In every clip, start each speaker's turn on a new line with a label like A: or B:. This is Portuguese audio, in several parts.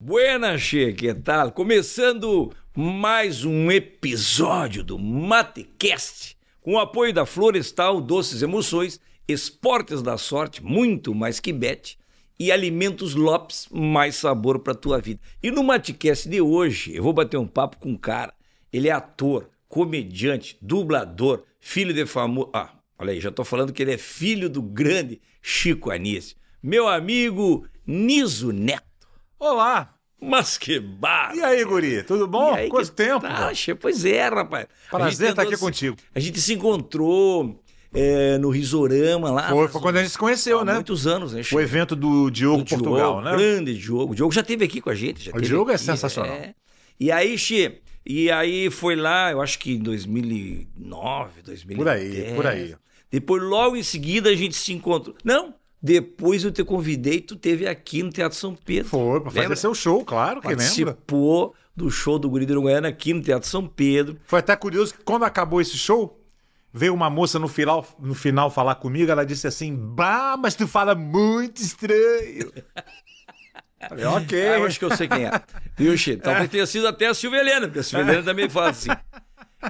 A: Buenas, che, que tal? Começando mais um episódio do Matecast, com o apoio da Florestal Doces Emoções, Esportes da Sorte, muito mais que bet, e Alimentos Lopes, mais sabor para tua vida. E no Matecast de hoje, eu vou bater um papo com um cara. Ele é ator, comediante, dublador, filho de famoso... Ah, olha aí, já tô falando que ele é filho do grande Chico Anísio. Meu amigo Niso Neto.
B: Olá!
A: Mas que barra!
B: E aí, guri? Tudo bom?
A: E aí,
B: Quanto
A: que
B: tempo?
A: tal, che? pois é, rapaz. A gente
B: Prazer estar
A: andou
B: aqui
A: se-
B: contigo.
A: A gente se encontrou é, no Risorama lá.
B: Foi,
A: faz
B: foi quando a gente se conheceu,
A: há
B: né?
A: muitos anos, né? che?
B: O evento do Diogo
A: O
B: Portugal,
A: Diogo,
B: né?
A: grande Diogo. O Diogo já esteve aqui com a gente. já
B: O
A: teve
B: Diogo é
A: aqui,
B: sensacional.
A: E aí, Che, e aí foi lá, eu acho que em 2009, 2010.
B: Por aí, por aí.
A: Depois, logo em seguida, a gente se encontrou. Não, depois eu te convidei, tu teve aqui no Teatro São Pedro.
B: Foi, pra fazer
A: Lembra?
B: seu show, claro que lembra.
A: participou do show do Guri de Uruguaiana aqui no Teatro São Pedro.
B: Foi até curioso que quando acabou esse show, veio uma moça no final, no final falar comigo, ela disse assim, bah, mas tu fala muito estranho. Falei, ok.
A: Ah, eu acho que eu sei quem é. Viu, Xê? Talvez tenha sido até a Silvia Helena, porque a Silvia Helena também fala assim.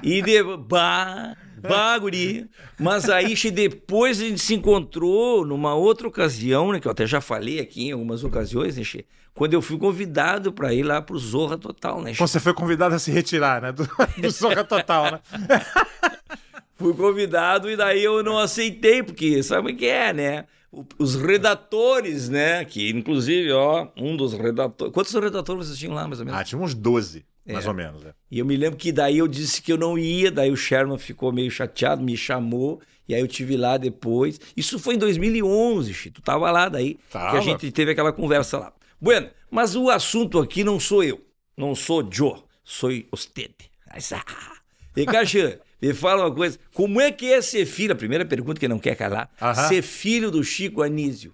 A: E de... Bah, bah, guri. Mas aí, Xê, depois a gente se encontrou numa outra ocasião, né? Que eu até já falei aqui em algumas ocasiões, né, Xê? Quando eu fui convidado pra ir lá pro Zorra Total, né, Xê?
B: Quando você foi convidado a se retirar, né? Do, do Soca Total, né?
A: Fui convidado e daí eu não aceitei, porque sabe o que é, né? O- Os redatores, né? Que inclusive, ó, um dos redatores. Quantos redatores vocês tinham lá, mais ou menos?
B: Ah, tinha uns 12,
A: É.
B: mais ou menos. né?
A: E eu me lembro que daí eu disse que eu não ia, daí o Sherman ficou meio chateado, me chamou, e aí eu tive lá depois. Isso foi em 2011, Chi, tu tava lá daí, que a
B: Tava.
A: gente teve aquela conversa lá. Bueno, mas o assunto aqui não sou eu, não sou Joe, sou você. Mas, ah, E Caixa, me fala uma coisa, como é que é ser filho, a primeira pergunta que não quer calar,
B: Aham.
A: ser filho do Chico Anísio?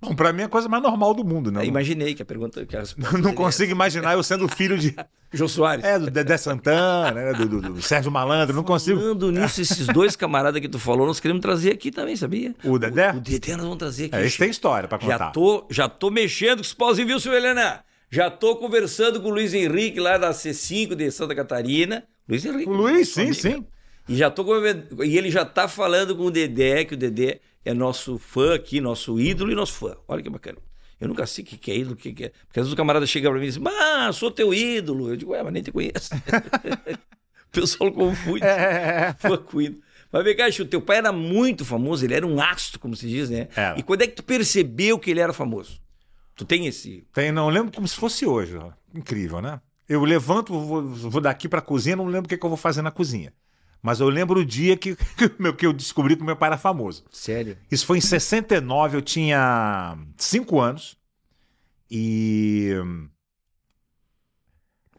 B: Bom, pra mim é a coisa mais normal do mundo, né?
A: Eu imaginei que a pergunta, que a resposta
B: Não
A: seria
B: consigo imaginar eu sendo filho de.
A: essa. Jô Soares.
B: É, do Dedé Santana, né? Do, do- do Sérgio Malandro, não consigo.
A: Falando nisso, esses dois camaradas que tu falou, nós queremos trazer aqui também, sabia?
B: O Dedé?
A: O, Dedé nós vamos trazer aqui.
B: É, esse tem história pra contar.
A: já, tô, já tô mexendo com os pauzinhos, viu, seu Helena? Já tô conversando com o Luiz Henrique lá da C5 de Santa Catarina. Luiz Henrique.
B: O Luiz,
A: nosso
B: sim,
A: amigo.
B: sim.
A: E, já tô conven- e ele já tá falando com o Dedé, que o Dedé é nosso fã aqui, nosso ídolo e nosso fã. Olha que bacana. Eu nunca sei o que, que é ídolo, o que, que é. Porque às vezes o camarada chega pra mim e diz, mas sou teu ídolo. Eu digo, ué, mas nem te conheço. o pessoal confunde.
B: É, é, é.
A: Foi com ídolo. Mas vem cá, Chico, teu pai era muito famoso, ele era um astro, como se diz, né?
B: Era.
A: E quando é que tu percebeu que ele era famoso? Tu tem esse.
B: Tem, não eu lembro como se fosse hoje. ó. Incrível, né? Eu levanto, vou, vou daqui pra cozinha, não lembro o que, que eu vou fazer na cozinha. Mas eu lembro o dia que, que, o meu- que eu descobri que o meu pai era famoso.
A: Sério?
B: Isso foi em 69, eu tinha 5 anos. E. hum,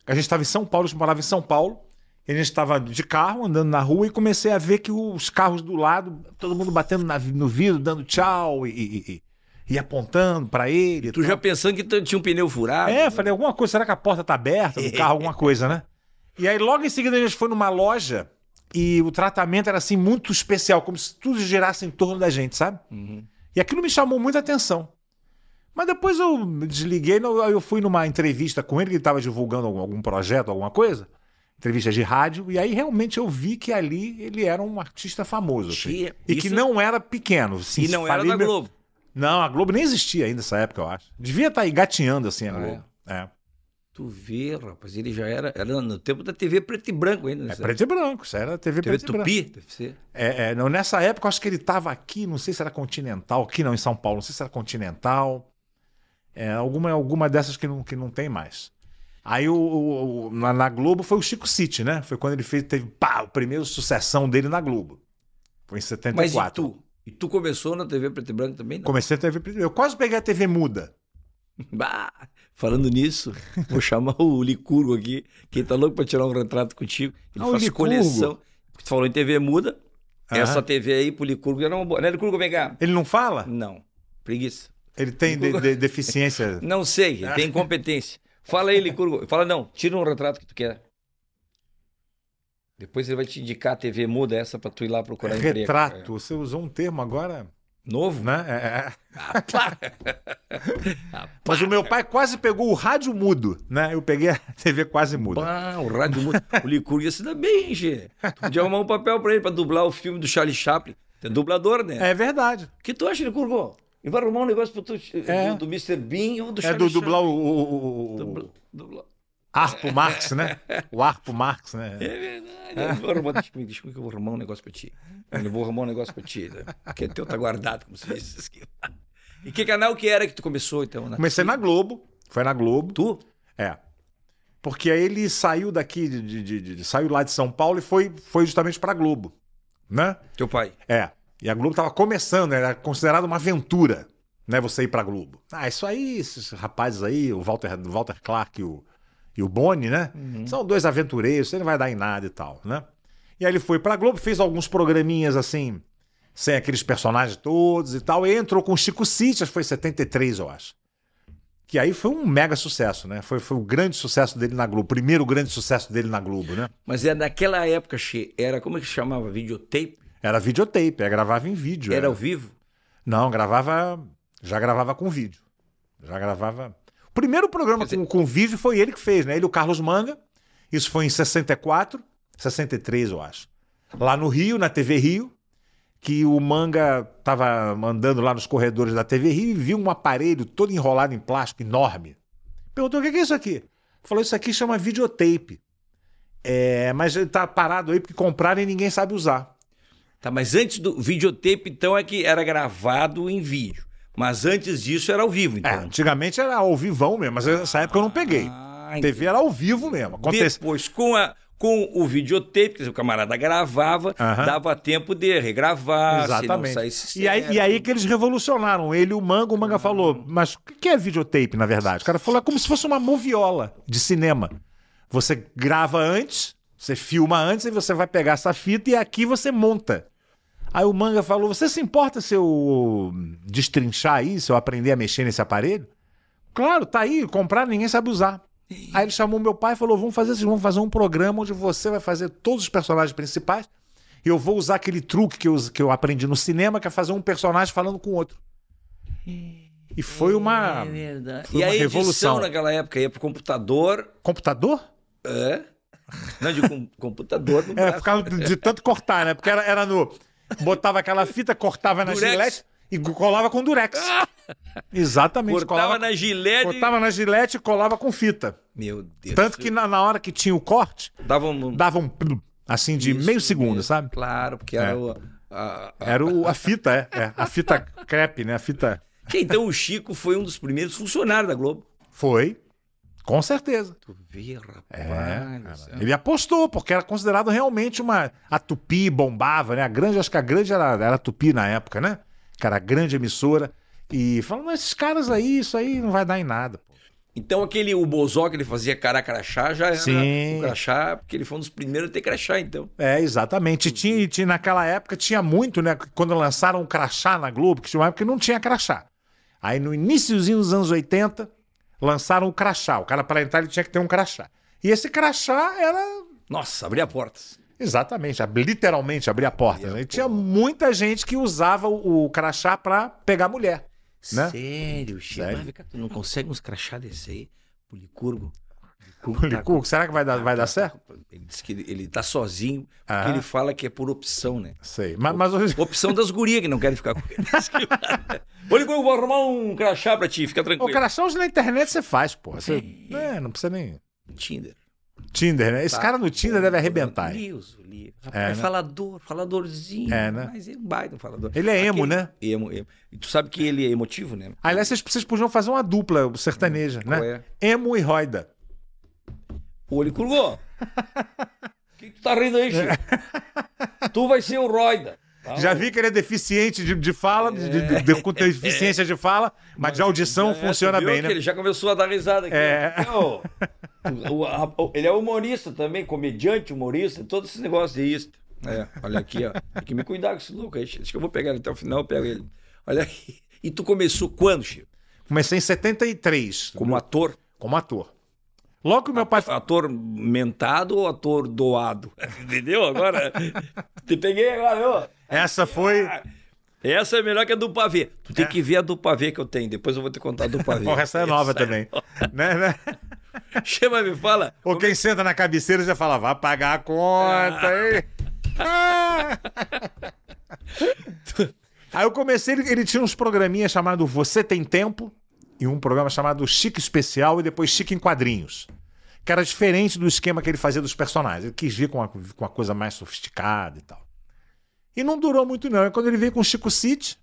B: A gente estava em São Paulo, a gente morava em São Paulo. E a gente estava de carro, andando na rua, e comecei a ver que os carros do lado, todo mundo batendo na- no vidro, dando tchau e, e- e- e apontando para ele. e
A: Tu já pensando que tu tinha um pneu furado?
B: é, falei, alguma coisa, será que a porta tá aberta do carro, alguma coisa, né? E aí logo em seguida a gente foi numa loja e o tratamento era assim muito especial, como se tudo girasse em torno da gente, sabe?
A: Uhum.
B: E aquilo me chamou muita atenção. Mas depois eu desliguei, não, aí eu fui numa entrevista com ele, que ele estava divulgando algum, algum projeto, alguma coisa, entrevista de rádio, e aí realmente eu vi que ali ele era um artista famoso. assim.
A: Tia,
B: e
A: isso-
B: que não era pequeno. assim,
A: E não era
B: falei
A: da
B: meu-
A: Globo.
B: Não, a Globo nem existia ainda nessa época, eu acho. Devia estar aí gatinhando assim a
A: Ah,
B: Globo. É.
A: Tu vê, rapaz, ele já era. Era no tempo da TV preto e branco ainda, né?
B: É preto e branco, isso era TV,
A: TV
B: preto e branco.
A: Tupi, deve ser.
B: É, é, não, nessa época eu acho que ele estava aqui, não sei se era Continental, aqui não, em São Paulo, não sei se era Continental. É, alguma, alguma dessas que não, que não tem mais. Aí o, o- o- na, na Globo foi o Chico City, né? Foi quando ele fez, teve pá, a primeira sucessão dele na Globo. Foi em
A: Mas
B: 74.
A: e tu? E tu começou na TV preto e branco também? Não?
B: Comecei a TV. Eu quase peguei a TV muda.
A: Bah, falando nisso, vou chamar o Licurgo aqui, que tá louco pra tirar um retrato contigo. Ele
B: Ah, o
A: faz
B: Licurgo. Ah.
A: coleção. Tu falou em TV muda.
B: Aham.
A: Essa TV aí pro Licurgo era uma boa. Né, Licurgo, vem cá.
B: Ele não fala?
A: Não, preguiça.
B: Ele tem de- de- deficiência.
A: Não sei, ele tem incompetência. Fala aí, Licurgo. Fala não, tira um retrato que tu quer.
B: é,
A: Depois ele vai te indicar a TV muda essa pra tu ir lá procurar emprego. é.
B: Retrato. Você usou um termo agora.
A: Novo?
B: né? É, é.
A: Ah, pá. Ah, pá.
B: Mas o meu pai quase pegou o rádio mudo, né? Eu peguei a TV quase muda.
A: Pá, o rádio mudo. O Licurgo ia se dar bem, hein, Gê? Tu podia arrumar um papel pra ele pra dublar o filme do Charlie Chaplin. Tem dublador, né?
B: É verdade.
A: O que tu acha, Licurgo? E vai arrumar um negócio pro tu,
B: É.
A: do Mr. Bean ou do
B: É
A: Charlie
B: do
A: Chaplin?
B: dublar o, o, o-
A: Dubla-
B: o
A: dubla-
B: Arpo Marx, né? O Arpo Marx, né?
A: É verdade. Eu vou arrumar, deixa comigo, deixa comigo que eu vou arrumar um negócio pra ti. Eu vou arrumar um negócio pra ti. Né? Porque teu tá guardado, como se diz. E que canal que era que tu começou, então? Na...
B: Comecei na Globo. Foi na Globo.
A: Tu?
B: É. Porque aí ele saiu daqui, de, de- de- de- saiu lá de São Paulo e foi, foi justamente pra Globo, né?
A: Teu pai?
B: É. E a Globo tava começando, era considerada uma aventura, né? Você ir pra Globo. Ah, isso aí, esses rapazes aí, o Walter, o Walter Clark e o, e o Boni, né? São dois aventureiros, você não vai dar em nada e tal, né? E aí ele foi pra Globo, fez alguns programinhas assim, sem aqueles personagens todos e tal, e entrou com o Chico Sitches, foi em 73, eu acho. Que aí foi um mega sucesso, né? Foi, foi o grande sucesso dele na Globo, o primeiro grande sucesso dele na Globo, né?
A: Mas era naquela época, Che, era como é que chamava? Videotape?
B: Era videotape, é, gravava em vídeo.
A: Era ao vivo?
B: Não, gravava. Já gravava com vídeo. Já gravava. O primeiro programa
A: Quer
B: com, com vídeo foi ele que fez, né? Ele e o Carlos Manga. Isso foi em 64, 63, eu acho. Lá no Rio, na TV Rio, que o Manga tava andando lá nos corredores da TV Rio e viu um aparelho todo enrolado em plástico, enorme. Perguntou: o que que é isso aqui? Falou: isso aqui chama videotape. É, mas ele tá parado aí porque compraram e ninguém sabe usar.
A: Tá, mas antes do videotape, então, é que era gravado em vídeo. Mas antes disso era ao vivo,
B: É,
A: então.
B: antigamente era ao vivão mesmo, mas nessa época eu não peguei.
A: Ah,
B: A TV era ao vivo mesmo. Acontece.
A: Depois, com, a, com o videotape, quer dizer, o camarada gravava,
B: Aham.
A: dava tempo de regravar, se não saísse
B: Exatamente. E aí,
A: certo.
B: e aí que eles revolucionaram. Ele e o Manga, o
A: Uhum.
B: Manga falou, mas o que é videotape, na verdade? O cara falou, é como se fosse uma moviola de cinema. Você grava antes, você filma antes, e você vai pegar essa fita e aqui você monta. Aí o Manga falou, você se importa se eu destrinchar isso, eu aprender a mexer nesse aparelho? Claro, tá aí, comprar ninguém sabe usar. Aí ele chamou meu pai e falou: vamos fazer assim, vamos fazer um programa onde você vai fazer todos os personagens principais. E eu vou usar aquele truque que eu, us- que eu aprendi no cinema, que é fazer um personagem falando com o outro. E foi uma.
A: É verdade.
B: Ah, foi
A: e a
B: uma
A: edição
B: revolução.
A: naquela época ia pro computador.
B: Computador?
A: É? Não, de com, computador. No
B: É,
A: braço.
B: por causa de de tanto cortar, né? Porque era, era no. Botava aquela fita, cortava na
A: Durex.
B: gilete e colava com durex. Exatamente.
A: Cortava
B: colava,
A: na gilete.
B: cortava na gilete e colava com fita.
A: Meu Deus.
B: Tanto que na, na hora que tinha o corte,
A: Dava um.
B: dava um. plum, Assim, de
A: Isso
B: meio segundo,
A: mesmo,
B: sabe?
A: Claro, porque era
B: É.
A: o. a- a-
B: Era o- a fita, é, é. A fita crepe, né? A fita.
A: Que Então o Chico foi um dos primeiros funcionários da Globo.
B: Foi. Com certeza.
A: Tu vê,
B: É,
A: rapaz.
B: cara. ele apostou, porque era considerado realmente uma. A Tupi bombava, né? A grande, acho que a grande era, era a Tupi na época, né? Que era a grande emissora. E falando, mas esses caras aí, isso aí não vai dar em nada. pô."
A: Então aquele o Bozó que ele fazia cara crachá já era
B: Sim.
A: o crachá, porque ele foi um dos primeiros a ter crachá, então.
B: É, exatamente. E Tinha, e tinha, naquela época tinha muito, né? Quando lançaram o crachá na Globo, que tinha uma época que não tinha crachá. Aí no iníciozinho dos anos 80, lançaram o crachá. O cara, para entrar, ele tinha que ter um crachá. E esse crachá era
A: Nossa, abria portas.
B: Exatamente, ab- literalmente abrir a porta.
A: Abria a
B: né? E tinha
A: porta.
B: muita gente que usava o, o crachá pra pegar mulher. Né?
A: Sério, Chico.
B: Sério.
A: Mas vem cá, tu não consegue uns crachá desse aí? Tá O Licurgo.
B: O Licurgo, será que vai dar, vai dar certo?
A: tá Ele diz que ele, ele tá sozinho, porque
B: Ah.
A: ele fala que é por opção, né?
B: Sei. Mas, mas hoje-
A: Opção das gurias que não querem ficar com ele. Ô, Licurgo, vou arrumar um crachá pra ti, fica
B: o
A: tranquilo.
B: crachá hoje na internet você faz, pô. Você,
A: Sim.
B: né, não precisa nem.
A: Tinder.
B: Tinder, né? Esse
A: Tá.
B: cara no Tinder deve arrebentar. hein?
A: Deus, o livro.
B: É,
A: Rapaz,
B: né?
A: falador, faladorzinho.
B: É, né?
A: Mas é um baita um falador.
B: Ele é emo, né?
A: Emo, emo. E tu sabe que ele é emotivo, né?
B: Aliás, vocês, vocês podiam fazer uma dupla sertaneja,
A: Qual
B: né?
A: é?
B: Emo e Roida.
A: O olho curvou. O que que tu tá rindo aí, Chico? tu vai ser o Roida. tá?
B: Já vi que ele é deficiente de, de fala, de, de- de- de- com deficiência de fala, mas de audição
A: É, tu
B: funciona
A: viu
B: bem,
A: que
B: né?
A: Ele já começou a dar risada aqui.
B: É.
A: Então, o- o- a- o- ele é humorista também, comediante, humorista, todos esses negócios de isso. É, olha aqui, ó. Tem que me cuidar com esse louco aí. Chico. Acho que eu vou pegar ele até o final, eu pego ele. Olha aqui. E tu começou quando, Chico?
B: Comecei em 73,
A: Como ator?
B: como ator. Logo que meu pai.
A: Ator mentado ou ator doado? Entendeu? Agora. Te peguei agora, ó.
B: Essa foi.
A: Essa é melhor que a do pavê. Tu tem que ver a do pavê que eu tenho. Depois eu vou te contar a do pavê.
B: Bom, É. essa é nova também. Né, né?
A: Chama, me fala.
B: Ou quem senta na cabeceira já fala, vai pagar a conta, hein? Aí eu comecei, ele, ele tinha uns programinhas chamado Você Tem Tempo e um programa chamado Chique Especial e depois Chique em Quadrinhos. Que era diferente do esquema que ele fazia dos personagens. Ele quis vir com uma, com uma coisa mais sofisticada e tal. E não durou muito, não. É quando ele veio com o Chico City,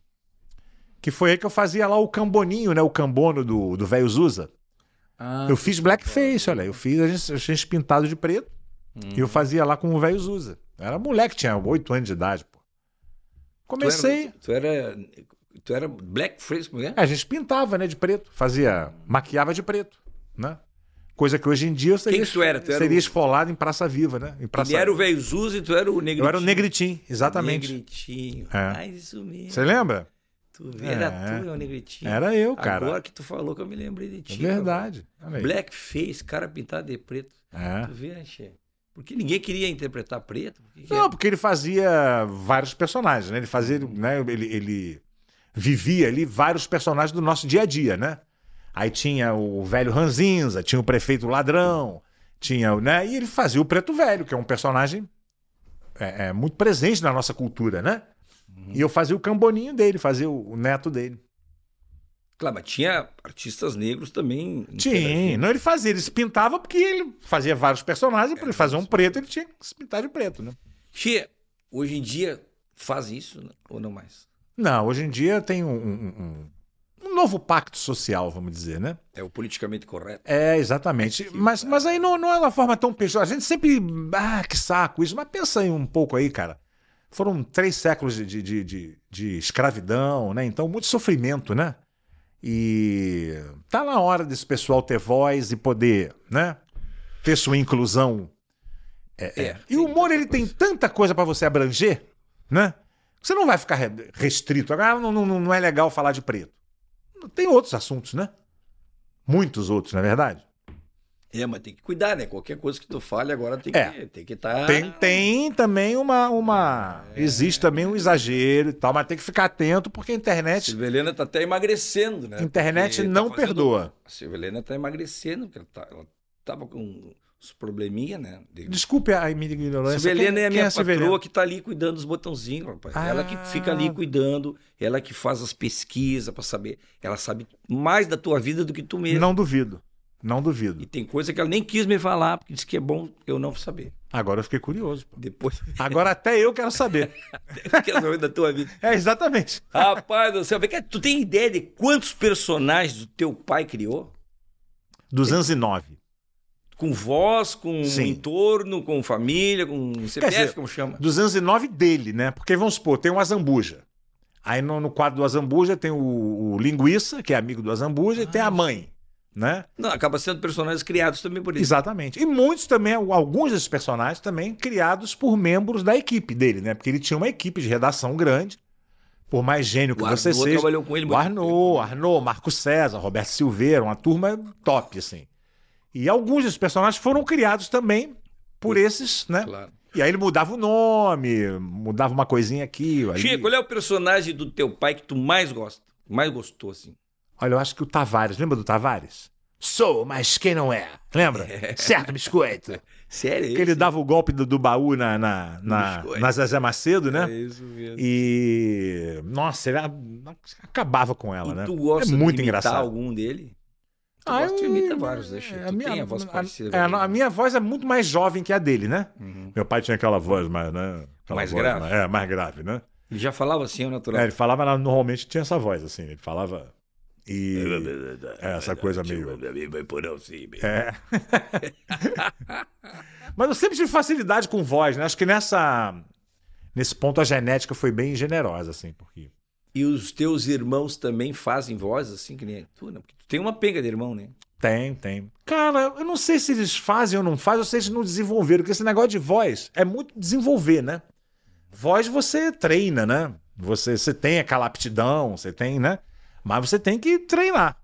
B: que foi aí que eu fazia lá o camboninho, né? O cambono do, do velho Zusa.
A: Ah,
B: Eu fiz blackface, olha. Eu fiz, a gente, a gente pintado de preto. E
A: Uhum.
B: eu fazia lá com o velho Zusa. Eu Era moleque, tinha 8 anos de idade, pô. Comecei.
A: Tu era, tu era, tu era black face, mulher?
B: A gente pintava, né, de preto. Fazia. Maquiava de preto, né? Coisa que hoje em dia eu seria,
A: Quem que tu era? Tu era
B: seria
A: o-
B: esfolado em Praça Viva, né? Em Praça
A: Ele era o velho Zuzi e tu era o negritinho.
B: Eu era o negritim, exatamente.
A: Negritinho.
B: É.
A: Ah, isso mesmo.
B: Você lembra?
A: Tu era
B: É.
A: tu, é o negritinho.
B: Era eu, cara.
A: Agora que tu falou que eu me lembrei de
B: É
A: ti.
B: verdade. Olha aí.
A: Cara. Blackface, cara pintado de preto.
B: É.
A: Tu vê, né, Che? Porque ninguém queria interpretar preto. Porque que
B: Não, porque ele fazia vários personagens, né? Ele fazia, né? Ele, ele vivia ali vários personagens do nosso dia a dia, né? Aí tinha o velho Ranzinza, tinha o prefeito ladrão, tinha, o- né? E ele fazia o preto velho, que é um personagem é, é, muito presente na nossa cultura, né? E eu fazia o camboninho dele, fazia o, o neto dele.
A: Claro, mas tinha artistas negros também.
B: Tinha, não ele fazia, ele se pintava porque ele fazia vários personagens, para ele fazer um preto, ele tinha que se pintar de preto, né?
A: Che, hoje em dia faz isso né? ou não mais?
B: Não, hoje em dia tem um, um- um- um novo pacto social, vamos dizer, né?
A: É o politicamente correto.
B: É, exatamente. Mas, mas aí não, não é uma forma tão pejorativa. A gente sempre. Ah, que saco isso. Mas pensa aí um pouco aí, cara. Foram três séculos de, de, de, de- de escravidão, né? Então, muito sofrimento, né? E tá na hora desse pessoal ter voz e poder, né? Ter sua inclusão.
A: É.
B: E o humor, ele tem tanta coisa pra você abranger, né? Você não vai ficar re- restrito. Ah, não, não, não é legal falar de preto. Tem outros assuntos, né? Muitos outros, na verdade.
A: É, mas tem que cuidar, né? Qualquer coisa que tu fale agora tem
B: É.
A: que tem que tá- estar.
B: Tem, tem também uma. uma... Existe também um exagero e tal, mas tem que ficar atento porque a internet,
A: Silvelena tá até emagrecendo, né?
B: a internet
A: Porque tá
B: não
A: fazendo-
B: perdoa.
A: A Silvelena tá emagrecendo, porque ela, tá, ela tava com uns probleminha, né? De...
B: Desculpe a minha ignorância.
A: Silvelena
B: quem,
A: é a
B: quem
A: minha
B: Silvelena?
A: patroa que tá ali cuidando dos botãozinhos, rapaz.
B: Ah.
A: Ela que fica ali cuidando, ela que faz as pesquisas pra saber. Ela sabe mais da tua vida do que tu mesmo.
B: Não duvido. Não
A: E
B: duvido.
A: tem coisa que ela nem quis me falar, porque disse que é bom eu não saber.
B: Agora eu fiquei curioso. pô.
A: Depois
B: Agora até eu quero saber.
A: quero saber da tua vida.
B: É, exatamente.
A: Rapaz do céu, vem cá, tu tem ideia de quantos personagens o teu pai criou?
B: 209.
A: Com voz, com
B: Sim.
A: entorno, com família, com CPF,
B: dizer,
A: como chama?
B: 209 dele, né? Porque vamos supor, tem o Azambuja. Aí no, no quadro do Azambuja tem o, o Linguiça, que é amigo do Azambuja, e tem
A: Ah,
B: a mãe, né?
A: Não, acaba sendo personagens criados também por isso.
B: Exatamente. E muitos também, alguns desses personagens também criados por membros da equipe dele, né? Porque ele tinha uma equipe de redação grande. Por mais gênio que
A: O
B: você
A: Arnaud
B: seja.
A: trabalhou com ele
B: O
A: muito. né?
B: Arnaud, Arnaud, Marco César, Roberto Silveira, uma turma top, assim. E alguns desses personagens foram criados também por esses, né?
A: Claro.
B: E aí ele mudava o nome, mudava uma coisinha aqui. ali.
A: Chico, qual é o personagem do teu pai que tu mais gosta? Mais gostou, assim?
B: Olha, eu acho que o Tavares, lembra do Tavares? Sou, mas quem não é? Lembra? Certo, biscoito.
A: Sério? é
B: Que ele dava o golpe do, do baú na, na, na,
A: biscoito.
B: na Zezé Macedo,
A: né?
B: né?
A: É isso mesmo.
B: E. Nossa, ele a- acabava com ela, né?
A: E tu gosta
B: é muito
A: de imitar
B: engraçado.
A: algum dele? Tu gosta de
B: Ah, eu-
A: imitar vários, né, Chico?
B: é,
A: Tu tem a voz parecida.
B: é,
A: né?
B: a minha voz é muito mais jovem que a dele, né?
A: Uhum.
B: Meu pai tinha aquela voz mais, né? Aquela
A: Mais
B: voz
A: grave.
B: é, mais grave, né?
A: Ele já falava assim, é
B: É,
A: natural.
B: ele falava, normalmente tinha essa voz, assim. Ele falava. E. É, essa coisa meio-
A: Vai por assim,
B: É. Mas eu sempre tive facilidade com voz, né? Acho que nessa. Nesse ponto a genética foi bem generosa, assim, porque.
A: E os teus irmãos também fazem voz assim que nem tu, né? Porque tu tem uma penga de irmão, né?
B: Tem, tem. Cara, eu não sei se eles fazem ou não fazem, ou se eles não desenvolveram, porque esse negócio de voz é muito desenvolver, né? Voz você treina, né? Você, você tem aquela aptidão, você tem, né? Mas você tem que treinar.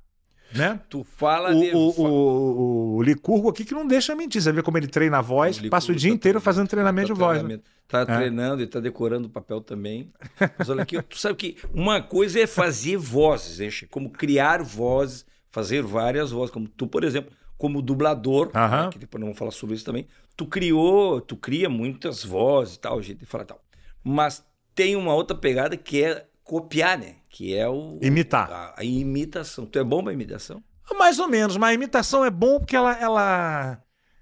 B: né?
A: Tu fala
B: o,
A: de.
B: o, o, o Licurgo aqui que não deixa mentir. Você vê como ele treina a voz,
A: Licurgo
B: passa o dia
A: tá
B: inteiro
A: treinando,
B: fazendo treinamento
A: tá
B: de voz. né?
A: treinamento. Tá treinando e tá decorando o papel também. Mas olha aqui, tu sabe que uma coisa é fazer vozes, hein, Chico? Como criar vozes, fazer várias vozes. Como tu, por exemplo, como dublador,
B: Aham.
A: né, que depois nós vamos falar sobre isso também, tu criou, tu cria muitas vozes e tal, a gente fala tal. Mas tem uma outra pegada que é copiar, né? Que é o...
B: Imitar.
A: A, a imitação. Tu é bom pra imitação?
B: Ah, Mais ou menos, mas a imitação é bom porque ela, ela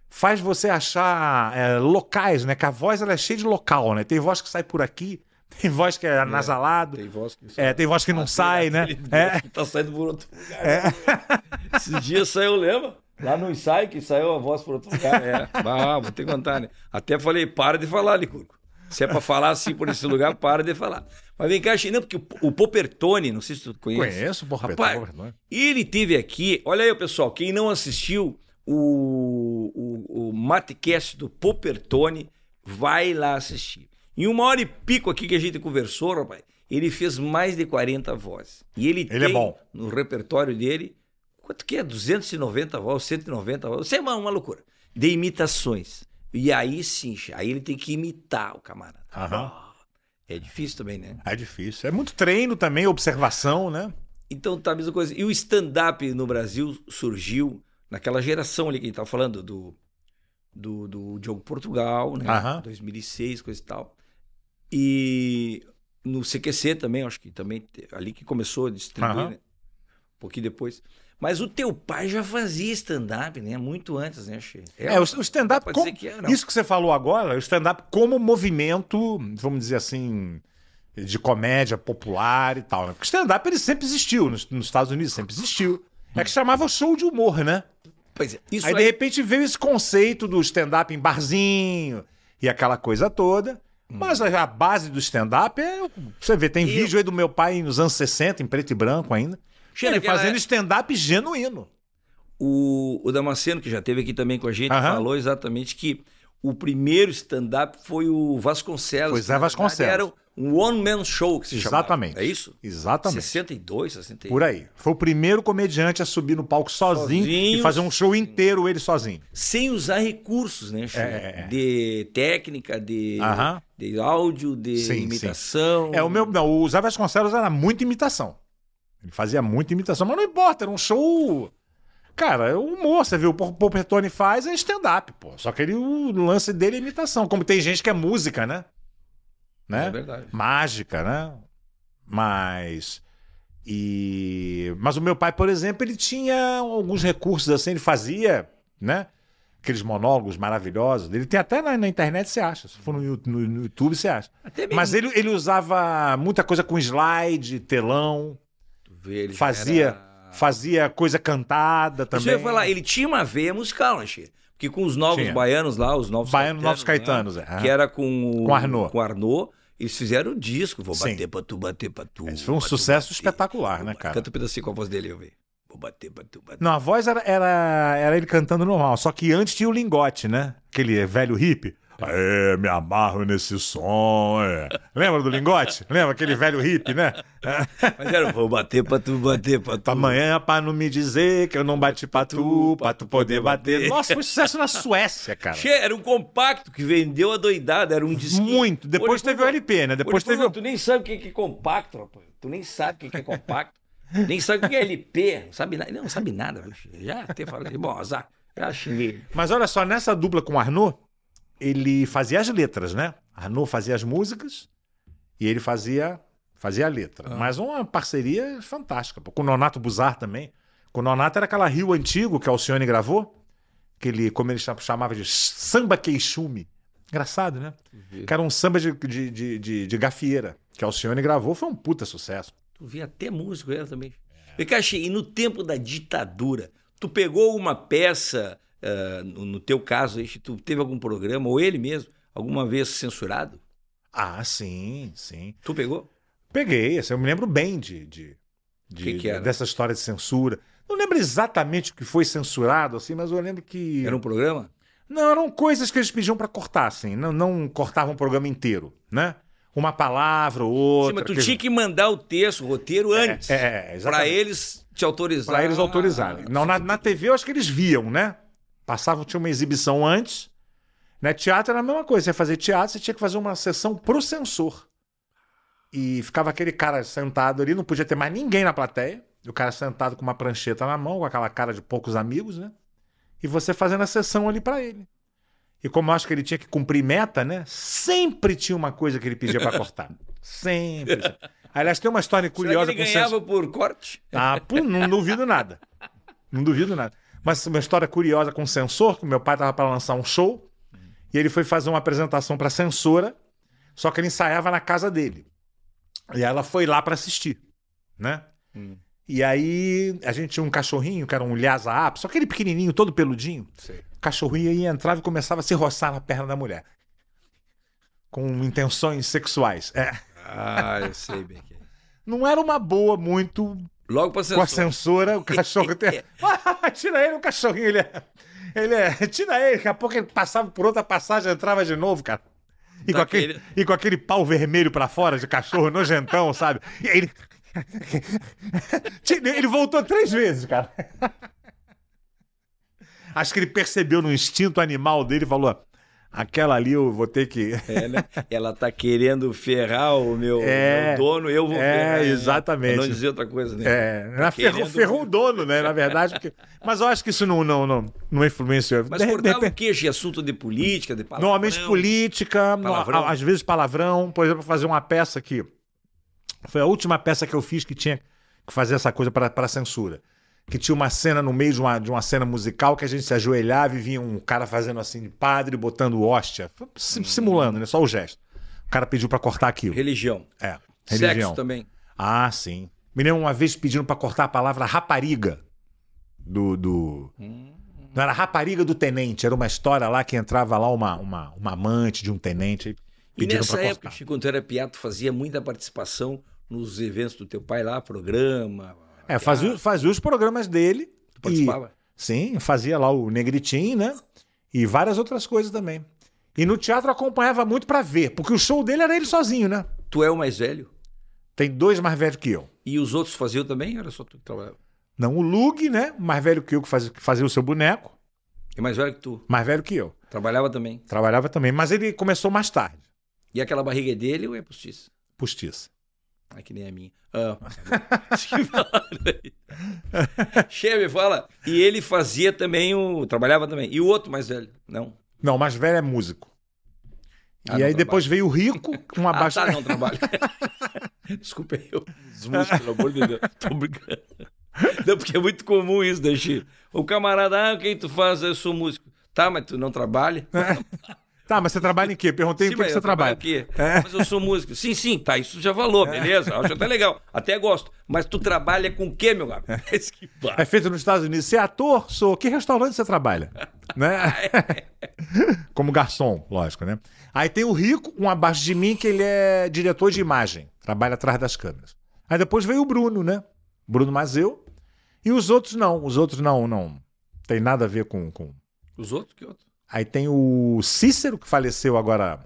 B: faz você achar é, locais, né? Que a voz ela é cheia de local, né? Tem voz que sai por aqui, tem voz que é anasalado,
A: Tem voz que...
B: é, tem voz que não sai, né?
A: Aquele
B: É,
A: dedo que Tá saindo por outro lugar. Esses dias saiu, lembra? Lá no ensaio que saiu a voz por outro lugar. É. Ah, vou te contar, né? Até falei, para de falar, Licurgo. Se é pra falar assim por esse lugar, para de falar. Mas vem cá, Xinão, porque o, o Popertone, não sei se tu conhece.
B: Conheço, porra,
A: Rapaz, Ele teve aqui, olha aí, pessoal, quem não assistiu o, o, o Matcast do Popertone, vai lá assistir. Em uma hora e pico aqui que a gente conversou, rapaz, ele fez mais de 40 vozes. E ele,
B: Ele é
A: tem
B: bom.
A: no repertório dele, quanto que é? 290 vozes, 190 vozes, isso é uma, uma loucura. De imitações. E aí sim, aí ele tem que imitar o camarada.
B: Aham.
A: É difícil também, né?
B: É difícil. É muito treino também, observação, né?
A: Então tá a mesma coisa. E o stand-up no Brasil surgiu naquela geração ali que a gente tava falando do, do, do Diogo Portugal, né?
B: Aham.
A: 2006, coisa e tal. E no CQC também, acho que também te- ali que começou a distribuir,
B: Aham.
A: né? Um pouquinho depois. Mas o teu pai já fazia stand-up, né? Muito antes, né, Che?
B: É, o, o stand-up.
A: Pode
B: com-
A: dizer que é, não.
B: Isso que você falou agora, o stand-up como movimento, vamos dizer assim, de comédia popular e tal. Né? Porque o stand-up ele sempre existiu, nos, nos Estados Unidos sempre existiu. É que chamava show de humor, né?
A: Pois é, isso
B: aí,
A: aí,
B: de repente veio esse conceito do stand-up em barzinho e aquela coisa toda. Mas a, a base do stand-up é. Você vê, tem
A: Eu-
B: vídeo aí do meu pai nos anos 60, em preto e branco ainda.
A: Che,
B: ele
A: naquela-
B: fazendo stand-up genuíno.
A: O, o Damasceno, que já esteve aqui também com a gente,
B: Aham.
A: falou exatamente que o primeiro stand-up foi o Vasconcelos.
B: Foi
A: que,
B: Zé
A: na
B: Vasconcelos.
A: verdade, Era um one-man show que se chamava.
B: Exatamente.
A: É isso?
B: Exatamente.
A: 62, 61.
B: Por aí. Foi o primeiro comediante a subir no palco sozinho,
A: Sozinho.
B: e fazer um show inteiro ele sozinho.
A: Sem usar recursos, né, Chico?
B: É, é, é.
A: De técnica, de,
B: Aham.
A: de áudio, de
B: Sim, sim.
A: imitação.
B: É, o meu. Não, o Zé Vasconcelos era muita imitação. Ele fazia muita imitação, mas não importa, era um show. Cara, é humor, você viu? O Pop- Poppertone faz é stand-up, pô. Só que ele, o lance dele é imitação. Como tem gente que é música, né?
A: É
B: Né?
A: verdade.
B: Mágica, né? Mas. E. Mas o meu pai, por exemplo, ele tinha alguns recursos assim, ele fazia, né? Aqueles monólogos maravilhosos dele. Tem até na, na internet, você acha. Se for no, Yu- no- no YouTube, você acha.
A: Até mesmo.
B: Mas ele, ele usava muita coisa com slide, telão,
A: Tu vê, ele já
B: fazia,
A: era-
B: fazia coisa cantada
A: Isso
B: também.
A: Ah. eu ia falar, ele tinha uma veia musical, né, Chico? Porque com os novos
B: Tinha.
A: baianos lá, os novos
B: Baiano Novos
A: né?
B: Caetanos, é.
A: que era com o
B: Com Arnaud.
A: com Arnaud, Eles fizeram o disco, vou
B: Sim.
A: bater pra tu, bater pra tu.
B: Esse foi um
A: bater
B: sucesso
A: pra ti.
B: espetacular, né,
A: Vou-
B: cara?
A: Canta um pedacinho com a voz dele, eu vi. Vou bater pra tu, bater.
B: Não, a voz era, era, era ele cantando normal, só que antes tinha o lingote, né? Aquele velho hippie. Aê, me amarro nesse som. é. Lembra do lingote? Lembra aquele velho hippie, né?
A: Mas era, um, vou bater pra tu, bater pra tu.
B: Amanhã é pra não me dizer que eu não bati pra tu, pra tu poder bater. Nossa, foi um sucesso na Suécia, cara.
A: Che, era um compacto que vendeu a doidada, era um disco.
B: Muito. Depois teve o LP, né? Depois teve o
A: Tu nem sabe o que que é compacto, rapaz. Tu nem sabe o que que é compacto. nem sabe o que é LP. Não sabe nada. Não sabe nada, velho. Já até falei, bom, azar. Já xinguei.
B: Mas olha só, nessa dupla com o Arnaud, ele fazia as letras, né? Arnaud fazia as músicas e ele fazia, fazia a letra. Mas uma parceria fantástica. pô. Com o Nonato Buzar também. Com o Nonato era aquela Rio Antigo que a Alcione gravou, que ele, como ele cha- chamava de samba queixume. Engraçado, né? Que era um samba de, de, de, de- de gafieira, que a Alcione gravou, foi um puta sucesso.
A: Tu vê até músico era também.
B: É.
A: E, Caxi, e no tempo da ditadura, tu pegou uma peça, ah, no, no teu caso, aí, tu teve algum programa, ou ele mesmo, alguma vez censurado?
B: Ah, sim, sim.
A: Tu pegou?
B: Peguei, assim, eu me lembro bem de, de, de-
A: Que que era?
B: dessa história de censura. Não lembro exatamente o que foi censurado, assim, mas eu lembro que.
A: Era um programa?
B: Não, eram coisas que eles pediam pra cortar, assim. Não, não cortavam o programa inteiro, né? uma palavra ou outra.
A: Sim, mas tu
B: quer
A: tinha que mandar o texto, o roteiro
B: dizer,
A: antes.
B: É, é
A: Pra
B: exatamente.
A: eles te autorizarem.
B: Pra eles autorizarem. Não, na, na TV eu acho que eles viam, né? Passavam, tinha uma exibição antes. Né? Teatro era a mesma coisa. Você ia fazer teatro, você tinha que fazer uma sessão pro censor. E ficava aquele cara sentado ali, não podia ter mais ninguém na plateia. E o cara sentado com uma prancheta na mão, com aquela cara de poucos amigos, né? E você fazendo a sessão ali pra ele. E como eu acho que ele tinha que cumprir meta, né? Sempre tinha uma coisa que ele pedia pra cortar. Sempre. Aliás, tem uma história
A: Será que
B: curiosa
A: ele
B: com o censor.
A: ganhava por corte?
B: Ah, pô, não duvido nada. Não duvido nada. Mas uma história curiosa com o censor, que meu pai tava para lançar um show, e ele foi fazer uma apresentação pra censora, só que ele ensaiava na casa dele. E ela foi lá pra assistir, né?
A: Hum.
B: E aí a gente tinha um cachorrinho, que era um Lhasa Apso, só aquele pequenininho, todo peludinho.
A: Sei.
B: O cachorrinho ia, entrava e começava a se roçar na perna da mulher. Com intenções sexuais. É.
A: Ah, eu sei bem que é.
B: Não era uma boa muito
A: Logo pra
B: com a
A: censura.
B: censura, É, o cachorro tem. Ah, tira ele, o cachorrinho, ele é. Ele é. Tira ele, daqui a pouco ele passava por outra passagem, entrava de novo, cara. E, com
A: Daquele-
B: Tá aquele, e com aquele pau vermelho pra fora de cachorro nojentão, sabe? E aí ele. Tira- ele voltou três vezes, cara. Acho que ele percebeu no instinto animal dele e falou: aquela ali eu vou ter que.
A: É, né? Ela tá querendo ferrar o meu,
B: É.
A: meu dono, eu vou
B: É,
A: ferrar. ela.
B: exatamente.
A: Pra não dizer outra coisa, né?
B: É, na
A: querendo-
B: ferrou, ferrou o dono, né? Na verdade. porque- Mas eu acho que isso não, não, não, não influenciou.
A: Mas
B: De- de
A: cortava
B: repente-
A: o queixo e assunto de política, de palavrão.
B: Normalmente política, no-
A: Palavrão.
B: a- às vezes palavrão. Por exemplo, fazer uma peça que. Foi a última peça que eu fiz que tinha que fazer essa coisa para censura. Que tinha uma cena no meio de uma, de uma cena musical que a gente se ajoelhava e vinha um cara fazendo assim de padre, botando hóstia, sim-
A: Hum.
B: simulando, né? Só o gesto. O cara pediu para cortar aquilo.
A: Religião.
B: É.
A: Sexo
B: Religião.
A: também.
B: Ah, sim. Me lembro uma vez pedindo para cortar a palavra rapariga do, do, não era a rapariga do tenente, era uma história lá que entrava lá uma, uma, uma amante de um tenente. aí
A: E
B: pediram
A: nessa
B: pra
A: época,
B: cortar.
A: Chico, quando tu era piato, fazia muita participação nos eventos do teu pai lá, programa.
B: É, fazia, fazia os programas dele.
A: Tu
B: e,
A: participava?
B: sim, fazia lá o Negritim, né? E várias outras coisas também. E no teatro eu acompanhava muito pra ver, porque o show dele era ele sozinho, né?
A: Tu é o mais velho?
B: Tem dois mais velhos que eu.
A: E os outros faziam também? Era só tu que trabalhava.
B: Não, o Lug, né? Mais velho que eu, que fazia, que fazia o seu boneco,
A: E é mais velho que tu.
B: mais velho que eu.
A: Trabalhava também.
B: Trabalhava também, mas ele começou mais tarde.
A: E aquela barriga é dele ou é postiça?
B: Postiça.
A: Ah, que nem a minha. Ah, Chefe, fala. E ele fazia também o. Trabalhava também. E o outro mais velho? Não.
B: Não, o mais velho é músico.
A: Ah,
B: e
A: não
B: aí depois veio o rico com uma
A: Ah,
B: baixa.
A: tá, não trabalha. Desculpa aí, eu- os músicos, pelo amor de Deus. Tô brincando. Não, porque é muito comum isso, né, Chico? O camarada, ah, o que tu faz? Eu sou músico. Tá, mas tu não trabalha?
B: Tá, mas você trabalha em quê? Perguntei
A: Sim,
B: em que,
A: mas
B: um que
A: eu
B: você
A: trabalho
B: trabalha.
A: aqui. Mas eu sou músico. Sim, sim, tá, isso já falou, beleza? Acho até legal. Até gosto. Mas tu trabalha com o quê, meu garoto? Esse que pá.
B: É feito nos Estados Unidos. Você é ator? Sou. Que restaurante você trabalha?
A: Ah,
B: né?
A: é.
B: Como garçom, lógico, né? Aí tem o rico, um abaixo de mim, que ele é diretor de imagem. Trabalha atrás das câmeras. Aí depois veio o Bruno, né? Bruno Mazeu. E os outros não. Os outros não, não. Tem nada a ver com- com...
A: Os outros, que outros?
B: Aí tem o Cícero, que faleceu agora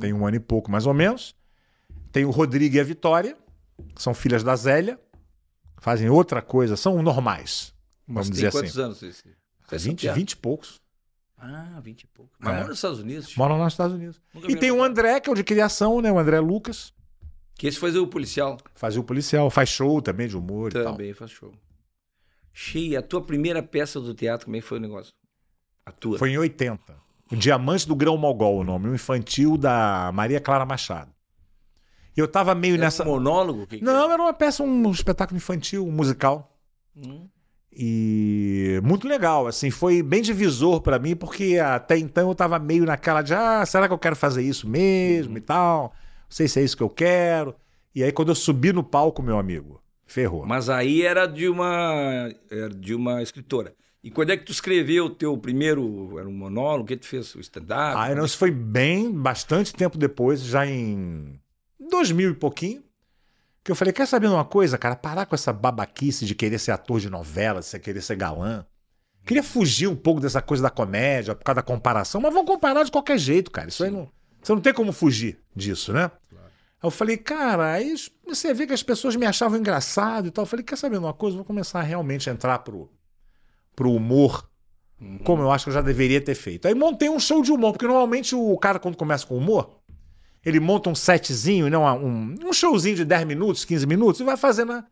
B: tem um ano e pouco, mais ou menos. Tem o Rodrigo e a Vitória, que são filhas da Zélia, que fazem outra coisa, são normais, vamos
A: Tem
B: dizer
A: quantos
B: assim.
A: anos esse? essa
B: 20,
A: piada?
B: 20 e poucos.
A: Ah, 20 e pouco. Mas
B: É.
A: mora nos Estados Unidos. Chico.
B: Moram lá nos Estados Unidos.
A: Nunca
B: E
A: vi
B: tem
A: no
B: o
A: Brasil.
B: André, que é o de criação, né? O André Lucas,
A: Que esse fazia o policial.
B: fazia o policial, faz show também de humor e tal.
A: Também faz show. Cheia, a tua primeira peça do teatro, como é que foi o negócio? A tua.
B: Foi em 80. O Diamante do Grão Mogol, o nome, um infantil da Maria Clara Machado. E eu tava meio
A: Era
B: nessa.
A: um monólogo? Que que
B: Não, era uma peça, um espetáculo infantil, um musical.
A: era? Hum.
B: E muito legal, assim, foi bem divisor pra mim, porque até então eu tava meio naquela de, ah, será que eu quero fazer isso mesmo e tal? Não sei se é isso que eu quero. E aí quando eu subi no palco, meu amigo, ferrou.
A: Mas aí era de uma era de uma escritora. E quando é que tu escreveu o teu primeiro era um monólogo? O que tu fez? O stand-up?
B: Aí não, isso foi bem, bastante tempo depois, já em 2000 e pouquinho, que eu falei, quer saber de uma coisa, cara? Parar com essa babaquice de querer ser ator de novela, de querer ser galã. Queria fugir um pouco dessa coisa da comédia, por causa da comparação, mas vão comparar de qualquer jeito, cara. Isso aí
A: Sim.
B: não... Você não tem como fugir disso, né?
A: Claro.
B: Aí eu falei, cara, aí você vê que as pessoas me achavam engraçado e tal. Eu falei, quer saber de uma coisa? Eu Vou começar a realmente entrar pro, pro humor,
A: Uhum.
B: como eu acho que eu já deveria ter feito. Aí montei um show de humor, porque normalmente o cara, quando começa com humor, ele monta um setzinho, não, um, um showzinho de 10 minutos, 15 minutos, e vai fazendo a-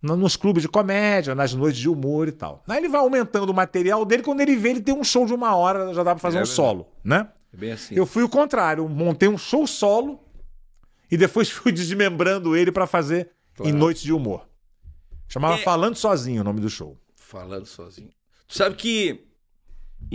B: na- nos clubes de comédia, nas noites de humor e tal. Aí ele vai aumentando o material dele, quando ele vê, ele tem um show de uma hora, já dá pra fazer
A: É
B: um
A: verdade.
B: solo, né?
A: É bem assim.
B: Eu fui o contrário, montei um show solo e depois fui desmembrando ele pra fazer
A: Claro.
B: em Noites de Humor. Chamava
A: É.
B: Falando Sozinho o nome do show.
A: Falando sozinho. Tu sabe que.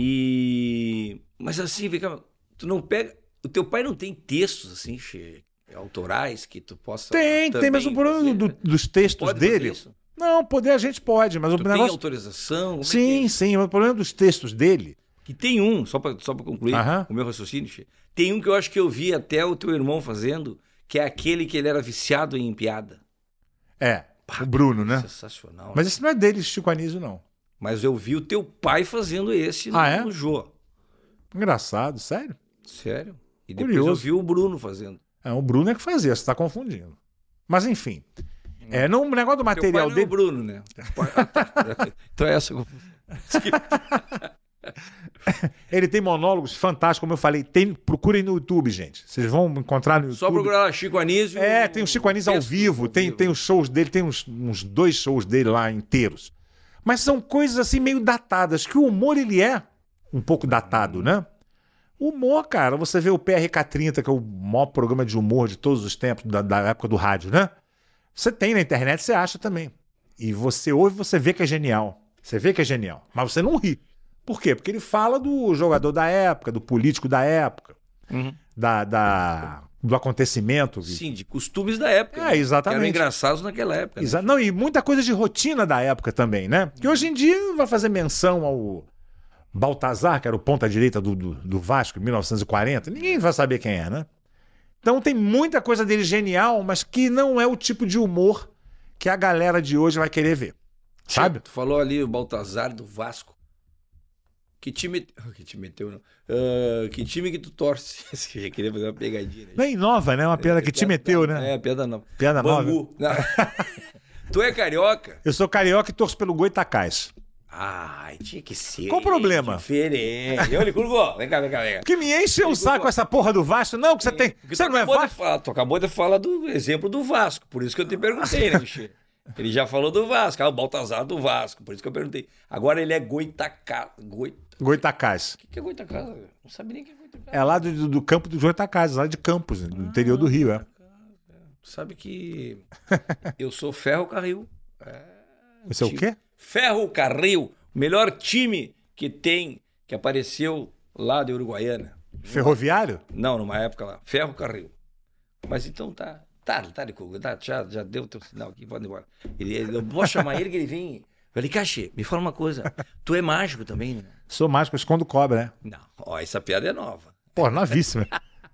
A: E. Mas assim, vem cá, tu não pega. O teu pai não tem textos assim, che... autorais que tu possa.
B: Tem, tem,
A: também
B: mas o problema
A: fazer,
B: do-
A: né?
B: dos textos
A: Pode fazer
B: dele.
A: isso?
B: Não, poder a gente pode, mas o
A: Tu tem
B: negócio.
A: autorização? Como é
B: Sim, sim, mas o problema dos textos dele.
A: Que, é? que tem um, só pra, só pra concluir
B: Aham.
A: o meu raciocínio, che. Tem um que eu acho que eu vi até o teu irmão fazendo, que é aquele que ele era viciado em piada.
B: É, o Bruno, né?
A: Sensacional.
B: Mas esse não é dele, Chico Anísio, não.
A: Mas eu vi o teu pai fazendo esse no,
B: Ah, é?
A: no Jô.
B: Engraçado, sério.
A: Sério? E depois eu
B: Curioso.
A: vi o Bruno fazendo.
B: É, o Bruno é que fazia, você tá confundindo. Mas enfim. É, não, o negócio
A: Teu
B: do
A: pai
B: material
A: não é o
B: dele.
A: Bruno, né? Teu pai- Ah, tá. então é essa. que eu-
B: Ele tem monólogos fantásticos, como eu falei. Tem, procurem no YouTube, gente. Vocês vão encontrar no YouTube.
A: Só procurar lá, Chico Anísio.
B: É, tem o Chico Anísio ao
A: texto
B: vivo, tem, tem os shows dele, tem uns, uns dois shows dele lá inteiros. Mas são coisas assim meio datadas, que o humor ele é um pouco datado, né? O humor, cara, você vê o PRK30, que é o maior programa de humor de todos os tempos, da, da época do rádio, né? Você tem na internet, você acha também. E você ouve, você vê que é genial. Você vê que é genial, mas você não ri. Por quê? Porque ele fala do jogador da época, do político da época,
A: Uhum.
B: da, da- do acontecimento.
A: Sim, de costumes da época.
B: É,
A: né? Que eram
B: exatamente.
A: engraçados naquela época. né?
B: Exa- Não, e muita coisa de rotina da época também, né? Que hoje em dia vai fazer menção ao Baltazar, que era o ponta-direita do, do, do Vasco em 1940. Ninguém vai saber quem é, né? Então tem muita coisa dele genial, mas que não é o tipo de humor que a galera de hoje vai querer ver. Sabe?
A: Tu falou ali o Baltazar do Vasco. Que time. Que time teu, não. Ah, que time que tu torce? Eu já queria fazer uma pegadinha. né?
B: Não é inova, né? Uma piada que te meteu, né?
A: É, piada nova.
B: Piada nova.
A: Bangu. Não. tu é carioca?
B: Eu sou carioca e torço pelo Goitacás.
A: Ai, tinha que ser.
B: Qual o problema?
A: Diferente. Eu, Licurgo, vem cá, vem cá, vem cá.
B: Que me enche o saco essa porra do Vasco. Não, que você tem.
A: Porque
B: Você
A: tu
B: não é
A: acabou de
B: Vasco?
A: falar- tu acabou de falar do exemplo do Vasco, por isso que eu te perguntei, né, Michê? Ele já falou do Vasco, ah, o Baltazar do Vasco, por isso que eu perguntei. Agora ele é Goitacá. Goita...
B: Goitacás.
A: O que é Goitacá? velho? Não sabe nem o que é Goitacá.
B: É lá do, do- do campo do Goitacás, lá de Campos, no interior do Rio, é.
A: Tu sabe que eu sou Ferro Carril.
B: Você é o
A: Tio.
B: quê?
A: Ferro Carril, o melhor time que tem, que apareceu lá de Uruguaiana.
B: Ferroviário?
A: Não, numa época lá. Ferro Carril. Mas então tá. Tá, tá, Lico, tá, já, já deu o teu sinal aqui, pode ir embora. Ele, ele- eu vou chamar ele que ele vem. Falei, Cachê, me fala uma coisa. Tu é mágico também, né?
B: Sou mágico, escondo cobra, né?
A: Não, ó, essa piada é nova.
B: Pô, novíssima.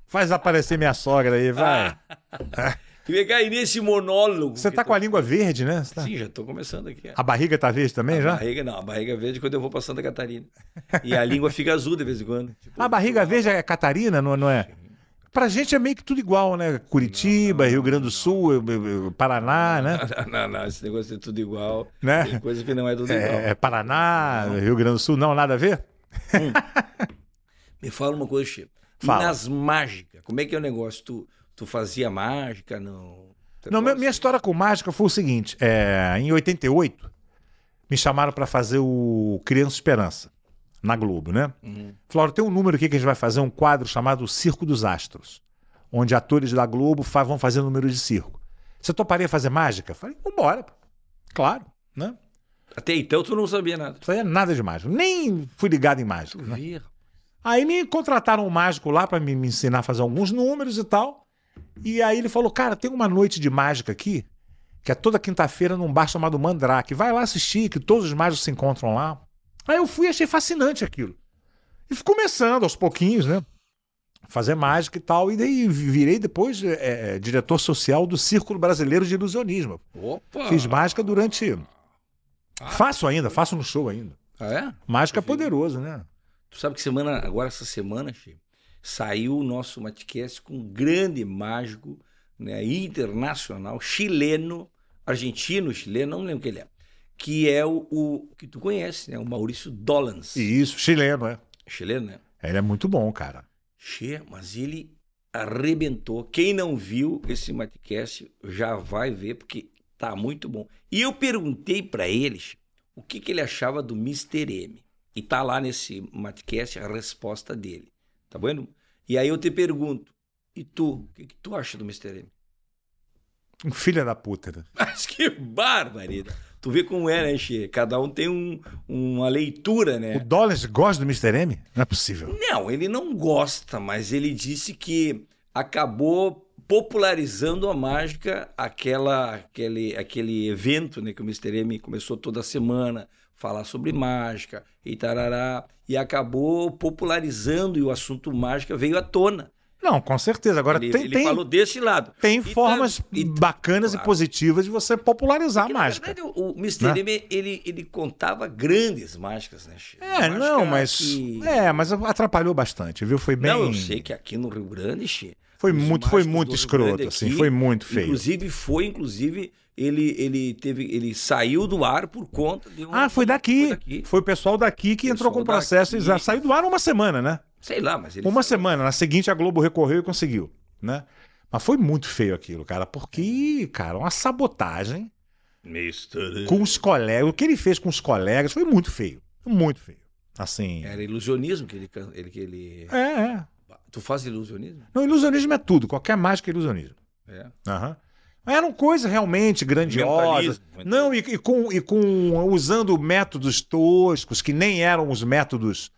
B: Faz aparecer minha sogra aí, vai.
A: Ah, Tu ia cair nesse monólogo.
B: Você
A: que
B: tá
A: tu-
B: com a língua verde, né? Você tá-
A: Sim, já tô começando aqui. é.
B: A barriga tá verde também já?
A: Barriga não, a barriga é verde quando eu vou pra Santa Catarina. E a língua fica azul de vez em quando. Tipo,
B: A barriga verde é Catarina, não, não é? Pra gente é meio que tudo igual, né? Curitiba, Rio Grande do Sul, eh, eh, Paraná, né?
A: Não, não, não, esse negócio é tudo igual.
B: Né?
A: Tem coisa que não é tudo igual.
B: É, é Paraná, Rio Grande do Sul, não, nada a ver?
A: Me fala uma coisa, Chico. E
B: Fala.
A: nas mágicas, como é que é o negócio? Tu, tu fazia mágica? Não.
B: Não, minha, minha história com mágica foi o seguinte: é, em 88, me chamaram pra fazer o Criança Esperança, na Globo, né?
A: Uhum.
B: Falaram: tem um número aqui que a gente vai fazer um quadro chamado Circo dos Astros, onde atores da Globo fa- vão fazer números de circo. Você toparia fazer mágica? Falei: vambora, pô. claro, né?
A: Até então tu não sabia nada.
B: Não sabia nada de mágica, nem fui ligado em mágica.
A: Tu
B: né?
A: via.
B: Aí me contrataram um mágico lá pra me, me ensinar a fazer alguns números e tal. E aí ele falou: Cara, tem uma noite de mágica aqui, que é toda quinta-feira num bar chamado Mandrake. Vai lá assistir, que todos os mágicos se encontram lá. Aí eu fui e achei fascinante aquilo. E fui começando aos pouquinhos, né? Fazer mágica e tal. E daí virei depois eh, eh, diretor social do Círculo Brasileiro de Ilusionismo.
A: Opa!
B: Fiz mágica durante. Faço ainda, faço no show ainda.
A: Ah, é?
B: Mágica é
A: Perfeito.
B: poderoso, né?
A: Tu sabe que semana, agora essa semana, Chico, saiu o nosso Matcast com um grande mágico né, internacional, chileno, argentino, chileno, não me lembro quem ele é, que é o, o que tu conhece, né, o Maurício Dollans.
B: E isso, chileno, é.
A: Chileno, né?
B: Ele é muito bom, cara.
A: Che, mas ele arrebentou. Quem não viu esse Matcast já vai ver, porque tá muito bom. E eu perguntei para eles o que, que ele achava do Mr. M. E tá lá nesse Matcast a resposta dele. Tá vendo? E aí eu te pergunto, e tu, o que, que tu acha do Mr. M?
B: Um filho da puta, né?
A: Mas que barbaridade! Tu vê como é, né, Che? Cada um tem um- uma leitura, né?
B: O Dollars gosta do Mr. M? Não é possível.
A: Não, ele não gosta, mas ele disse que acabou popularizando a mágica, aquela, aquele, aquele evento né, que o Mr. M começou toda semana, falar sobre mágica e tarará, e acabou popularizando e o assunto mágica veio à tona.
B: Não, com certeza. Agora,
A: Ele,
B: tem,
A: ele
B: tem,
A: falou desse lado.
B: tem
A: tá-
B: formas
A: e tá-
B: bacanas e
A: claro.
B: positivas de você popularizar
A: Porque,
B: a
A: na
B: mágica.
A: verdade, o, o Mr.
B: Né?
A: M, ele, ele contava grandes mágicas, né, Chico?
B: É,
A: Mágica
B: não, mas.
A: que-
B: É, mas atrapalhou bastante, viu? Foi bem.
A: Não, eu sei que aqui no Rio Grande, Chico,
B: Foi
A: Os
B: muito, foi
A: mágicos
B: muito
A: do Rio
B: escroto,
A: Grande
B: assim.
A: aqui,
B: Foi muito feio.
A: Inclusive foi, inclusive ele ele teve ele saiu do ar por conta de um
B: Ah, foi daqui.
A: foi
B: foi o pessoal daqui que entrou
A: Pessoal
B: com o processo e
A: daqui.
B: já saiu do ar uma semana, né?
A: Sei lá, mas ele
B: Uma semana. Na seguinte, a Globo recorreu e conseguiu, né? Mas foi muito feio aquilo, cara,
A: É.
B: porque, cara, uma sabotagem
A: Mister-
B: com os colegas. O que ele fez com os colegas foi muito feio. Muito feio. Assim. É,
A: Era ilusionismo que ele can- ele que ele
B: é.
A: Tu faz ilusionismo?
B: Não, ilusionismo é tudo. Qualquer mágica é ilusionismo.
A: É.
B: Aham. Eram coisas realmente grandiosas.
A: Mentalismo. né?
B: Não, e, e com, e com- usando métodos toscos, que nem eram os métodos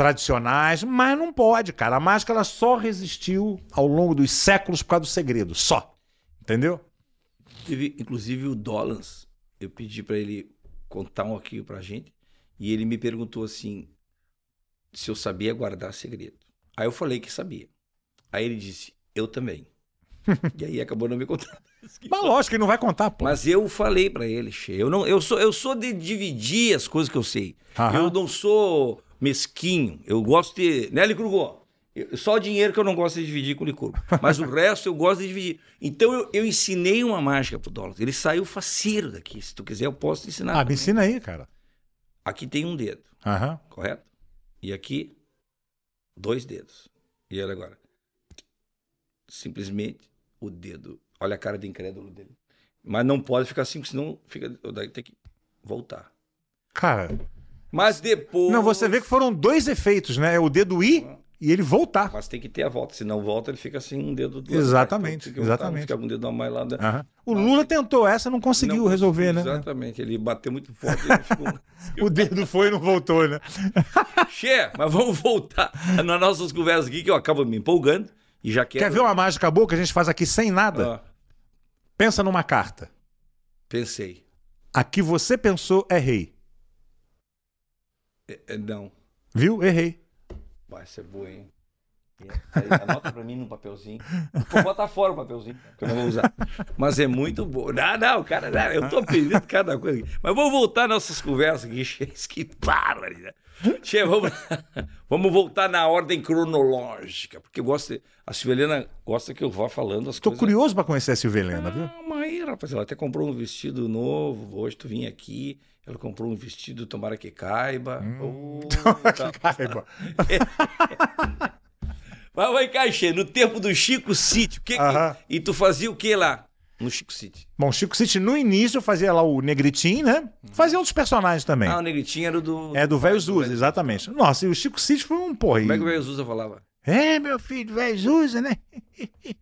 B: tradicionais, mas não pode, cara. A mágica ela só resistiu ao longo dos séculos por causa do segredo, só. Entendeu?
A: Teve, inclusive o Dollans, eu pedi pra ele contar um aqui pra gente, e ele me perguntou assim se eu sabia guardar segredo. Aí eu falei que sabia. Aí ele disse: "Eu também". e aí acabou não me contando.
B: Mas lógico, ele não vai contar, pô.
A: Mas eu falei pra ele, che, eu não, eu sou, eu sou de dividir as coisas que eu sei.
B: Aham.
A: Eu não sou mesquinho. Eu gosto de, né, Licurgo? Eu- Só o dinheiro que eu não gosto de dividir com o Licurgo. Mas o resto eu gosto de dividir. Então eu, eu ensinei uma mágica pro Dólar. Ele saiu faceiro daqui. Se tu quiser, eu posso te ensinar.
B: Ah, me
A: também.
B: ensina aí, cara.
A: Aqui tem um dedo,
B: Aham.
A: correto? E aqui, dois dedos. E ele agora? Simplesmente o dedo. Olha a cara de incrédulo dele. Mas não pode ficar assim, porque senão fica. Daí tem que voltar.
B: Cara.
A: Mas depois.
B: Não, você vê que foram dois efeitos, né? É o dedo ir e ele voltar.
A: Mas tem que ter a volta. Se não volta, ele fica assim, um dedo do lado.
B: Exatamente,
A: Então, tem que voltar,
B: exatamente.
A: Fica com um dedo a mais lá. da-
B: Aham. O Lula tentou essa, não conseguiu
A: Não,
B: resolver, né?
A: Exatamente. Ele bateu muito forte. Ele ficou...
B: O dedo foi e não voltou, né?
A: Che, mas vamos voltar nas nossas conversas aqui, que eu acabo me empolgando e já quero.
B: Quer ver uma mágica boa que a gente faz aqui sem nada?
A: Ah,
B: Pensa numa carta.
A: pensei.
B: A que você pensou, errei.
A: É, é, não.
B: Viu? Errei.
A: Vai ser boa, hein? é, Aí, Anota pra mim num papelzinho. Vou botar fora o papelzinho, que eu não vou usar. Mas é muito bom. Não, não, cara, não, eu tô aprendendo cada coisa aqui. Mas vamos voltar nossas conversas aqui, Che, isso que bárbaro, né? Che, vamos, vamos voltar na ordem cronológica, porque eu gosto. de- A Silvelena gosta que eu vá falando as
B: Tô
A: coisas.
B: curioso pra conhecer a Silvelena, viu?
A: Calma aí, rapaz. Ela até comprou um vestido novo. Hoje tu vim aqui. Ela comprou um vestido, tomara que caiba. Oh, tá.
B: Caiba.
A: Mas vai encaixar. No tempo do Chico City. O que que-
B: Aham.
A: E tu fazia o que lá? No Chico City.
B: Bom, Chico City no início fazia lá o Negritinho, né? Fazia outros personagens também.
A: Ah, o Negritinho era do.
B: É do velho Zusa,
A: velho-
B: exatamente. Nossa, e o Chico City foi um porra.
A: Como é que o velho Zusa falava?
B: É, meu filho, velho Zusa, né?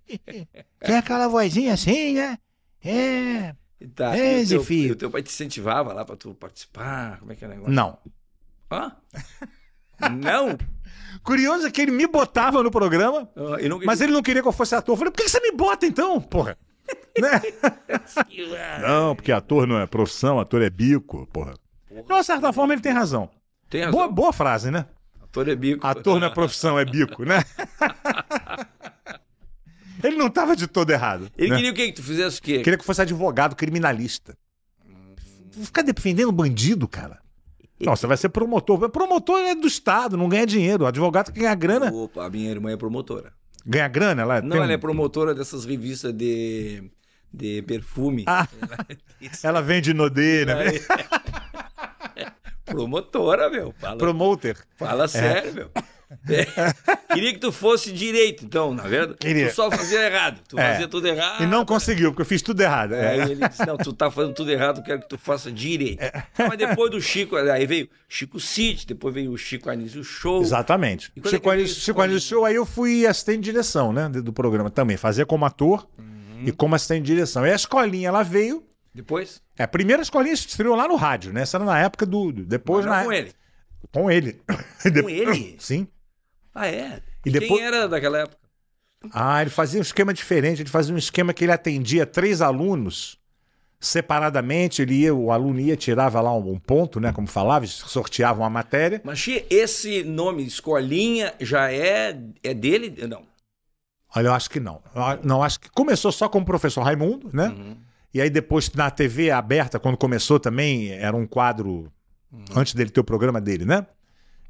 B: Tem aquela vozinha assim, né? É.
A: E Tá, e
B: É,
A: o teu,
B: Zé Filho.
A: e O teu pai te incentivava lá pra tu participar? Como é que é o negócio?
B: Não.
A: Hã? Não?
B: Curioso é que ele me botava no programa,
A: Ah, Eu não
B: mas ele não queria que eu fosse ator. Eu falei, por que que você me bota então, porra? né? Não, porque ator não é profissão, ator é bico, porra. De uma certa forma, ele tem razão.
A: Tem razão.
B: Boa, boa frase, né?
A: Ator é bico.
B: Ator não é profissão, é bico, né? Ele não tava de todo errado.
A: Ele
B: né?
A: queria o quê? Que tu fizesse o quê?
B: Queria que fosse advogado criminalista. Ficar defendendo bandido, cara. Não, você vai ser promotor. Promotor é do Estado, não ganha dinheiro. Advogado que ganha grana.
A: Opa, a minha irmã é promotora.
B: Ganha grana lá?
A: Não,
B: Tem um-
A: ela é promotora dessas revistas de, de perfume.
B: Ah. Ela vende Nodê, né?
A: Aí- Promotora, meu. Fala,
B: Promoter.
A: fala sério, meu. É. Queria que tu fosse direito, então, na verdade.
B: Queria.
A: Tu só fazia errado. Tu
B: É.
A: fazia tudo errado.
B: E não conseguiu, porque eu fiz tudo errado. É.
A: Aí ele disse: Não, tu tá fazendo tudo errado, eu quero que tu faça direito. Mas depois do Chico, aí veio Chico City, depois veio o Chico Anísio Show.
B: Exatamente.
A: E quando é que
B: Chico
A: ele
B: Anísio Chico Anísio Show, aí eu fui assistente de direção, né? Do do programa também. Fazia como ator
A: Uhum.
B: e como assistente de direção. Aí a escolinha, ela veio.
A: Depois,
B: É, a primeira escolinha estreou lá no rádio, né? Essa era na época do. do- Depois
A: já
B: na
A: com ele.
B: Com ele.
A: Com ele?
B: Sim.
A: Ah, é?
B: E depois-
A: Quem era daquela época?
B: Ah, ele fazia um esquema diferente. Ele fazia um esquema que ele atendia três alunos separadamente. Ele ia, o aluno ia, tirava lá um, um ponto, né? Como falava, sorteava uma matéria.
A: Mas Xi, esse nome, Escolinha, já é, é dele? Não.
B: Olha, eu acho que não. Eu a- Não, acho que começou só com o professor Raimundo, né? E aí depois na TV aberta, quando começou também, era um quadro. Antes dele ter o programa dele, né?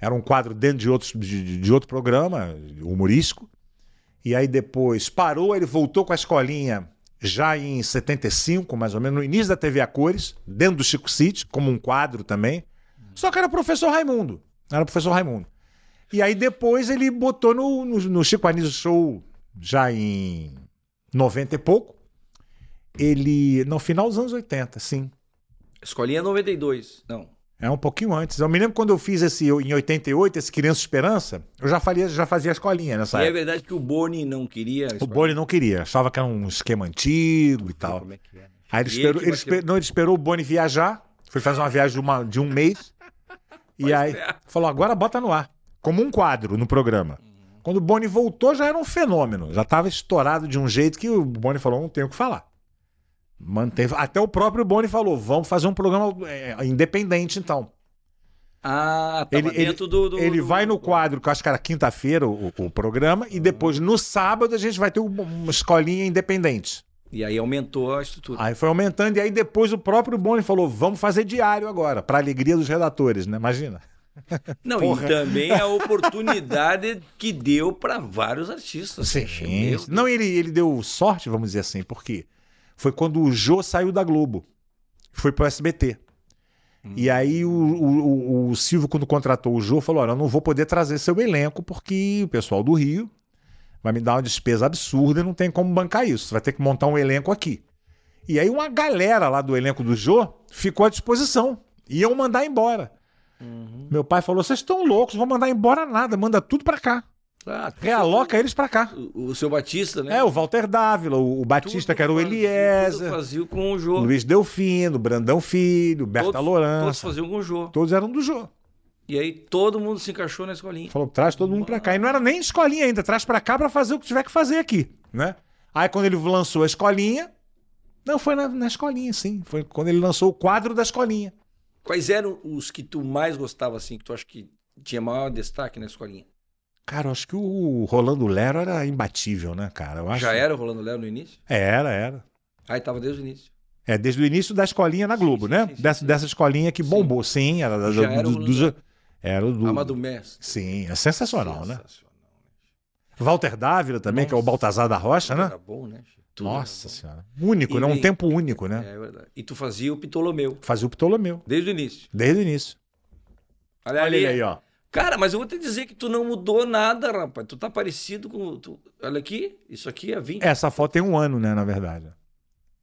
B: Era um quadro dentro de, outros, de, de- de outro programa, humorístico. E aí depois parou, ele voltou com a escolinha já em 75, mais ou menos, no início da TV a cores, dentro do Chico City, como um quadro também. Só que era professor Raimundo. Era professor Raimundo. E aí depois ele botou no, no, no Chico Anísio Show já em 90 e pouco. Ele. No final dos anos 80, sim.
A: Escolinha é 92. Não.
B: É um pouquinho antes. Eu me lembro quando eu fiz esse, em 88, esse Criança Esperança, eu já fazia, já fazia a escolinha nessa
A: E é
B: época.
A: verdade que o Boni não queria. a
B: O
A: escolinha.
B: Boni não queria, achava que era um esquema antigo e tal.
A: Como é que é? né?
B: Aí ele
A: E ele
B: esperou,
A: que
B: ele
A: bateu.
B: espe- não, ele esperou o Boni viajar, foi fazer uma viagem de, uma- de um mês, e aí
A: é.
B: falou, agora bota no ar, como um quadro no programa.
A: Hum.
B: Quando o Boni voltou, já era um fenômeno, já estava estourado de um jeito que o Boni falou, não tenho o que falar. Manteve, até o próprio Boni falou, vamos fazer um programa é, independente então.
A: Ah, tava
B: Ele- ele-
A: dentro do, do-
B: Ele
A: do-
B: vai no quadro, que eu acho que era quinta-feira o, o programa,
A: Uhum.
B: e depois no sábado a gente vai ter um- uma escolinha independente.
A: E aí aumentou a estrutura.
B: Aí foi aumentando, e aí depois o próprio Boni falou: vamos fazer diário agora, pra alegria dos redatores, né? Imagina.
A: não,
B: Ah, porra.
A: e também a oportunidade que deu para vários artistas. Xi, meu Deus.
B: Não, ele, ele deu sorte, vamos dizer assim, porque foi quando o Jô saiu da Globo, foi pro SBT.
A: Hum.
B: E aí o, o- o- o Silvio, quando contratou o Jô, falou: olha, eu não vou poder trazer seu elenco, porque o pessoal do Rio vai me dar uma despesa absurda e não tem como bancar isso. Você vai ter que montar um elenco aqui. E aí uma galera lá do elenco do Jô ficou à disposição. Iam mandar embora.
A: Uhum.
B: Meu pai falou: vocês estão loucos, não vou mandar embora nada, manda tudo pra cá.
A: Ah,
B: Realoca eles pra cá.
A: o, o seu Batista, né?
B: É, o Walter Dávila, o o Batista,
A: Tudo
B: que era o
A: fazia-
B: Eliezer,
A: Tudo fazia com o Jô.
B: Luiz Delfino, Brandão Filho, Berta
A: Todos- Todos
B: Lourenço. Todos,
A: faziam com o Jô.
B: eram do Jô.
A: E aí todo mundo se encaixou na escolinha.
B: Falou, traz todo mundo pra cá. E não era nem escolinha ainda, traz pra cá pra fazer o que tiver que fazer aqui, né? Aí quando ele lançou a escolinha. Não, foi na, na escolinha, sim. Foi quando ele lançou o quadro da escolinha.
A: Quais eram os que tu mais gostava, assim, que tu acha que tinha maior destaque na escolinha?
B: Cara, eu acho que o Rolando Lero era imbatível, né, cara? Eu acho...
A: Já era o Rolando Léo no início?
B: É, era, era.
A: Aí tava desde o início.
B: É, desde o início da escolinha na Globo,
A: sim,
B: né?
A: sim, sim,
B: dessa,
A: sim.
B: dessa escolinha que
A: Sim.
B: bombou, sim. Era, da-
A: Já
B: do-
A: era o
B: do- dos-
A: Rolando
B: era o do.
A: Ama do Mestre.
B: Sim, é sensacional, né?
A: Sensacional.
B: Walter Dávila também, que é o
A: Nossa.
B: Baltazar da Rocha,
A: Tudo
B: né?
A: Era bom, né? Chico? Tudo
B: Nossa
A: era
B: senhora. Único,
A: E
B: né? Um
A: bem-
B: tempo único,
A: bom.
B: né?
A: É verdade. E tu fazia o Ptolomeu,
B: Fazia o Ptolomeu,
A: desde o início.
B: desde o início.
A: Olha,
B: Olha
A: ali.
B: ele aí, ó.
A: Cara, mas eu vou te dizer que tu não mudou nada, rapaz. Tu tá parecido com. o- Tu... Olha aqui, isso aqui é 20.
B: Essa foto tem um ano, né, na verdade.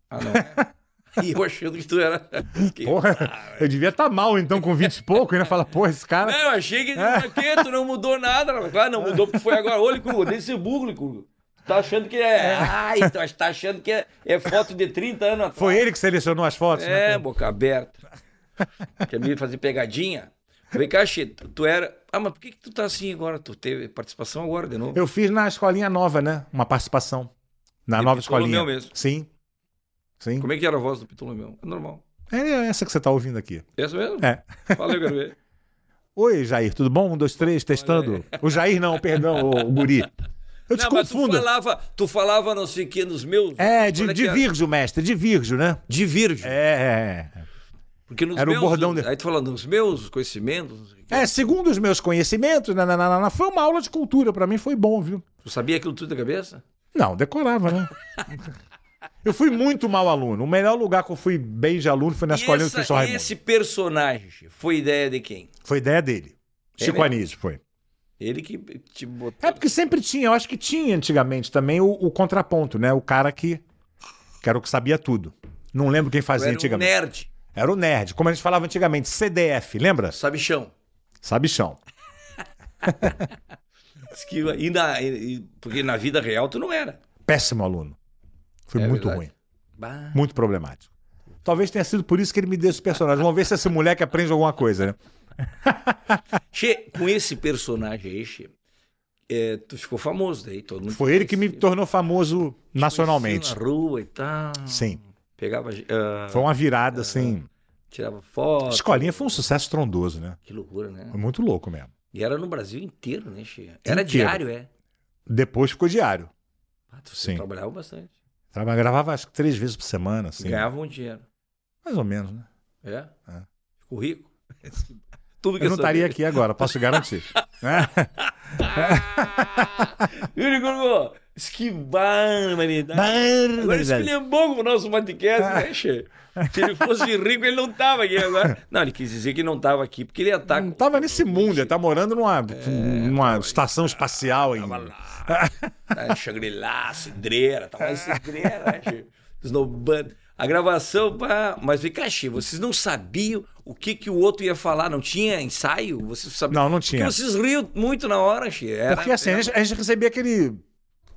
A: Ah, não. é? e eu achando que tu era. Que-
B: Porra, eu devia estar mal então com 20 e pouco, e ainda fala, pô, esse
A: Não,
B: cara.
A: eu achei que ele
B: É.
A: que tu não mudou nada. rapaz. Claro, não mudou porque foi agora. Olha, Curgo, desse buglo, Curgo. Tá achando que é. Ai, tu ach- tá achando que é, é foto de 30 anos atrás.
B: Foi ele que selecionou as fotos,
A: É,
B: né?
A: boca aberta. Quer me fazer pegadinha? Vem cá, Chito, tu era. Ah, mas por que, que tu tá assim agora? Tu teve participação agora de novo?
B: Eu fiz na escolinha nova, né? Uma participação. Na
A: De
B: nova
A: é Ptolomeu
B: escolinha.
A: mesmo.
B: Sim. Sim.
A: Como é que era a voz do Ptolomeu? É normal.
B: É essa que você tá ouvindo aqui.
A: Essa mesmo?
B: É.
A: Fala, eu quero ver.
B: Oi, Jair, tudo bom? Um, dois, três, testando. O Jair não, perdão, o Guri. Eu te
A: não, mas tu
B: confundo.
A: falava, tu falava não sei o que nos meus.
B: É, de,
A: Quando que
B: de
A: era?
B: Virgio, mestre, de Virgio, né?
A: De virgem.
B: É.
A: Porque nos
B: Era o
A: meus,
B: bordão dele.
A: Aí tu fala, nos meus conhecimentos, não sei o quê.
B: É, segundo os meus conhecimentos, nananana, foi uma aula de cultura, pra mim foi bom, viu?
A: Tu sabia aquilo tudo da cabeça?
B: Não, decorava, né? eu fui muito mau aluno. O melhor lugar que eu fui bem de aluno foi na
A: E
B: escolinha do
A: essa-
B: professor Raimundo.
A: esse personagem Chico, foi ideia de quem?
B: Foi ideia dele.
A: É
B: Chico
A: mesmo?
B: Anísio, foi.
A: Ele que te botou.
B: É porque sempre tinha, eu acho que tinha antigamente também o, o contraponto, né? O cara que, que era o que sabia tudo. Não lembro quem
A: Tu
B: fazia
A: era um
B: antigamente.
A: nerd,
B: Era o nerd, como a gente falava antigamente, CDF, lembra?
A: sabichão.
B: Sabichão.
A: Diz que ainda- e- e- porque na vida real tu não era.
B: Péssimo aluno. Fui
A: É
B: muito
A: verdade.
B: ruim,
A: Bah.
B: muito problemático. Talvez tenha sido por isso que ele me deu esse personagem. Vamos ver se esse moleque aprende alguma coisa, né?
A: Che, com esse personagem aí, che, é, tu ficou famoso daí, todo mundo.
B: Foi ele que me
A: conhecia,
B: tornou famoso nacionalmente.
A: conhecia Na rua e tal.
B: Sim.
A: Pegava, ah,
B: Foi uma virada, assim.
A: tirava foto.
B: Escolinha foi um sucesso trondoso, né?
A: Que loucura, né?
B: Foi muito louco mesmo.
A: E era no Brasil inteiro, né, che? Era
B: Inteiro.
A: diário, é.
B: Depois ficou diário.
A: Ah, tu
B: Sim.
A: trabalhava bastante.
B: Traba- Gravava acho que três vezes por semana, assim.
A: Ganhava um dinheiro.
B: Mais ou menos, né?
A: É?
B: É.
A: Ficou rico. Tudo que
B: Eu não estaria aqui agora, posso garantir. É.
A: Yuri Gurgo, diz que barbaridade. Agora isso
B: Barbaridade.
A: ele é bom com o nosso
B: Ah.
A: podcast, né, Che? Se ele fosse rico, ele não tava aqui agora. Não, ele quis dizer que não tava aqui, porque ele ia tá estar.
B: Não tava nesse mundo, ele tá morando numa, numa estação espacial em.
A: É, Tava lá. Tá em Shangri-La, Cidreira, tava em Cidreira, né, Che? Snowband. A gravação, pá. Mas vem cá, Che, vocês não sabiam o que, que o outro ia falar? Não tinha ensaio? Vocês sabiam?
B: Não, não
A: Porque
B: tinha.
A: vocês riam muito na hora, Che. Era-
B: Porque assim, a gente, a gente recebia aquele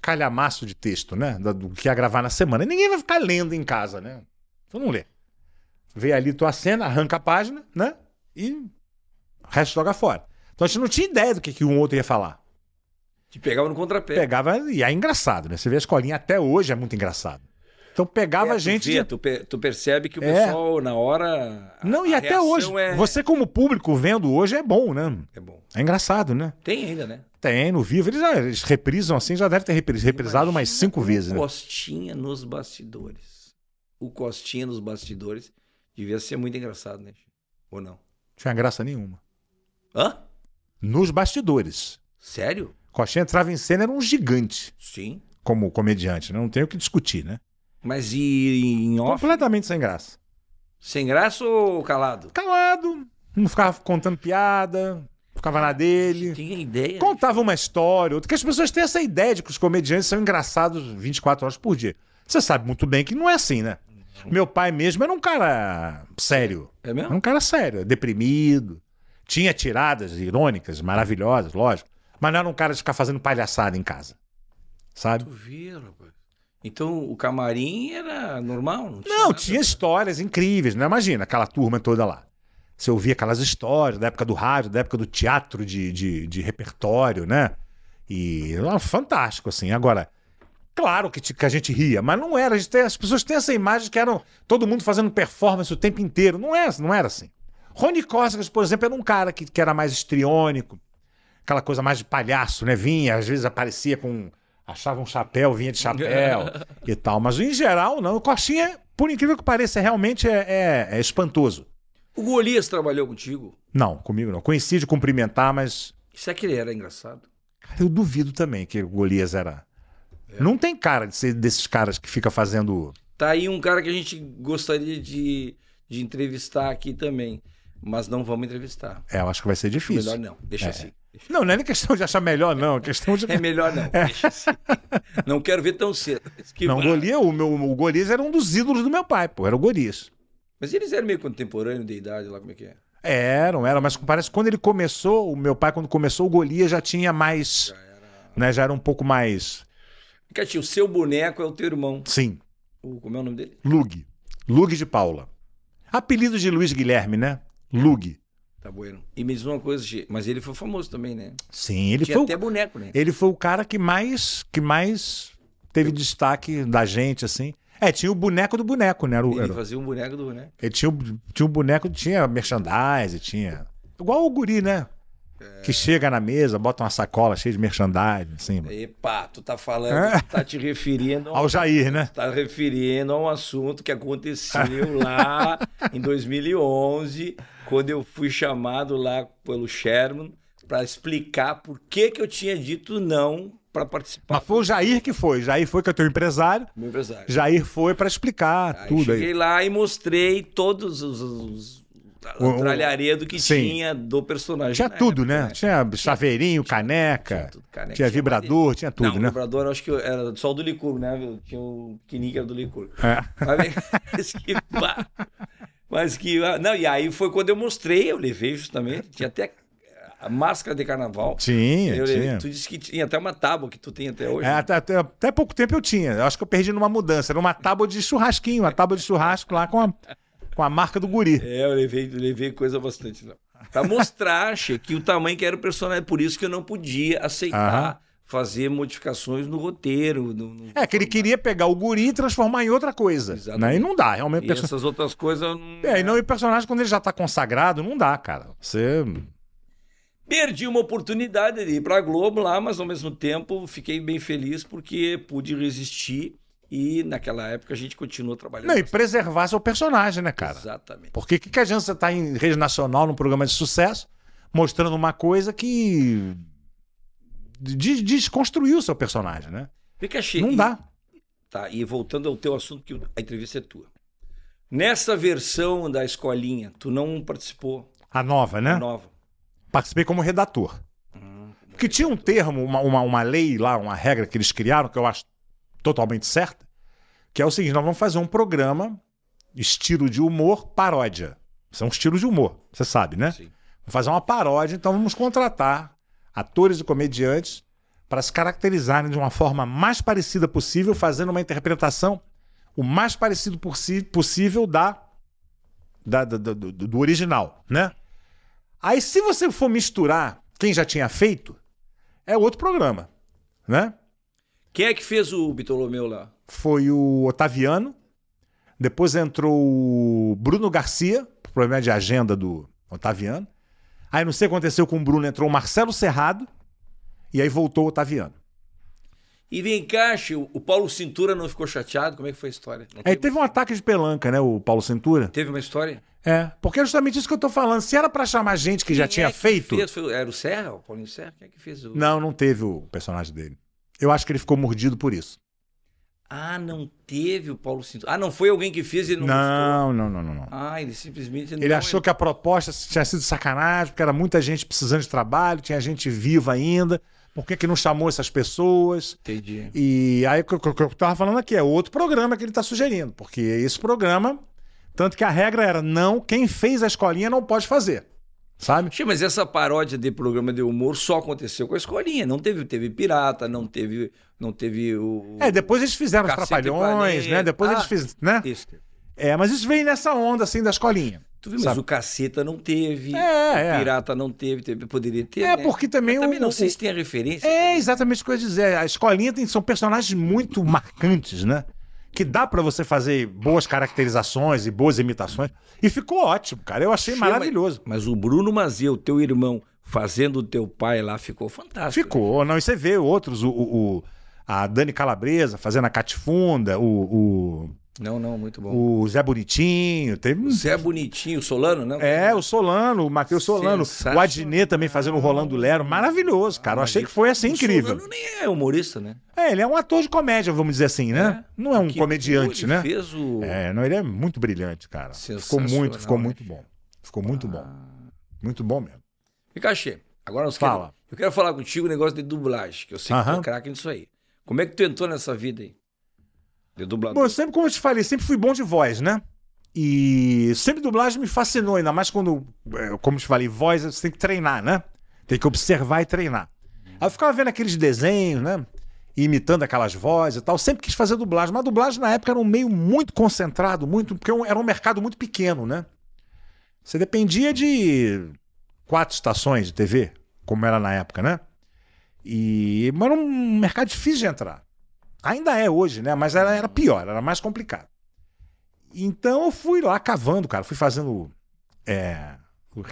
B: calhamaço de texto, né? da- Do que ia gravar na semana. E ninguém vai ficar lendo em casa, né? Então não lê. Vê ali tua cena, arranca a página, né? E o resto joga fora. Então a gente não tinha ideia do que, que um outro ia falar.
A: Te pegava no contrapé.
B: Pegava, e é engraçado, né? Você vê a escolinha até hoje, é muito engraçado. Então pegava
A: É, tu
B: gente.
A: vê,
B: de-
A: tu, pe- tu percebe que o
B: É.
A: pessoal, na hora. a-
B: Não, e
A: a
B: até
A: reação
B: hoje.
A: É...
B: Você, como público, vendo hoje é bom, né?
A: é bom.
B: É engraçado, né?
A: Tem ainda, né?
B: Tem, no vivo. Eles, já, eles reprisam assim, já deve ter repris- reprisado umas cinco vezes,
A: O
B: né?
A: Costinha nos bastidores. O Costinha nos bastidores devia ser muito engraçado, né? Chico? Ou não?
B: Tinha graça nenhuma.
A: Hã?
B: Nos bastidores.
A: Sério?
B: Coxinha entrava em cena, era um gigante
A: Sim.
B: como comediante, né? Não tem o que discutir, né?
A: Mas e em off?
B: Completamente sem graça.
A: Sem graça ou calado?
B: Calado, não ficava contando piada, ficava na dele.
A: Tinha ideia. né?
B: Contava uma história, outra, que as pessoas têm essa ideia de que os comediantes são engraçados 24 horas por dia. Você sabe muito bem que não é assim, né? Meu pai mesmo era um cara sério.
A: É
B: Era
A: mesmo?
B: um cara sério, deprimido. Tinha tiradas irônicas, maravilhosas, lógico. Mas não era um cara de ficar fazendo palhaçada em casa. Sabe?
A: Tu vê, rapaz. Então o camarim era normal? Não tinha.
B: Não,
A: nada?
B: tinha histórias incríveis, né? Imagina, aquela turma toda lá. Você ouvia aquelas histórias da época do rádio, da época do teatro de, de, de repertório, né? E ó, fantástico, assim. Agora, claro que, te- que a gente ria, mas não era. A gente tem- as pessoas têm essa imagem que eram todo mundo fazendo performance o tempo inteiro. Não, é, não era assim. Rony Costas, por exemplo, era um cara que, que era mais estriônico, aquela coisa mais de palhaço, né? Vinha, às vezes aparecia com. achava um chapéu, vinha de chapéu e tal. Mas em geral, não. O Coxinha, por incrível que pareça, realmente é, é- é espantoso.
A: O Golias trabalhou contigo.
B: Não, comigo não. Conheci de cumprimentar, mas.
A: Será que ele era engraçado?
B: Cara, eu duvido também que o Golias era. Não tem cara de ser desses caras que fica fazendo.
A: Tá aí um cara que a gente gostaria de, de entrevistar aqui também. Mas não vamos entrevistar.
B: É, eu acho que vai ser difícil.
A: Melhor não, deixa assim.
B: Não, não é nem questão de achar melhor, não. É questão de.
A: É melhor não, deixa assim. Não quero ver tão cedo. Mas que
B: não,
A: vá.
B: Golias, o, meu, o Golias era um dos ídolos do meu pai, pô. Era o Golias.
A: Mas eles eram meio contemporâneos de idade lá, como é que é?
B: Eram, eram, mas parece que quando ele começou, o meu pai, quando começou, o Golias já tinha mais. Né, já era um pouco mais.
A: Cati, o seu boneco é o teu irmão.
B: Sim,
A: O, como é o nome dele?
B: Lug. Lug de Paula. Apelido de Luiz Guilherme, né? Lug.
A: Tá bueno. E me diz uma coisa, Gê, mas ele foi famoso também, né?
B: Sim, ele
A: Tinha
B: foi, o,
A: até boneco, né?
B: ele foi o cara que mais que mais teve destaque da gente, assim. É, tinha o boneco do boneco, né? Era o-
A: Ele
B: era-
A: fazia um boneco do boneco.
B: ele tinha, o- tinha o boneco, tinha merchandise, tinha. Igual o guri, né? Que chega na mesa, bota uma sacola cheia de merchandise, assim.
A: Epa, tu tá
B: É.
A: falando, tu tá te referindo a um
B: Ao Jair, né?
A: Está referindo a um assunto que aconteceu lá em 2011, quando eu fui chamado lá pelo Sherman para explicar por que, que eu tinha dito não para participar.
B: Mas foi o Jair que foi. Jair foi que é teu empresário.
A: Meu empresário.
B: Jair foi para explicar
A: Aí
B: tudo
A: cheguei
B: aí.
A: lá e mostrei todos os, os,
B: O- o-
A: os tralharedo que
B: Sim.
A: tinha do personagem.
B: Tinha
A: na
B: tudo,
A: época,
B: né? Tinha chaveirinho, caneca,
A: tudo, caneca,
B: tinha
A: tinha
B: vibrador, tinha
A: Não,
B: tudo,
A: o
B: né?
A: vibrador eu acho que era só o do Licurgo, né? viu? Tinha o pequenininho que era do Licurgo.
B: É.
A: Sabe? Mas que... ba- Mas que... ah, Não, e aí foi quando eu mostrei, eu levei justamente, tinha até a máscara de carnaval.
B: Tinha,
A: Eu levei-
B: tinha.
A: Tu disse que tinha até uma tábua que tu tem até hoje.
B: É, até, até- até pouco tempo eu tinha. Eu acho que eu perdi numa mudança. Era uma tábua de churrasquinho, uma tábua de churrasco lá com a, com a marca do guri.
A: É, eu levei, levei coisa bastante lá. Pra mostrar, Che, que o tamanho que era o personagem. Por isso que eu não podia aceitar
B: Aham.
A: fazer modificações no roteiro. No, no-
B: É, que ele queria pegar o guri e transformar em outra coisa. Né?
A: Exatamente.
B: E não dá, realmente.
A: E assim, né?
B: perso-
A: essas outras coisas eu não...
B: É, e não, e o personagem, quando ele já tá consagrado, não dá, cara. Você.
A: Perdi uma oportunidade de ir pra Globo lá, mas ao mesmo tempo fiquei bem feliz porque pude resistir e naquela época a gente continuou trabalhando. assim.
B: Não, e preservar seu personagem, né, cara?
A: Exatamente.
B: Porque o que, que adianta você estar em rede nacional num programa de sucesso mostrando uma coisa que de- desconstruiu o seu personagem, né?
A: Fica cheio.
B: Não dá.
A: Tá, e voltando ao teu assunto, que a entrevista é tua. Nessa versão da escolinha, tu não participou,
B: A nova, né?
A: nova.
B: Participei como redator. Porque tinha um termo, uma, uma, uma lei lá, uma regra que eles criaram, que eu acho totalmente certa, que é o seguinte: nós vamos fazer um programa, estilo de humor, paródia. Isso é um estilo de humor, você sabe, né?
A: Sim.
B: Vamos fazer uma paródia, então vamos contratar atores e comediantes para se caracterizarem de uma forma mais parecida possível, fazendo uma interpretação o mais parecido por si- possível da, da- da- da- do, do original, né? Aí, se você for misturar quem já tinha feito, é outro programa, né?
A: Quem é que fez o Bitolomeu lá?
B: Foi o Otaviano, depois entrou o Bruno Garcia, problema de agenda do Otaviano. Aí não sei o que aconteceu com o Bruno, entrou o Marcelo Serrado e aí voltou o Otaviano.
A: E vem cá, Che, o Paulo Cintura não ficou chateado? Como é que foi a história? Não
B: Aí
A: teve...
B: teve um ataque de pelanca, né, o Paulo Cintura?
A: teve uma história?
B: É, porque é justamente isso que eu tô falando. Se era pra chamar gente que já
A: Quem
B: tinha
A: é que
B: feito,
A: fez? Foi- Era o Serra? O Paulinho Serra? Quem é que fez o.
B: não, não teve o personagem dele. Eu acho que ele ficou mordido por isso.
A: Ah, não teve o Paulo Cintura. Ah, não foi alguém que fez e ele não, gostou.
B: Não, não, não, não, não.
A: Ah, ele simplesmente
B: Ele achou que a proposta tinha sido sacanagem, porque era muita gente precisando de trabalho, tinha gente viva ainda. Por que, que não chamou essas pessoas?
A: Entendi.
B: E aí o que, o que eu tava falando aqui é outro programa que ele tá sugerindo, porque esse programa, tanto que a regra era não, quem fez a escolinha não pode fazer. Sabe?
A: Che, mas essa paródia de programa de humor só aconteceu com a escolinha. Não teve, teve pirata, não teve, não teve o.
B: É, depois eles fizeram os
A: Cacete
B: trapalhões,
A: Planeta.
B: né? Depois eles
A: Ah,
B: fizeram, né?
A: Isso.
B: É, mas isso vem nessa onda assim da escolinha.
A: Tu viu, mas
B: Sabe?
A: o caceta não teve.
B: É, é.
A: o pirata não teve, teve- poderia ter.
B: É,
A: né?
B: porque também
A: Eu também
B: o-
A: não
B: o-
A: sei se tem a referência.
B: É exatamente o que eu ia dizer. A escolinha tem, são personagens muito marcantes, né? Que dá pra você fazer boas caracterizações e boas imitações. E ficou ótimo, cara. Eu achei
A: Che,
B: maravilhoso.
A: Mas, mas o Bruno Mazeu, teu irmão, fazendo o teu pai lá, ficou fantástico.
B: Ficou. Não, e você vê outros, o, o- o- a Dani Calabresa fazendo a Catifunda, o,
A: Não, não, muito bom.
B: o, o Zé Bonitinho, teve...
A: O Zé Bonitinho, o Solano, né?
B: É, o Solano, o Matheus Solano, o
A: Sensacional.
B: Adnet também fazendo o Rolando Lero. Maravilhoso, cara. Eu achei que foi assim
A: O
B: incrível.
A: Solano nem é humorista, né?
B: É, ele é um ator de comédia, vamos dizer assim, né? Não é um
A: Que-
B: comediante,
A: ele
B: né?
A: fez o...
B: É, não, ele é muito brilhante, cara. Ficou
A: Sensacional,
B: muito, ficou
A: né?
B: muito bom. Ficou muito bom. Muito bom mesmo.
A: Fica cheio. Agora nós
B: Fala.
A: quero- Eu quero falar contigo um negócio de dublagem, que eu sei que tu
B: Aham.
A: é craque nisso aí. Como é que tu entrou nessa vida aí? De
B: Bom,
A: dublador.
B: eu sempre, como eu te falei, sempre fui bom de voz, né? E sempre dublagem me fascinou, ainda mais quando, é, como eu te falei, voz você tem que treinar, né? Tem que observar e treinar. Aí eu ficava vendo aqueles desenhos, né? E Imitando aquelas vozes e tal. Sempre quis fazer dublagem, mas dublagem na época era um meio muito concentrado, muito porque era um mercado muito pequeno, né? Você dependia de quatro estações de TV, como era na época, né? E, mas era um mercado difícil de entrar. Ainda é hoje, né? Mas era, era pior, era mais complicado. Então eu fui lá cavando, cara. Fui fazendo. é,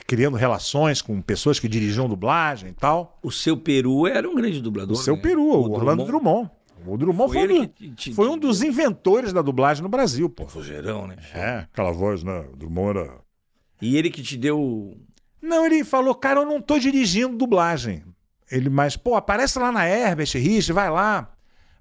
B: criando relações com pessoas que dirigiam dublagem e tal. é
A: O seu Peru era um grande dublador.
B: o seu
A: né?
B: peru, o, Orlando
A: Drummond.
B: Drummond. O Drummond
A: Foi
B: foi, um,
A: ele
B: do-
A: que te- te-
B: foi um
A: te-
B: dos inventores da dublagem no Brasil, pô.
A: Fugerão, né?
B: É, aquela voz, né? O Drummond era.
A: E ele que te deu. o-
B: Não, ele falou, cara, eu não tô dirigindo dublagem. Ele, mas, pô, aparece lá na Herbert Rich, vai lá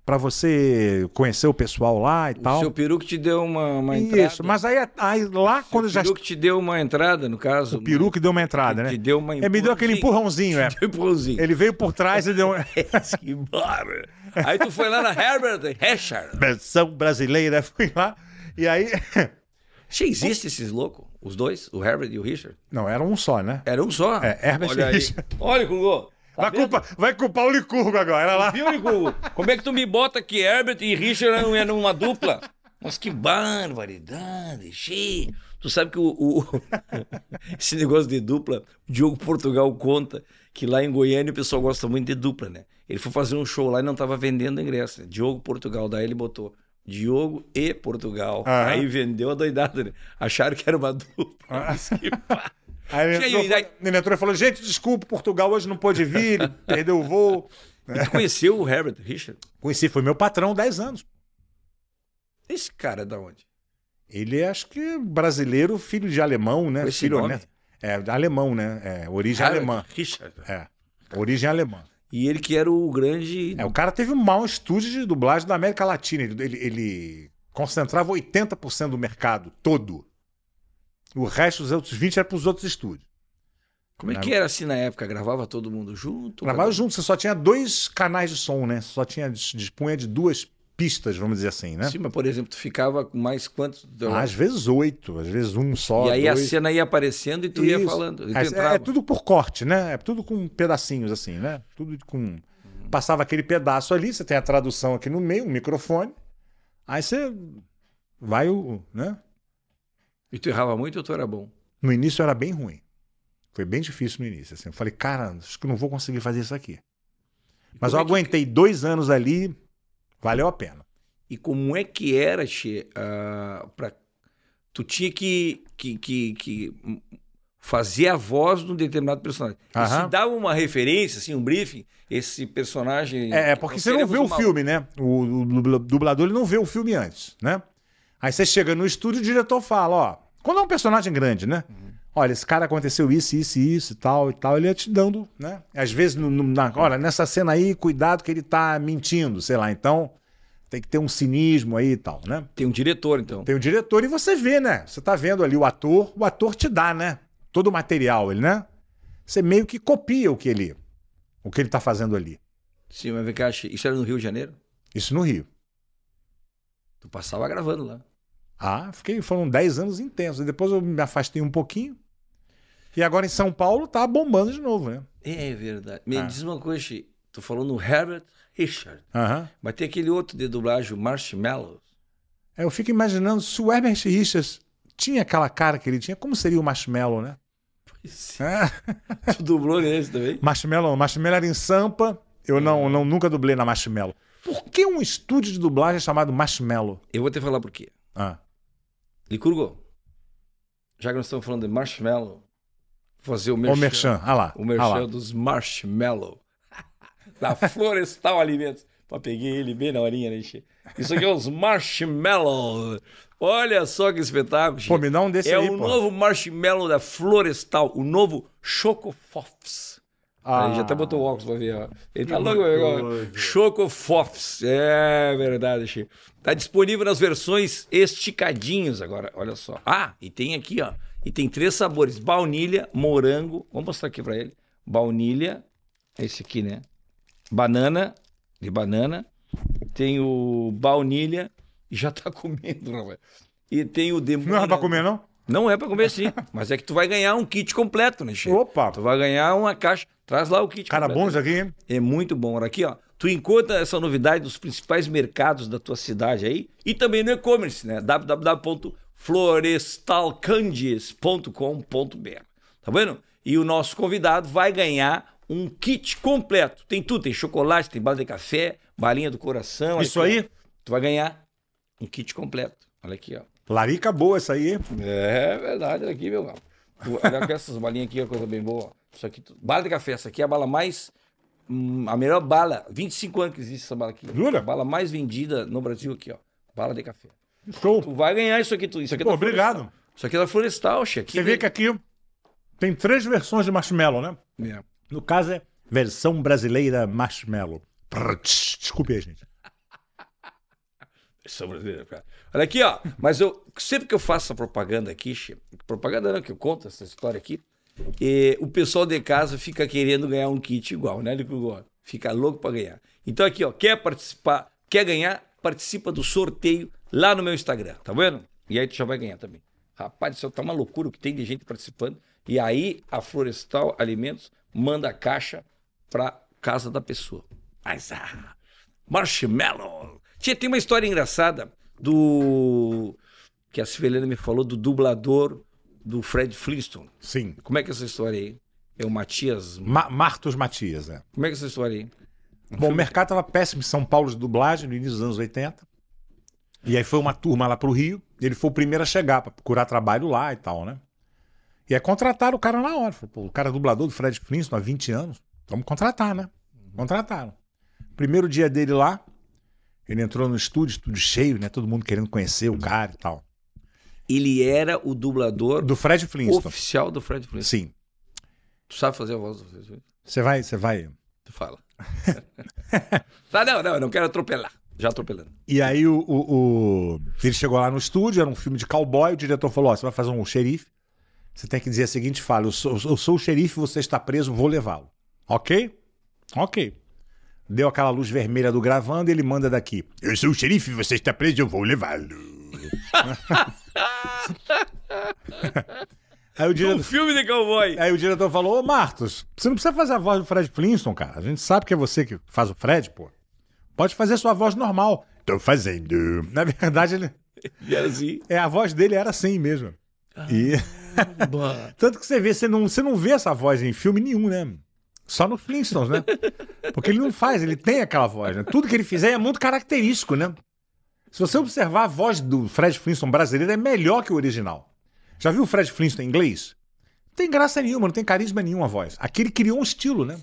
B: pra você conhecer o pessoal lá e
A: O
B: tal.
A: seu peru que te deu uma, uma entrada.
B: Isso, mas aí, é, aí lá quando
A: o
B: já.
A: peru que te deu uma entrada, no caso.
B: O peru que deu uma entrada, né?
A: Te deu uma
B: É, me deu aquele empurrãozinho, é.
A: Empurrãozinho.
B: Ele veio por trás e deu.
A: Que bora. Aí tu foi lá na Herbert Richard.
B: Versão brasileira, fui lá. E aí.
A: Che, existe esses loucos? Os dois? O Herbert e o Richard?
B: Não, era um só, né?
A: Era um só.
B: É, Herbert
A: Olha
B: e
A: aí.
B: Richard.
A: Olha, Cungo. Tá
B: Vai
A: vendo?
B: culpar, vai culpar o Licurgo agora. Era lá.
A: Viu, Nicungo? Como é que tu me bota que Herbert e Richard eram- eram uma dupla? Mas que barbaridade, che. Tu sabe que o, o- esse negócio de dupla, o Diogo Portugal conta que lá em Goiânia o pessoal gosta muito de dupla, né? Ele foi fazer um show lá e não tava vendendo ingresso. Né? Diogo Portugal, daí ele botou Diogo e Portugal.
B: Aham.
A: Aí vendeu a doidada, né? Acharam que era uma dupla. Mas que pá.
B: Aí ele
A: Cheio,
B: entrou,
A: e daí-
B: ele entrou e falou: gente, desculpa, Portugal hoje não pôde vir, ele perdeu o voo.
A: Tu conheceu o Herbert Richard?
B: Conheci, foi meu patrão 10 anos.
A: Esse cara é da onde?
B: Ele é, acho que brasileiro, filho de alemão, né?
A: Com esse
B: filho,
A: nome?
B: né? É, alemão, né? É, origem alemã.
A: Herbert Richard.
B: É, origem alemã.
A: E ele que era o grande.
B: É, o cara teve um mau estúdio de dublagem da América Latina. Ele, ele- ele concentrava 80% do mercado todo. O resto, os outros 20%, era para os outros estúdios.
A: Como é que era assim na época? Gravava todo mundo junto? um
B: Trabalho junto, você só tinha dois canais de som, né? Só tinha, dispunha de duas pistas, vamos dizer assim, né? Ah,
A: Sim, mas, por exemplo, tu ficava com mais quantos.
B: Às vezes oito, às vezes um só.
A: e aí a
B: dois.
A: cena ia aparecendo e tu ia
B: Isso.
A: falando. E tu
B: É-
A: entrava.
B: É, tudo por corte, né? É tudo com pedacinhos, assim, né? Tudo com. Passava aquele pedaço ali, você tem a tradução aqui no meio, um microfone. Aí você vai o. Né?
A: E tu errava muito ou tu era bom?
B: No início era bem ruim. Foi bem difícil no início. Assim. Eu falei, cara, acho que não vou conseguir fazer isso aqui. Mas eu
A: como é que-
B: aguentei dois anos ali, valeu a pena.
A: E como é que era, Che? ah, pra... Tu tinha que, que, que, que hum, fazer a voz de um determinado personagem. E
B: Aham.
A: se dava uma referência, assim, um briefing, esse personagem.
B: É, é, porque
A: Nós
B: você não vê o
A: teremos uma-
B: filme, né? O, o dubla- dublador ele não vê o filme antes, né? Aí você chega no estúdio e o diretor fala, ó, quando é um personagem grande, né?
A: Uhum.
B: Olha, esse cara aconteceu isso, isso, isso e tal e tal, ele ia te dando, né? Às vezes, no- no- na, olha, nessa cena aí, cuidado que ele tá mentindo, sei lá, então tem que ter um cinismo aí e tal, né?
A: Tem um diretor, então.
B: Tem o diretor e você vê, né? Você tá vendo ali o ator, o ator te dá, né? Todo o material, ele, né? Você meio que copia o que ele, o que ele tá fazendo ali.
A: Sim, mas vem cá, Che. Isso era no Rio de Janeiro?
B: Isso no Rio.
A: Tu passava gravando lá.
B: Ah, fiquei, foram 10 anos intensos. E Depois eu me afastei um pouquinho. E agora em São Paulo tá bombando de novo, né?
A: É verdade. Me
B: Ah.
A: diz uma coisa, Chi. tu falou no Herbert Richard,
B: Aham.
A: mas tem aquele outro de dublagem, o Marshmallows.
B: Aí É, Eu fico imaginando se o Herbert Richards tinha aquela cara que ele tinha, como seria o Marshmallow, né? É.
A: tu dublou nesse também?
B: Marshmallow, não. Marshmallow era em Sampa. Eu não, não nunca dublei na Marshmallow. Por que um estúdio de dublagem é chamado Marshmallow?
A: Eu vou te falar por quê.
B: Ah,
A: Licurgo, já que nós estamos falando de Marshmallow, vou fazer o
B: o
A: merchan.
B: Merchan, ah lá.
A: O
B: ah
A: merchan
B: lá.
A: dos Marshmallow. da Florestal Alimentos. Pô, peguei ele bem na horinha, né, Che? Isso aqui é os Marshmallow. Olha só que espetáculo, Che.
B: Pô, me dá um desse
A: É
B: aí,
A: o
B: pô.
A: novo marshmallow da Florestal, o novo Choco Fofs.
B: Ah.
A: Ele já até botou o óculos pra ver, ó. Ele tá
B: Que
A: louco, meu
B: coisa.
A: Choco Fofs. É verdade, Chico. Tá disponível nas versões esticadinhos agora, olha só. Ah, e tem aqui, ó. E tem três sabores: baunilha, morango. Vamos mostrar aqui pra ele. Baunilha, esse aqui, né? Banana, de banana. Tem o baunilha. E já tá comendo, rapaz. E tem o demônio.
B: Não é pra comer, não?
A: Não é pra comer sim, mas é que tu vai ganhar um kit completo, né, Che?
B: Opa!
A: Tu vai ganhar uma caixa. Traz lá o kit
B: Cara
A: completo.
B: bom isso aqui, hein?
A: É muito bom. Olha aqui, ó. Tu encontra essa novidade nos principais mercados da tua cidade aí e também no e-commerce, né? www.florestalcandes.com.br. Tá vendo? E o nosso convidado vai ganhar um kit completo. Tem tudo, tem chocolate, tem bala de café, balinha do coração. olha
B: Isso
A: aqui, ó.
B: aí?
A: Tu vai ganhar um kit completo. Olha aqui, ó.
B: Larica boa isso aí, hein?
A: É verdade, olha aqui, meu irmão. Tu- Olha com essas balinhas aqui, é coisa bem boa. Isso aqui, tu- bala de café, essa aqui é a bala mais. hum, a melhor bala, 25 anos que existe essa bala aqui.
B: Jura?
A: A bala mais vendida no Brasil aqui, ó. Bala de café.
B: Show.
A: Tu vai ganhar isso aqui, tu. Isso aqui é
B: Pô,
A: da Florestal.
B: obrigado.
A: Isso aqui é da Florestal, chefe.
B: Você vê que aqui Tem três versões de marshmallow, né?
A: É.
B: No caso é versão brasileira marshmallow. Prr, tch, Desculpe aí, gente.
A: São brasileiros, cara. Olha aqui, ó. Mas eu sempre que eu faço essa propaganda aqui, Che, propaganda não, que eu conto essa história aqui, eh, o pessoal de casa fica querendo ganhar um kit igual, né, Licugó? Fica louco pra ganhar. Então aqui, ó, quer participar, quer ganhar, participa do sorteio lá no meu Instagram, tá vendo? E aí tu já vai ganhar também. Rapaz, isso tá uma loucura o que tem de gente participando. E aí a Florestal Alimentos manda a caixa pra casa da pessoa. Mas ah, Marshmallow. Tia, tem uma história engraçada do. que a Civelena me falou, do dublador do Fred Flintstone.
B: Sim.
A: Como é que é essa história aí? É o Matias.
B: Ma Martos Matias, né?
A: Como é que é essa história aí?
B: Bom, o mercado estava péssimo em São Paulo de dublagem no início dos anos 80. E aí foi uma turma lá pro Rio. Ele foi o primeiro a chegar para procurar trabalho lá e tal, né? E aí contrataram o cara na hora. Falou, Pô, o cara é dublador do Fred Flintstone há 20 anos. Vamos contratar, né? Contrataram. Primeiro dia dele lá, ele entrou no estúdio, estúdio cheio, né? Todo mundo querendo conhecer o cara e tal.
A: Ele era o dublador
B: Do Fred Flintstone.
A: oficial do Fred Flintstone.
B: Sim.
A: Tu sabe fazer a voz do Fred Flintstone?
B: Você vai, você vai.
A: Tu fala. tá, não, não, eu não quero atropelar. Já atropelando.
B: E aí o, o- o- ele chegou lá no estúdio, era um filme de cowboy, o diretor falou: ó, você vai fazer um xerife, você tem que dizer a seguinte fala: eu sou, eu sou o xerife, você está preso, vou levá-lo. Ok? Ok. Deu aquela luz vermelha do gravando e ele manda daqui. Eu sou o xerife, você está preso, eu vou levá-lo. aí, o
A: Um
B: diretor,
A: filme de cowboy.
B: aí o diretor falou, ô Martos, você não precisa fazer a voz do Fred Flintstone, cara. A gente sabe que é você que faz o Fred, pô. Pode fazer sua voz normal. Tô fazendo. Na verdade, ele,
A: E era assim.
B: é, a voz dele era assim mesmo. E, tanto que você vê, você não, você não vê essa voz em filme nenhum, né? Só nos Flintstones, né? Porque ele não faz, ele tem aquela voz, né? Tudo que ele fizer é muito característico, né? Se você observar, a voz do Fred Flintstone brasileiro é melhor que o original. Já viu o Fred Flintstone em inglês? Não tem graça nenhuma, não tem carisma nenhuma a voz. Aqui ele criou um estilo, né?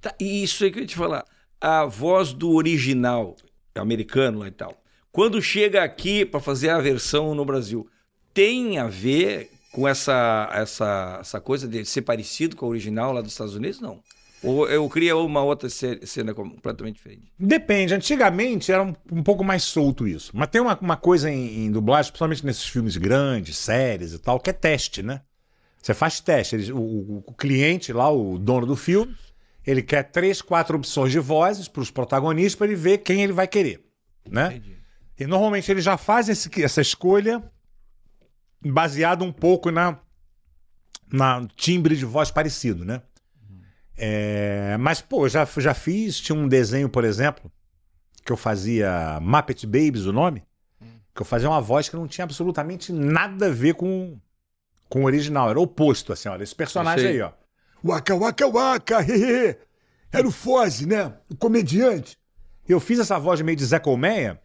A: Tá, e isso aí que eu ia te falar. A voz do original, americano lá e tal, quando chega aqui para fazer a versão no Brasil, tem a ver com essa, essa, essa coisa de ser parecido com a original lá dos Estados Unidos? Não. Ou eu cria uma outra ce- cena completamente diferente?
B: Depende. Antigamente era um, um pouco mais solto isso. Mas tem uma, uma coisa em, em dublagem, principalmente nesses filmes grandes, séries e tal, que é teste, né? Você faz teste. Eles- o, o- o cliente lá, o dono do filme, ele quer três, quatro opções de vozes para os protagonistas para ele ver quem ele vai querer, né?
A: Entendi.
B: E normalmente ele já faz esse- essa escolha baseado um pouco na, na timbre de voz parecido, né? É, mas, pô, eu já, já fiz, tinha um desenho, por exemplo, que eu fazia Muppet Babies, o nome, que eu fazia uma voz que não tinha absolutamente nada a ver com, com o original, era o oposto, assim, olha, esse personagem
A: Eu sei.
B: aí, ó. Waka waka waka, hehe. Era o Foz, né? O comediante. Eu fiz essa voz meio de Zé Colmeia,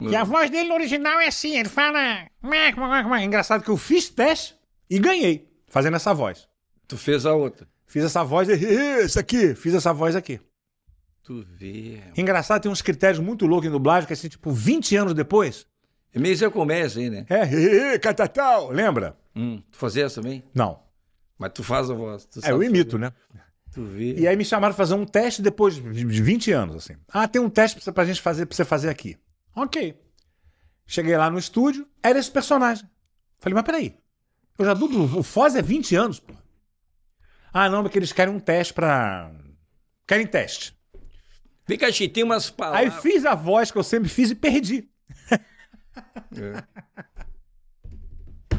A: É.
B: e a voz dele no original é assim, ele fala. "Mua, mua, mua". É Engraçado que eu fiz teste e ganhei, fazendo essa voz.
A: Tu fez a outra.
B: Fiz essa voz, e- isso aqui, fiz essa voz aqui.
A: Tu vê.
B: Engraçado, tem uns critérios muito loucos em dublagem, que é assim, tipo, 20 anos depois.
A: É meio Zé Comércio aí, né?
B: É, e- e- catatal, lembra?
A: Hum, tu fazia essa também?
B: Não.
A: Mas tu faz a voz. Tu
B: É, eu
A: sabe
B: imito, né?
A: fazer. Tu vê.
B: E aí me chamaram pra fazer um teste depois de 20 anos, assim. Ah, tem um teste pra, você- pra gente fazer, pra você fazer aqui. Ok. Cheguei lá no estúdio, era esse personagem. Falei, mas peraí, eu já dublo, o Foz é 20 anos, pô. Ah, não, porque eles querem um teste pra... Querem teste.
A: Vem cá, Chi, tem umas
B: Aí
A: palavras.
B: fiz a voz que eu sempre fiz e perdi.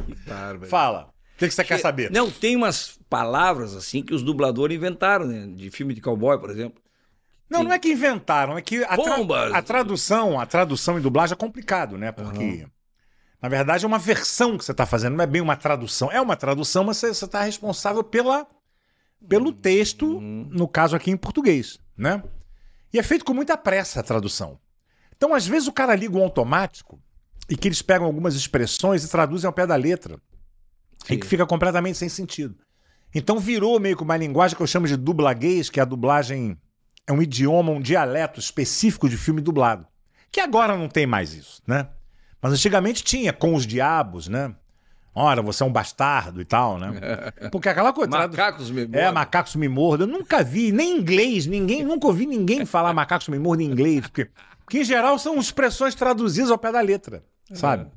A: Que bárbaro.
B: Fala, o que, que você quer saber?
A: Não, tem umas palavras assim que os dubladores inventaram, né? De filme de cowboy, por exemplo.
B: Não, não é que inventaram, é que a, tra-
A: Bombas!
B: a tradução, a tradução em dublagem é complicado, né? Porque na verdade é uma versão que você está fazendo, não é bem uma tradução. É uma tradução, mas você está responsável pela pelo texto, no caso aqui em português, né? E é feito com muita pressa a tradução. Então, às vezes o cara liga o automático e que eles pegam algumas expressões e traduzem ao pé da letra e
A: Sim.
B: que fica completamente sem sentido. Então virou meio que uma linguagem que eu chamo de dublaguês, que é a dublagem é um idioma, um dialeto específico de filme dublado. Que agora não tem mais isso, né? Mas antigamente tinha, com os diabos, né? Ora, você é um bastardo e tal, né? Porque aquela coisa.
A: Macacos me
B: É,
A: mordem.
B: macacos me mordam. Eu nunca vi, nem em inglês, ninguém, nunca ouvi ninguém falar macacos me mordem em inglês, porque, porque em geral são expressões traduzidas ao pé da letra, sabe?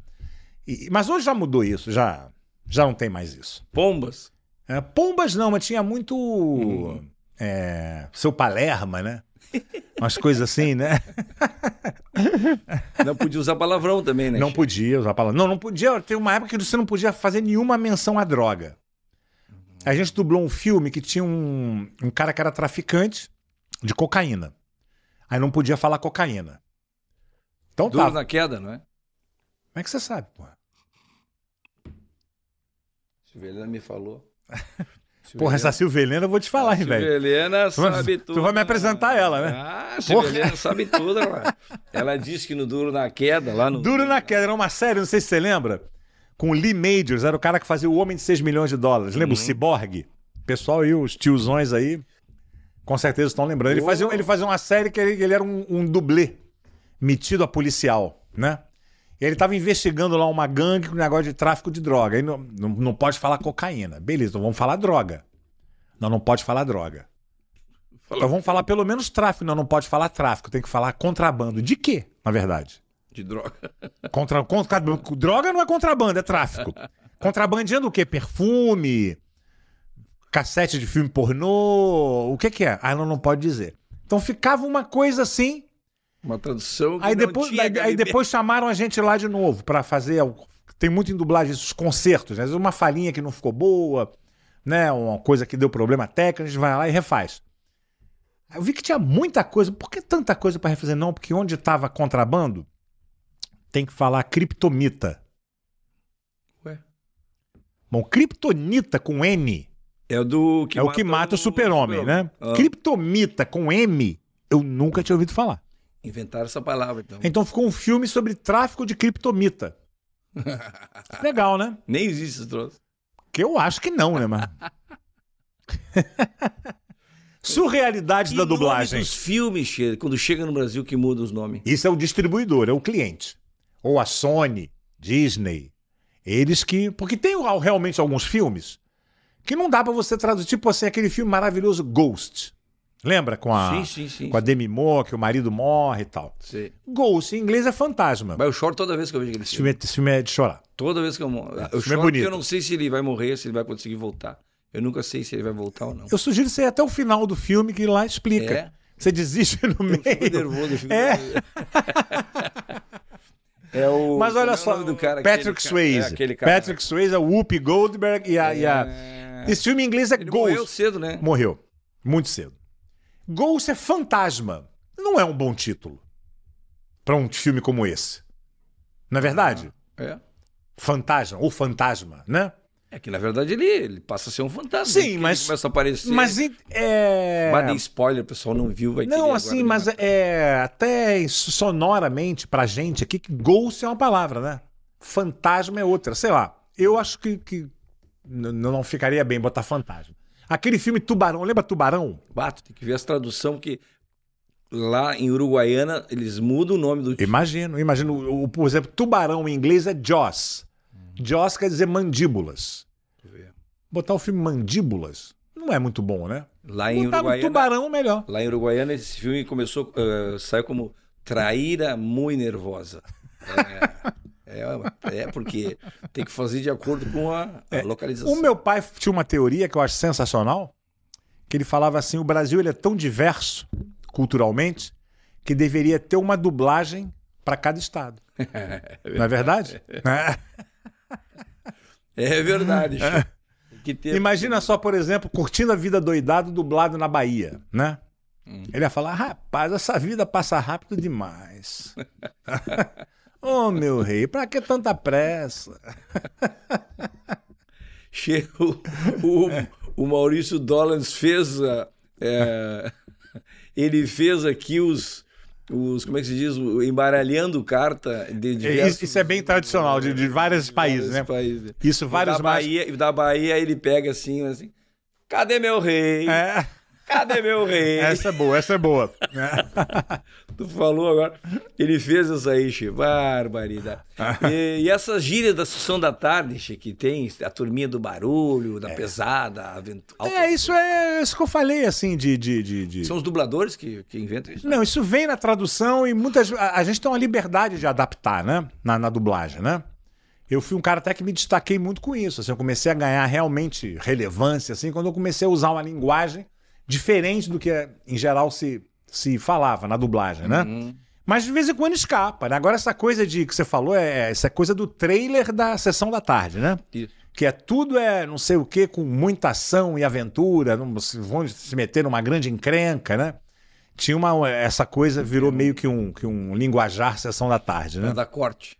B: E- mas hoje já mudou isso, já, já não tem mais isso.
A: Pombas.
B: É, pombas não, mas tinha muito. é, seu Palerma, né? Umas coisas assim, né?
A: Não podia usar palavrão também, né?
B: Não podia usar a palavra. Não, não podia. Teve uma época que você não podia fazer nenhuma menção à droga. A gente dublou um filme que tinha um, um cara que era traficante de cocaína. Aí não podia falar cocaína. Então
A: Duro
B: tá.
A: na queda, não é?
B: Como é que você sabe, porra?
A: Silvelena me falou.
B: Porra, essa Silvelena eu vou te falar, hein, velho.
A: Silvelena
B: vai-
A: sabe
B: tu
A: tudo.
B: vai me apresentar ela, né?
A: Ah, Silvelena sabe tudo, rapaz. Ela disse que no Duro na Queda, lá no.
B: Duro na queda, era uma série, não sei se você lembra. Com o Lee Majors, era o cara que fazia o Homem de 6 milhões de dólares. Lembra o Ciborgue? O pessoal e os tiozões aí, com certeza estão lembrando. Ele,
A: Oh.
B: fazia, ele fazia uma série que ele, ele era um, um dublê, metido a policial, né? E ele estava investigando lá uma gangue com negócio de tráfico de droga. Aí não, não, não pode falar cocaína. Beleza, então vamos falar droga. Não, não pode falar droga. Então vamos falar pelo menos tráfico. Não, não pode falar tráfico. Tem que falar contrabando. De quê, na verdade?
A: De droga.
B: Contra, contra- droga não é contrabando, é tráfico. Contrabandeando o quê? Perfume, cassete de filme pornô, o que que é? Ah, não, não pode dizer. Então ficava uma coisa assim,
A: Uma tradução. Que
B: aí
A: não
B: depois,
A: tinha
B: aí, aí
A: HB.
B: depois chamaram a gente lá de novo pra fazer, o- tem muito em dublagem esses concertos, né? às vezes uma falinha que não ficou boa, né, uma coisa que deu problema técnico, a gente vai lá e refaz. Aí Eu vi que tinha muita coisa, por que tanta coisa pra refazer? Não, porque onde tava contrabando, tem que falar criptomita.
A: Ué.
B: Bom, criptonita com N
A: É o do que
B: é o que mata o super-homem, né?
A: Ah.
B: Criptomita com M, eu nunca tinha ouvido falar.
A: Inventaram essa palavra, então.
B: Então ficou um filme sobre tráfico de criptomita. Legal, né?
A: Nem existe esse troço.
B: Que eu acho que não, né, mano? Surrealidade da
A: E nome
B: dublagem.
A: dos filmes, che- quando chega no Brasil, que muda os nomes.
B: Isso é o distribuidor, é o cliente. Ou a Sony, Disney. Eles que. Porque tem al- realmente alguns filmes que não dá pra você traduzir. Tipo assim, aquele filme maravilhoso Ghost. Lembra? Com a,
A: Sim, sim, sim.
B: com a Demi Moore, que o marido morre e tal.
A: Sim.
B: Ghost, em inglês é fantasma.
A: Mas eu choro toda vez que eu vejo aquele
B: Esse
A: filme.
B: filme, é- esse filme é de chorar.
A: Toda vez que eu morro. Eu
B: filme é
A: choro porque
B: bonito.
A: eu não sei se ele vai morrer, se ele vai conseguir voltar. Eu nunca sei se ele vai voltar ou não.
B: Eu sugiro você ir até o final do filme que lá explica.
A: É?
B: Você desiste no
A: fico
B: meio.
A: nervoso, eu fico
B: É.
A: nervoso. É o.
B: Mas olha
A: como é o
B: só,
A: nome do cara,
B: Patrick
A: aquele cara-
B: Swayze.
A: É, aquele cara.
B: Patrick Swayze, a Whoopi Goldberg e a... e a-
A: É.
B: Esse filme em inglês é
A: Ele
B: Ghost.
A: morreu cedo, né?
B: Morreu. Muito cedo. Ghost é fantasma. Não é um bom título pra um filme como esse. Na verdade,
A: É.
B: fantasma ou fantasma, né?
A: É que na verdade ele, ele passa a ser um fantasma.
B: Sim,
A: que ele
B: mas-
A: começa a aparecer.
B: Mas e- é...
A: Mas dei spoiler, o pessoal não viu, vai querer
B: Não,
A: agora né?
B: assim,
A: me
B: mas
A: matar.
B: é até sonoramente pra gente aqui que ghost é uma palavra, né? Fantasma é outra, sei lá. Eu acho que, que n- não ficaria bem botar fantasma. Aquele filme Tubarão, lembra Tubarão?
A: Bato, tem que ver as tradução que lá em Uruguaiana eles mudam o nome do
B: Imagino, imagino. O- o- Por exemplo, tubarão em inglês é Jaws. Jaws quer dizer mandíbulas. Botar o filme Mandíbulas não é muito bom, né?
A: Lá em
B: Botar um
A: Uruguaiana,
B: tubarão melhor.
A: lá em Uruguaiana esse filme começou, eh, saiu como Traíra Muito Nervosa. É, é, é porque tem que fazer de acordo com a, a localização.
B: É, O meu pai tinha uma teoria que eu acho sensacional, que ele falava assim, o Brasil ele é tão diverso culturalmente que deveria ter uma dublagem para cada estado. Não é verdade? Né?
A: É verdade. Chico. Tem que ter-
B: Imagina só, por exemplo, Curtindo a Vida Doidado dublado na Bahia, né? Ele ia falar, rapaz, essa vida passa rápido demais. oh, meu rei, pra que tanta pressa?
A: Che- o- o, o Maurício Dollans fez a- é, ele fez aqui os os como é que se diz O- embaralhando carta de diversos
B: Isso, isso é bem tradicional de, de vários países, né?
A: países.
B: Isso
A: E
B: vários
A: da
B: mais...
A: Bahia e da Bahia ele pega assim assim cadê meu rei
B: É.
A: Cadê meu rei?
B: Essa é boa, essa é boa.
A: Tu falou agora. Ele fez isso aí, Che. Barbaridade. E, e essas gírias da sessão da tarde, Che, que tem a turminha do barulho, da pesada, a avent- alta-
B: É, isso é isso que eu falei, assim, de. de, de, de-
A: São os dubladores que, que inventam isso.
B: Não, isso vem na tradução e muitas. A, a gente tem uma liberdade de adaptar, né? Na, na dublagem, né? Eu fui um cara até que me destaquei muito com isso. Assim, eu comecei a ganhar realmente relevância, assim, quando eu comecei a usar uma linguagem diferente do que, em geral, se, se falava na dublagem, né? Mas de vez em quando escapa, né? Agora, essa coisa de que você falou é é- essa coisa do trailer da sessão da tarde, né?
A: Isso.
B: que é tudo é não sei o que, com muita ação e aventura, não, se- vão se meter numa grande encrenca, né? Tinha uma. Essa coisa virou meio que um, que um linguajar sessão da tarde,
A: Pra
B: né?
A: dar corte.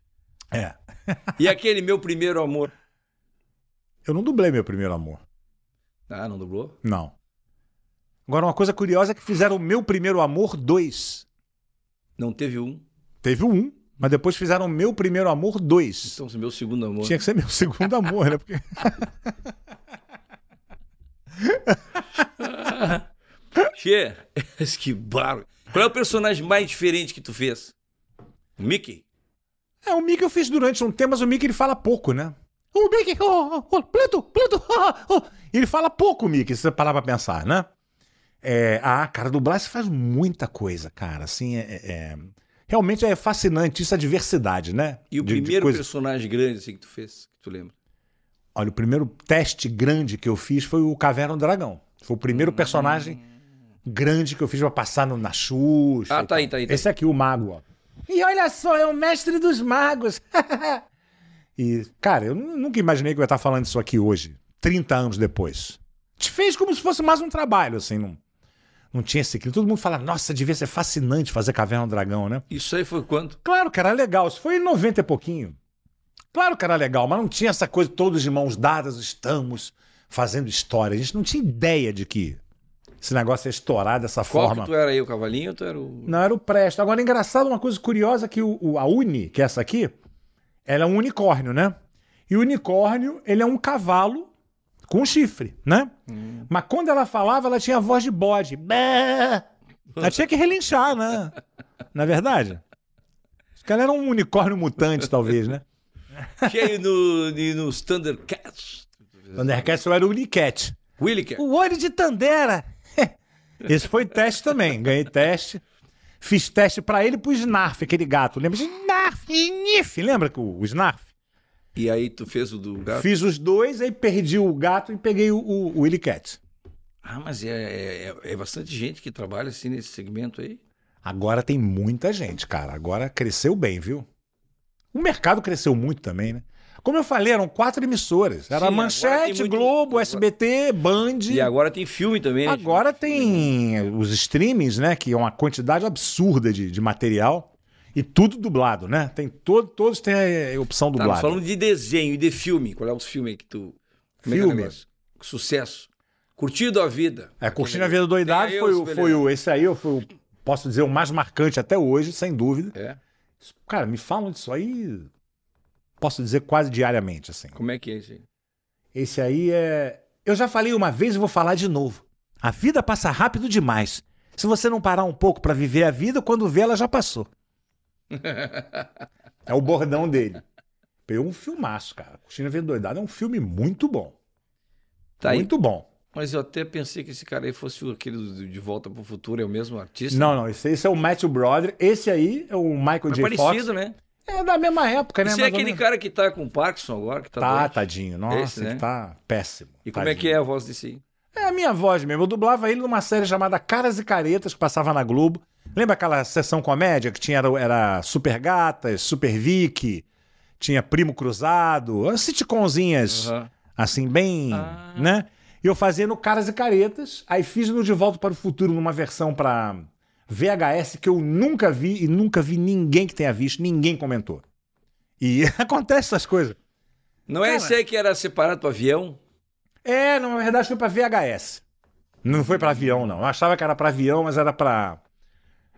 B: É.
A: E aquele meu primeiro amor.
B: Eu não dublei meu primeiro amor.
A: Ah, não dublou?
B: Não. Agora, uma coisa curiosa é que fizeram o meu primeiro amor dois
A: Não teve um.
B: Teve o um, mas depois fizeram o meu primeiro amor dois
A: Então, meu segundo amor.
B: Tinha que ser meu segundo amor, né? Porque...
A: Che, que barro. Qual é o personagem mais diferente que tu fez? O Mickey?
B: É, o Mickey eu fiz durante um tempo, mas o Mickey ele fala pouco, né? O Mickey, oh, oh, oh, Pluto, Pluto, oh, oh. Ele fala pouco, Mickey, se você parar pra pensar, né? É, ah, cara, dublar você faz muita coisa, cara, assim, é, é- é- realmente é fascinante isso, a diversidade, né?
A: E o
B: De- de
A: primeiro
B: coisa.
A: personagem grande assim, que tu fez, que tu lembra?
B: Olha, o primeiro teste grande que eu fiz foi o Caverna do Dragão. Foi o
A: Hum.
B: primeiro personagem grande que eu fiz pra passar no, na Xuxa.
A: Ah, tá aí,
B: e tal.
A: tá aí, tá aí.
B: Esse aqui, o Mago, ó. E olha só, é o mestre dos magos. e, cara, eu nu- nunca imaginei que eu ia estar falando isso aqui hoje, 30 anos depois. Te fez como se fosse mais um trabalho, assim, não, não tinha esse clima. Todo mundo fala, nossa, devia ser fascinante fazer Caverna do Dragão, né?
A: Isso aí foi quanto?
B: Claro que era legal, isso foi em 90 e pouquinho. Claro que era legal, mas não tinha essa coisa, todos de mãos dadas, estamos fazendo história. A gente não tinha ideia de que esse negócio ia estourar dessa
A: Qual
B: forma.
A: que tu era aí, o cavalinho ou tu era o...
B: Não era o Presto. Agora, engraçado, uma coisa curiosa que o, o- a Uni, que é essa aqui, ela é um unicórnio, né? E o unicórnio, ele é um cavalo com chifre, né? Mas quando ela falava, ela tinha voz de bode. Bé! Ela tinha que relinchar, né? Na verdade. Acho que ela era um unicórnio mutante, talvez, né?
A: Cheio no, e nos Thundercats.
B: Thundercats eu era o Unicat.
A: Willy Cat.
B: É. O olho de Tandera. Esse foi teste também. Ganhei teste. Fiz teste pra ele e pro Snarf, aquele gato. Lembra? Snarf, Snif. Lembra que o o Snarf?
A: E aí tu fez o do gato.
B: Fiz os dois, aí perdi o gato e peguei o, o, o Willy Cat.
A: Ah, mas é, é, é bastante gente que trabalha assim nesse segmento aí.
B: Agora tem muita gente, cara. Agora cresceu bem, viu? O mercado cresceu muito também, né? Como eu falei, eram quatro emissoras.
A: Sim,
B: Era
A: agora tem
B: Manchete,
A: muito-
B: Globo,
A: agora-
B: SBT, Band.
A: E agora tem filme também. né,
B: Agora
A: gente?
B: tem os streamings, né? Que é uma quantidade absurda de, de material. E tudo dublado, né? Tem todo, todos têm a, a opção
A: Tá, nós
B: dublada.
A: falamos de desenho e de filme. Qual é os filmes que tu... Como é que é o
B: Filme.
A: negócio? Sucesso. Curtido a vida.
B: É, Curtindo
A: Aquele-
B: a Vida Doidado
A: Tem aí
B: foi,
A: os
B: o,
A: beleza.
B: foi o. Esse aí eu foi o, posso dizer, o mais marcante até hoje, sem dúvida.
A: É?
B: Cara, me falam disso aí. Posso dizer quase diariamente, assim.
A: Como é que é isso aí?
B: Esse aí é. Eu já falei uma vez e vou falar de novo. A vida passa rápido demais. Se você não parar um pouco pra viver a vida, quando vê, ela já passou. é o bordão dele. Pegou um filmaço, cara. Coxina Vendo Doidado é um filme muito bom.
A: Tá aí.
B: muito bom.
A: Mas eu até pensei que esse cara aí fosse o- aquele do- de Volta pro Futuro, é o mesmo artista.
B: Não, não. Esse, esse é o Matthew Broderick. Esse aí é o Michael
A: Mas
B: J.
A: parecido,
B: Fox.
A: né?
B: É da mesma época, né?
A: Esse é
B: Mais ou
A: aquele
B: menos.
A: cara que tá com o Parkinson agora, que tá,
B: Tá,
A: doente.
B: tadinho. Nossa,
A: Esse, né?
B: ele tá péssimo.
A: E como é que é a voz desse aí?
B: É a minha voz mesmo. Eu dublava ele numa série chamada Caras e Caretas, que passava na Globo. Lembra aquela sessão comédia que tinha era, era Super Gatas, Super Vic, tinha Primo Cruzado, umas sitcomzinhas
A: Aham.
B: assim, bem.
A: Ah.
B: né? E eu fazia no Caras e Caretas, aí fiz no De Volta para o Futuro numa versão pra VHS que eu nunca vi e nunca vi ninguém que tenha visto, ninguém comentou. E acontece essas coisas.
A: Não é
B: Cara-
A: esse aí que era separado do avião?
B: É, na verdade foi pra VHS. Não foi pra avião, não. Eu achava que era pra avião, mas era pra.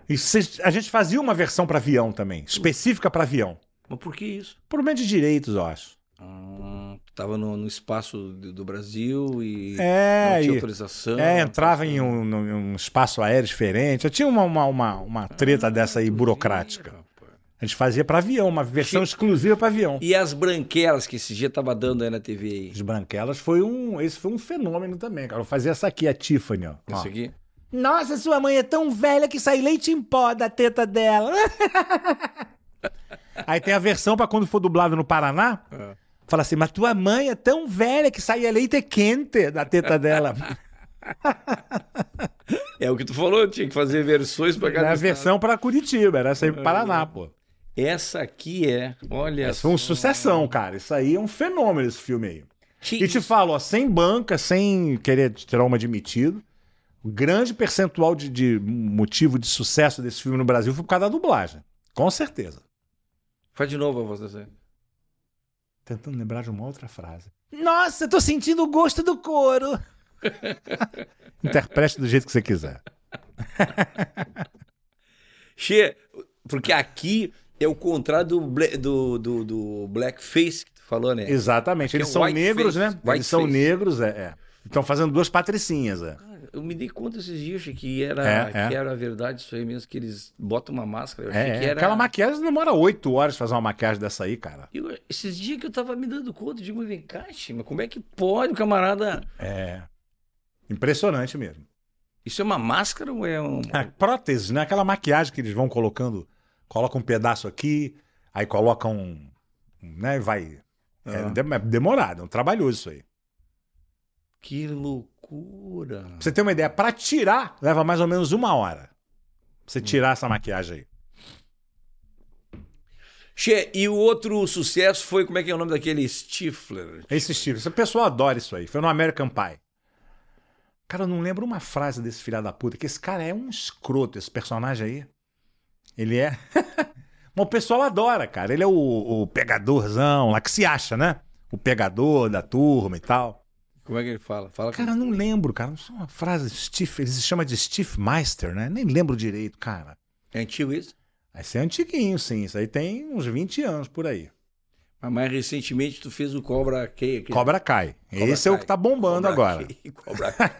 B: E se- a gente fazia uma versão pra avião também, específica pra avião.
A: Mas por que isso?
B: Problema de direitos, eu acho.
A: Hum, Tava no, no espaço do, do Brasil e
B: É,
A: não tinha
B: e-
A: autorização.
B: É, entrava em um, num- um espaço aéreo diferente. Eu tinha uma, uma, uma, uma treta dessa aí burocrática. A gente fazia para avião, uma versão exclusiva para avião.
A: E as branquelas que esse dia tava dando aí na TV aí?
B: Os branquelas foi um. Esse foi um fenômeno também, cara. Eu fazia essa aqui, a Tiffany, ó.
A: Isso aqui?
B: Nossa, sua mãe é tão velha que sai leite em pó da teta dela. Aí tem a versão pra quando for dublado no Paraná. Fala assim, mas tua mãe é tão velha que saía leite quente da teta dela.
A: É o que tu falou, tinha que fazer versões pra
B: Era
A: cada
B: É a
A: estado.
B: versão pra Curitiba, era essa aí pro Paraná, pô.
A: Essa aqui é, olha
B: Essa foi um uma sucessão, cara. Isso aí é um fenômeno, esse filme aí. E te falo, ó, sem banca, sem querer tirar uma admitido, o grande percentual de, de motivo de sucesso desse filme no Brasil foi por causa da dublagem. Com certeza.
A: Faz de novo a voz dessa.
B: Tentando lembrar de uma outra frase. Nossa, tô sentindo o gosto do couro. Interprete do jeito que você quiser.
A: Che, porque aqui é o contrário do, ble- do, do, do blackface que tu falou, né?
B: Exatamente.
A: Aqui é
B: Eles são
A: white
B: negros,
A: face,
B: né?
A: white
B: Eles são
A: face.
B: negros, é. é. Estão fazendo duas patricinhas, é.
A: Ah, Eu me dei conta esses dias Che, que era,
B: É, é.
A: que era verdade isso aí mesmo, que eles botam uma máscara. Eu achei
B: É,
A: que
B: é.
A: era...
B: Aquela maquiagem demora oito horas fazer uma maquiagem dessa aí, cara.
A: Eu- esses dias que eu tava me dando conta, eu digo, vem cá, Che, mas como é que pode o camarada...
B: É. Impressionante mesmo.
A: Isso é uma máscara ou é um...
B: A prótese, né? Aquela maquiagem que eles vão colocando, colocam um pedaço aqui, aí colocam, um- né? E vai. É,
A: Ah.
B: dem- é demorado, é um trabalhoso isso aí.
A: Que loucura.
B: Pra você ter uma ideia, pra tirar, leva mais ou menos uma hora. Pra você tirar essa maquiagem aí.
A: Che, e o outro sucesso foi, como é que é o nome daquele Stifler?
B: É Esse estilo. Essa pessoa adora isso aí. Foi no American Pie. Cara, eu não lembro uma frase desse filha da puta, que esse cara é um escroto, esse personagem aí. Ele é. Mas o pessoal adora, cara. Ele é o, o pegadorzão lá que se acha, né? O pegador da turma e tal.
A: Como é que ele fala? Fala com-
B: Cara, eu não lembro, cara. Não sei uma frase. Steve, ele se chama de Steve Meister, né? Nem lembro direito, cara.
A: É antigo isso?
B: Esse é antiguinho, sim. Isso aí tem uns 20 anos por aí.
A: Mas mais recentemente tu fez o Cobra Kai. aquele-
B: Cobra Kai.
A: Cobra
B: Esse é o
A: Kai.
B: que tá bombando
A: Cobra
B: agora.
A: Kai, Cobra Kai.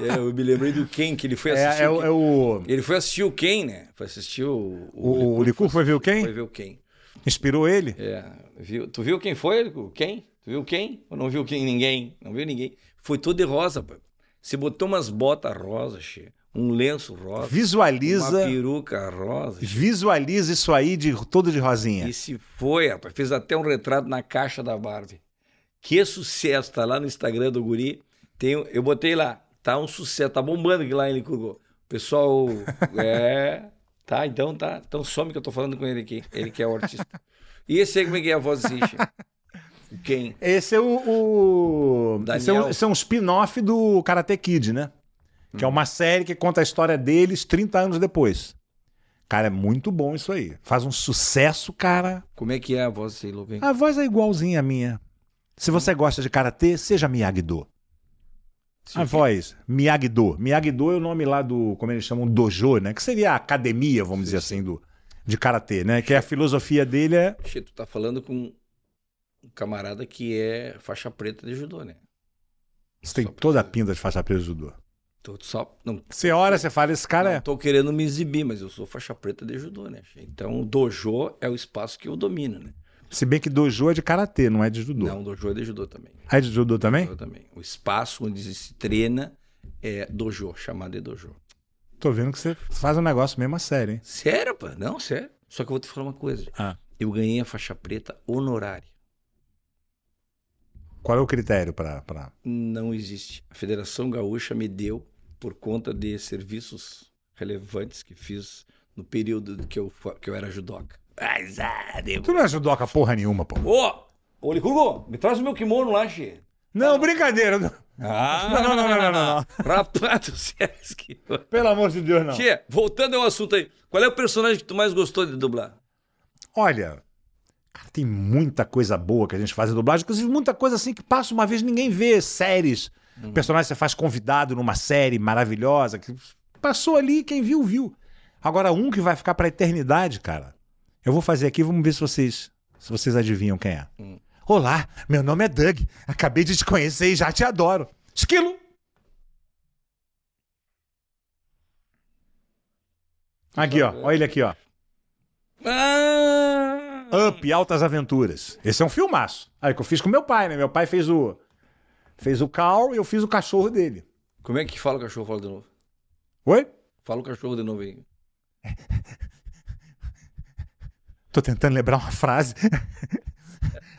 A: É, eu me lembrei do Ken, que ele foi
B: É,
A: assistir.
B: é
A: o
B: o,
A: Ken.
B: é o-
A: Ele foi assistir o Ken, né? Foi assistir o.
B: o- o Licur foi ver o
A: Foi
B: quem?
A: ver o Ken.
B: Inspirou ele?
A: É, viu? Tu viu quem foi? Licur? Quem? Tu viu quem? Ou não viu quem? Ninguém. Não viu ninguém. Foi todo de rosa, pô. Você botou umas botas rosas, che. um lenço rosa, uma
B: Visualiza,
A: peruca rosa. che.
B: visualiza isso aí de todo de rosinha.
A: E se foi, rapaz. Fez até um retrato na caixa da Barbie. Que sucesso, tá lá no Instagram do Guri. Tem, um- eu botei lá, tá um sucesso, tá bombando aqui lá em Licurgo. O pessoal, é... Tá, então tá. Então some que eu tô falando com ele aqui. Ele que é o artista. E esse aí, como é que é a voz desse? Chico? Quem?
B: Esse é o. o-
A: Daniel.
B: esse, é um, esse é um spin-off do Karate Kid, né? Que é
A: Uhum.
B: uma série que conta a história deles 30 anos depois. Cara, é muito bom isso aí. Faz um sucesso, cara.
A: Como é que é a voz desse louco, hein?
B: A voz é igualzinha à minha. Se você gosta de karatê, seja Miyagi-Do. A voz, Miyagi-Do. Miyagi-Do é o nome lá do, como eles chamam, dojo, né? Que seria a academia, vamos dizer assim, do, de karatê, né? Que a filosofia dele é.
A: Che, tu tá falando com um camarada que é faixa preta de judô, né?
B: Você tem toda a pinta de faixa preta de judô.
A: Tô só, não
B: Você olha, você fala, esse cara
A: não
B: é.
A: tô querendo me exibir, mas eu sou faixa preta de judô, né? gente? Então o dojo é o espaço que eu domino, né?
B: Se bem que dojo é de karatê, não é de judô.
A: Não, o dojo é de judô também.
B: Ah, É de judô também?
A: Eu também. O espaço onde se treina é dojo, chamado de dojo.
B: Tô vendo que você faz um negócio mesmo a sério, hein?
A: Sério, pá? Não, sério. Só que eu vou te falar uma coisa.
B: Ah.
A: Eu ganhei a faixa preta honorária.
B: Qual é o critério pra. pra...
A: Não existe. A Federação Gaúcha me deu por conta de serviços relevantes que fiz no período que eu, fa- que eu era judoca. Mas, ah, devo...
B: Tu não é judoca porra nenhuma, pô.
A: Ô, ô Licurgo, me traz o meu kimono lá, Xê.
B: Não, brincadeira. não.
A: Ah,
B: Não, não, não, não, não, não,
A: Rapaz do céu, que...
B: Pelo amor de Deus, não.
A: Tia, voltando ao assunto aí, qual é o personagem que tu mais gostou de dublar?
B: Olha, cara, tem muita coisa boa que a gente faz em dublagem, inclusive muita coisa assim que passa uma vez e ninguém vê, séries. Personagem que você faz convidado numa série maravilhosa, que passou ali, quem viu, viu. Agora, um que vai ficar pra eternidade, cara. Eu vou fazer aqui, vamos ver se vocês se vocês adivinham quem é.
A: Hum.
B: O Olá, meu nome é Doug. Acabei de te conhecer e já te adoro. Esquilo! Aqui, ó. Olha ele aqui, ó.
A: Ah!
B: Up, Altas Aventuras. Esse é um filmaço. Aí que eu fiz com meu pai, né? Meu pai fez o. Fez o Carl e eu fiz o cachorro dele.
A: Como é que fala o cachorro? Fala de novo.
B: Oi?
A: Fala o cachorro de novo aí.
B: Tô tentando lembrar uma frase.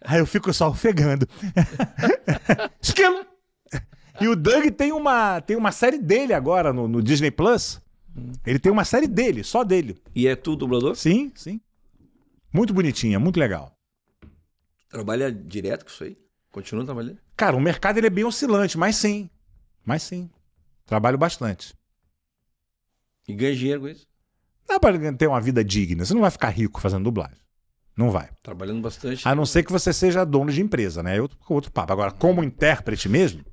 B: Aí eu fico só ofegando. Esquilo! E o Doug tem uma, tem uma série dele agora no, no Disney Plus. Ele tem uma série dele, só dele.
A: E é tu dublador?
B: Sim, sim. Muito bonitinha, muito legal.
A: Trabalha direto com isso aí? Continua trabalhando?
B: Cara, o mercado ele é bem oscilante, mas sim. Mas sim. Trabalho bastante.
A: E ganha dinheiro com isso?
B: Dá pra ter uma vida digna. Você não vai ficar rico fazendo dublagem. Não vai.
A: Trabalhando bastante.
B: A não ser que você seja dono de empresa, né? É outro, outro papo. Agora, como intérprete mesmo,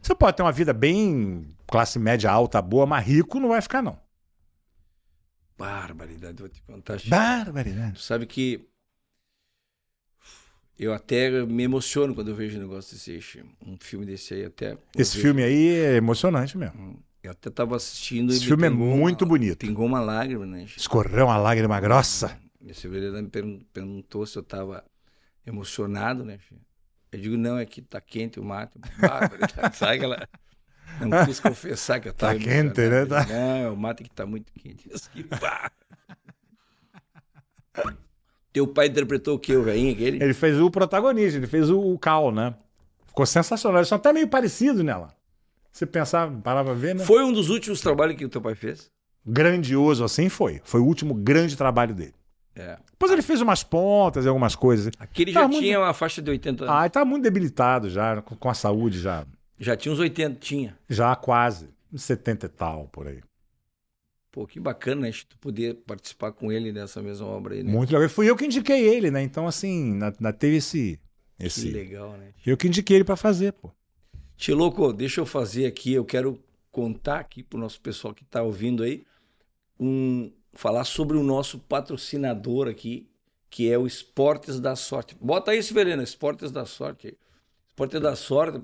B: você pode ter uma vida bem classe média alta, boa, mas rico não vai ficar, não.
A: Barbaridade, vou te contar. Chico.
B: Barbaridade.
A: Tu sabe que eu até me emociono quando eu vejo um negócio desse, Chico. um filme desse aí até.
B: Esse
A: eu
B: filme aí é emocionante mesmo.
A: vejo- Eu até tava assistindo. e
B: Esse
A: me
B: filme é
A: pingou uma-
B: muito bonito.
A: Pingou uma lágrima, né? Chico?
B: Escorreu uma lágrima grossa.
A: Minha segurança me pergun- perguntou se eu tava emocionado, né? Chico? Eu digo, não, é que tá quente o mato. Barbaridade. Sabe aquela... Não quis confessar que eu
B: Tá
A: tava
B: quente,
A: emocionado.
B: né? Tá-
A: Não, é o mato que tá muito quente. Eu disse, "Pá." Teu pai interpretou o quê? O velhinho aquele?
B: Ele fez o protagonista, ele fez o, o Cal, né? Ficou sensacional. Eles são até meio parecidos nela. Se pensar, parar pra ver, né?
A: Foi um dos últimos trabalhos que o teu pai fez?
B: Grandioso assim foi. Foi o último grande trabalho dele.
A: É.
B: Depois ele fez umas pontas e algumas coisas.
A: Aquele
B: Tá
A: já
B: muito-
A: tinha uma faixa de 80 anos.
B: Ah, ele tá muito debilitado já, com com a saúde já.
A: Já tinha uns 80, tinha.
B: Já quase. uns 70 e tal, por aí.
A: Pô, que bacana, né? Tu poder participar com ele nessa mesma obra aí, né?
B: Muito legal. E fui eu que indiquei ele, né? Então, assim, na, na- teve esse.
A: que
B: esse...
A: legal, né?
B: Eu que indiquei ele pra fazer, pô.
A: Tio Louco, deixa eu fazer aqui, eu quero contar aqui pro nosso pessoal que tá ouvindo aí, um falar sobre o nosso patrocinador aqui, que é o Esportes da Sorte. Bota aí, Severino, Esportes da Sorte. aí. Esportes da Sorte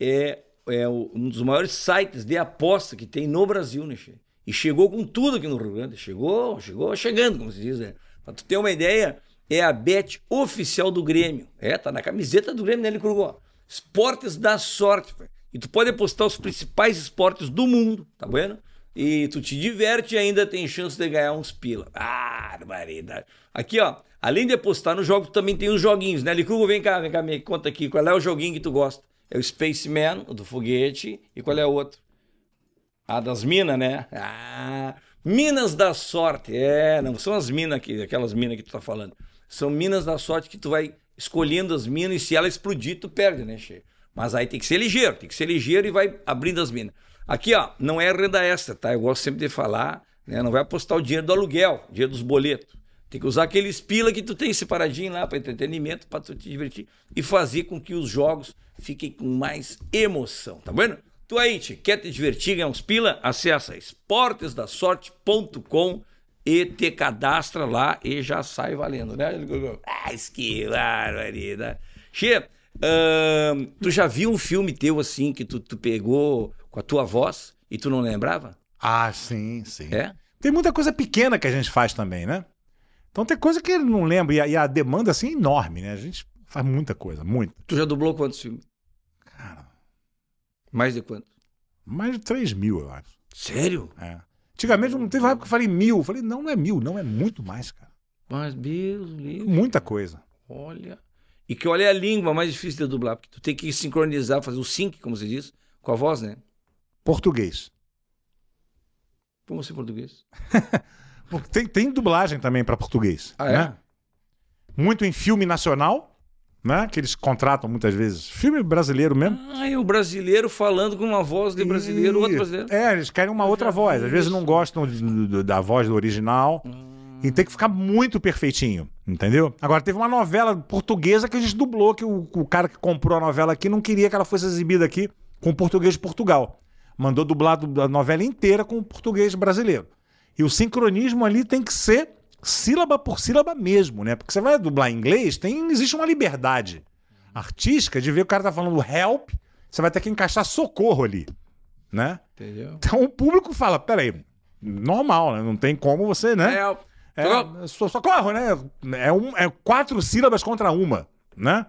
A: é, é o- um dos maiores sites de aposta que tem no Brasil, né, che? E chegou com tudo aqui no Rio Grande. Chegou, chegou, chegando, como se diz, né? Pra tu ter uma ideia, é a bet oficial do Grêmio. É, tá na camiseta do Grêmio, né, Licurgo? Esportes da Sorte, velho. E tu pode apostar os principais esportes do mundo, tá vendo? E tu te diverte e ainda tem chance de ganhar uns pila. Ah, barbaridade. Aqui, ó. Além de apostar no jogo, tu também tem os joguinhos, né? Licugo, vem cá, vem cá, me conta aqui. Qual é o joguinho que tu gosta? É o Spaceman, o do foguete. E qual é o outro? Ah, das minas, né? Ah, minas da sorte. É, não são as minas aqui, aquelas minas que tu tá falando. São minas da sorte que tu vai escolhendo as minas e se ela explodir, tu perde, né, Che? Mas aí tem que ser ligeiro, tem que ser ligeiro e vai abrindo as minas. Aqui, ó, não é renda extra, tá? Eu gosto sempre de falar, né? Não vai apostar o dinheiro do aluguel, dinheiro dos boletos. Tem que usar aqueles pila que tu tem separadinho lá para entretenimento, para tu te divertir e fazer com que os jogos fiquem com mais emoção, tá vendo? Tu aí, te, quer te divertir, ganhar uns pila? Acessa esportesdasorte.com e te cadastra lá e já sai valendo, né? Gugu? Ah, isso que barbaridade. Che, ahn, tu já viu um filme teu assim que tu, tu pegou com a tua voz e tu não lembrava?
B: Ah, sim, sim.
A: É?
B: Tem muita coisa pequena que a gente faz também, né? Então tem coisa que ele não lembra. E a, e a demanda, assim, é enorme, né? A gente faz muita coisa, muita.
A: Tu já dublou quantos filmes?
B: Cara,
A: Mais de quanto?
B: mais de 3 mil, eu acho.
A: Sério?
B: É. Antigamente não teve uma época que eu falei mil. Eu falei, não, não é mil, não, é muito mais, cara.
A: Mas Deus livre,
B: Muita coisa.
A: olha. E que olha é a língua mais difícil de dublar, porque tu tem que sincronizar, fazer o sync, como se diz, com a voz, né?
B: Português.
A: Como assim em português?
B: Porque Tem, tem dublagem também pra português.
A: Ah,
B: né?
A: é?
B: muito em filme nacional, né? Que eles contratam muitas vezes. Filme brasileiro mesmo.
A: Ah, é o brasileiro falando com uma voz de Ah, brasileiro,
B: E-
A: outro brasileiro.
B: É, eles querem uma outra
A: vi
B: voz. Às vezes
A: isso.
B: não gostam de- do- do- da voz do original. E tem que ficar muito perfeitinho, entendeu? Agora, teve uma novela portuguesa que a gente dublou, que o, o cara que comprou a novela aqui não queria que ela fosse exibida aqui com o português de Portugal. Mandou dublar du- a novela inteira com o português brasileiro. E o sincronismo ali tem que ser sílaba por sílaba mesmo, né? Porque você vai dublar em inglês, tem, existe uma liberdade. artística de ver o cara tá falando help, você vai ter que encaixar socorro ali, né?
A: Entendeu?
B: Então o público fala, peraí, normal, né? Não tem como você, né?
A: É,
B: É, so- socorro, né? É, um, é quatro sílabas contra uma, né?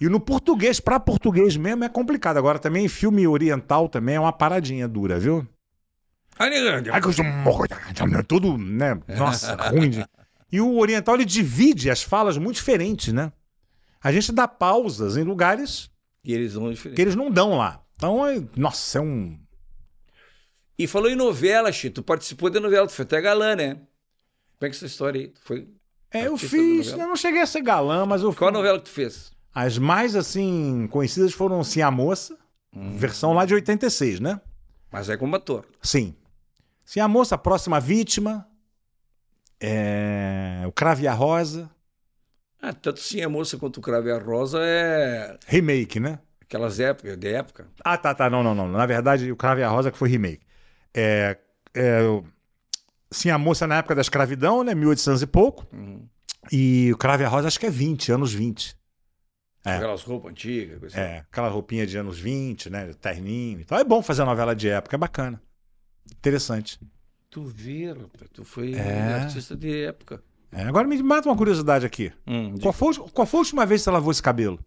B: E no português, pra português mesmo, é complicado. Agora também, filme oriental também é uma paradinha dura, viu? Ai, que eu sou morro- Tudo, né? Nossa, ruim. de- E o oriental, ele divide as falas muito diferentes, né? A gente dá pausas em lugares
A: E eles vão
B: que
A: diferente.
B: eles não dão lá. Então, é- nossa, é um...
A: E falou em novela, Chito. Tu participou da novela, tu foi até galã, né? Como é que é essa história aí? Tu foi...
B: É, eu
A: Artista da
B: fiz...
A: novela.
B: Eu não cheguei a ser galã, mas eu
A: Qual a
B: fiz-
A: novela que tu fez?
B: As mais, assim, conhecidas foram Sim a Moça, versão lá de 86, né?
A: Mas é como ator.
B: Sim. Sim a Moça, Próxima Vítima, é, O Cravo e a Rosa,
A: Ah, tanto sim a moça quanto o Crave a Rosa é
B: remake, né?
A: aquelas épocas, de época.
B: Ah, tá, tá, não, não, não. Na verdade, O Cravo e a Rosa que foi remake. É, é, o- Sim a Moça na época da escravidão, né? 1800 e pouco.
A: Uhum.
B: E O Cravo e a Rosa acho que é 20, anos 20. É.
A: Aquelas roupas antigas, coisa assim.
B: É, aquela roupinha de anos 20, né? Terninho e tal. É bom fazer novela de época, é bacana. Interessante.
A: Tu vê, rapaz, tu foi
B: É.
A: artista de época.
B: É, agora me mata uma curiosidade aqui.
A: Hum,
B: Qual foi, qual foi a última vez que você lavou esse cabelo?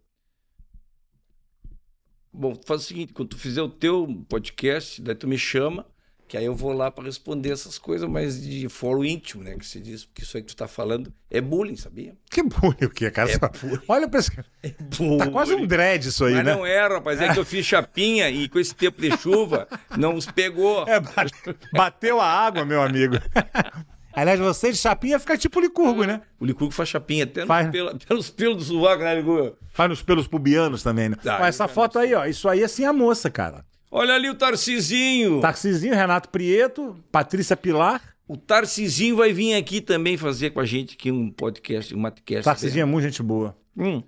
A: Bom, faz o seguinte, quando tu fizer o teu podcast, daí tu me chama, que aí eu vou lá pra responder essas coisas, mas de fórum íntimo, né, que se diz, porque isso aí que tu tá falando é bullying, sabia?
B: Que bullying o que, cara?
A: É
B: Só-
A: bullying.
B: Olha pra esse cara. Tá quase um dread isso aí,
A: Mas
B: né?
A: não era, rapaz, é que eu fiz chapinha e com esse tempo de chuva não os pegou.
B: É, ba- bateu a água, meu amigo. Aliás, você de chapinha fica tipo licurgo, né?
A: O Licurgo faz chapinha até nos
B: Faz. né?
A: pela- pelos pelos do sovaco, né, Licurgo?
B: Faz nos pelos pubianos também, né?
A: Tá,
B: Ó, essa
A: eu já
B: foto aí, ó. Isso aí é sim a moça, cara.
A: Olha ali o Tarcizinho.
B: Tarcizinho, Renato Prieto, Patrícia Pilar.
A: O Tarcizinho vai vir aqui também fazer com a gente aqui um podcast, um matcast.
B: Tarcizinho é muito gente boa.
A: Hum.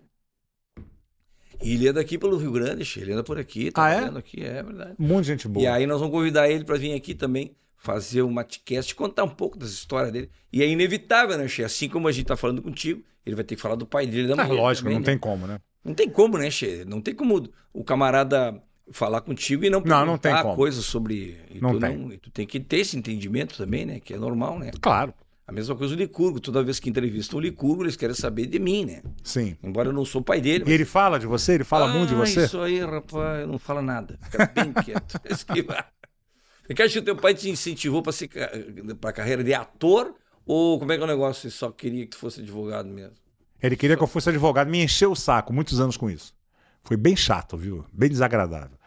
A: E ele é daqui pelo Rio Grande, che, ele anda por aqui, tá
B: Ah, é?
A: vendo aqui, é verdade.
B: Muito gente boa.
A: E aí nós vamos convidar ele para vir aqui também fazer um matcast, contar um pouco das histórias dele. E é inevitável, né, Che? Assim como a gente tá falando contigo, ele vai ter que falar do pai dele e da
B: Ah,
A: mulher.
B: lógico,
A: também, né?
B: não tem como, né?
A: Não tem como, né, Che? Não tem como o camarada falar contigo e não
B: Não, não tem
A: perguntar
B: como.
A: coisas sobre... E
B: Não
A: tu
B: tem.
A: e tu tem que ter esse entendimento também, né? Que é normal, né?
B: Claro,
A: A mesma coisa o Licurgo. Toda vez que entrevistam o Licurgo, eles querem saber de mim, né?
B: sim.
A: Embora eu não sou pai dele,
B: E ele fala de você? Ele fala
A: ah,
B: muito de você?
A: Isso aí, rapaz, não fala nada. Fica bem quieto. Esquiva. Eu acho que o teu pai te incentivou para ser para carreira de ator ou como é que é o negócio? Ele só queria que tu fosse advogado mesmo.
B: Ele queria que eu fosse advogado, me encheu o saco, muitos anos com isso. Foi bem chato, viu? Bem desagradável.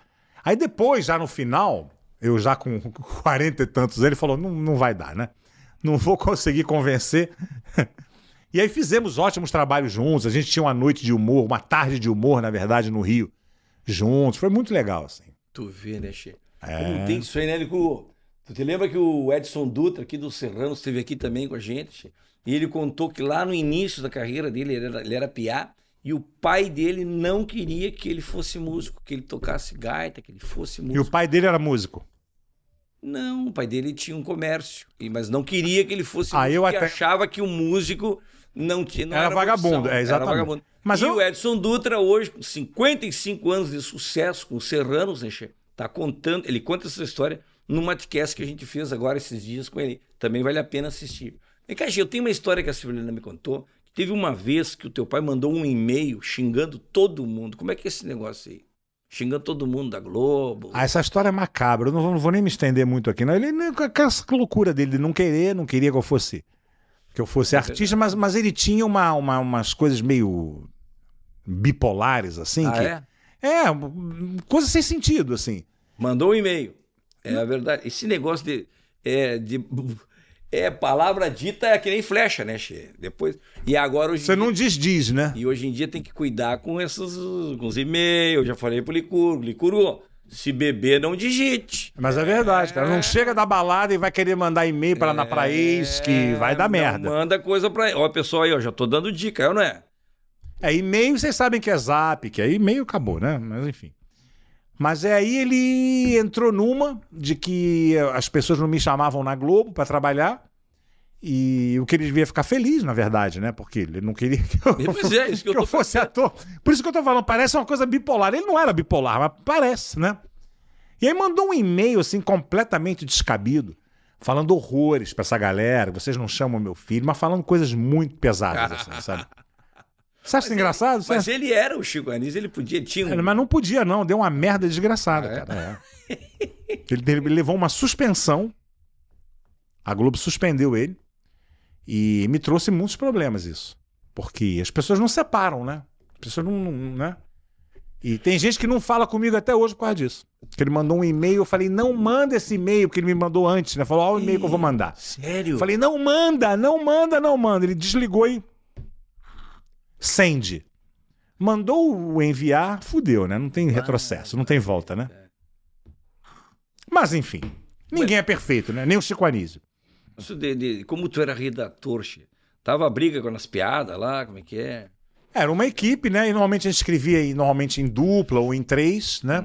B: Aí depois, já no final, eu já com 40 e tantos, ele falou: não, não vai dar, né? Não vou conseguir convencer. e aí fizemos ótimos trabalhos juntos. A gente tinha uma noite de humor, uma tarde de humor, na verdade, no Rio, juntos. Foi muito legal, assim.
A: Tu vê, né, Che?
B: É.
A: Como tem isso aí, né, Lico? Tu te lembra que o Edson Dutra, aqui do Serrano, esteve aqui também com a gente? Che? E ele contou que lá no início da carreira dele, ele era, ele era piá, e o pai dele não queria que ele fosse músico, que ele tocasse gaita, que ele fosse músico.
B: E o pai dele era músico.
A: Não, o pai dele tinha um comércio, e- mas não queria que ele fosse
B: Ah, eu
A: músico, porque
B: até-
A: achava que o músico não tinha não
B: Era vagabundo,
A: profissão,
B: é, exatamente.
A: Era vagabundo.
B: Mas
A: e
B: eu-
A: o Edson Dutra hoje, com 55 anos de sucesso com os Serranos, né, Che? tá contando, ele conta essa história no matcast que a gente fez agora esses dias com ele. Também vale a pena assistir. E Caixa, eu tenho uma história que a Silvana me contou. que Teve uma vez que o teu pai mandou um e-mail xingando todo mundo. Como é que é esse negócio aí? Xingando todo mundo da Globo.
B: Ah, essa história é macabra. Eu não vou, não vou nem me estender muito aqui. Não. Ele, não- com essa loucura dele de não querer, não queria que eu fosse que eu fosse artista, mas, mas ele tinha uma, uma- umas coisas meio bipolares, assim.
A: Ah,
B: que-
A: é?
B: É, um- coisa sem sentido, assim.
A: Mandou um e-mail. É a verdade. Esse negócio de. É, de- é, palavra dita é que nem flecha, né, Che? Depois. E agora hoje. em
B: Você
A: dia-
B: não desdiz, né?
A: E hoje em dia tem que cuidar com esses. com os e-mails. Eu já falei pro Licurgo. Licurgo, se beber, não digite.
B: Mas é verdade, cara. Não chega da balada e vai querer mandar e-mail pra, lá pra ex, que vai dar
A: É, Não
B: merda.
A: Manda coisa pra. Ó, pessoal aí, ó, já tô dando dica, eu não é?
B: É, e-mail vocês sabem que é zap, que aí e-mail acabou, né? Mas enfim. Mas é aí eh, ele entrou numa de que as pessoas não me chamavam na Globo pra trabalhar. E o que ele devia ficar feliz, na verdade, né? Porque ele não queria que eu,
A: Pois é, isso que eu tô
B: fosse ator. Por isso que eu tô falando, parece uma coisa bipolar. Ele não era bipolar, mas parece, né? E aí mandou um e-mail, assim, completamente descabido, falando horrores pra essa galera. Vocês não chamam meu filho, mas falando coisas muito pesadas, assim, sabe? Você acha isso engraçado? Você
A: Mas ele era o Chico Anísio, ele podia, tinha
B: é,
A: um...
B: Mas não podia, não. Deu uma merda desgraçada, cara. É. ele, ele levou uma suspensão. A Globo suspendeu ele. E me trouxe muitos problemas isso. Porque as pessoas não separam, né? As pessoas não, não- né? E tem gente que não fala comigo até hoje por causa disso. Que ele mandou um e-mail, eu falei, não manda esse e-mail que ele me mandou antes, né? Falou, olha o e-mail que eu vou mandar.
A: Sério?
B: Eu Falei, não manda, não manda, não manda. Ele desligou e. Send. Mandou o enviar, fudeu, né? Não tem retrocesso, não tem volta, né? Mas enfim, ninguém é perfeito, né? Nem o Chico Anísio.
A: Isso de, de- como tu era redator, che. Tava briga com as piadas lá, como é que é?
B: Era uma equipe, né? E normalmente a gente escrevia aí, normalmente em dupla ou em três, né?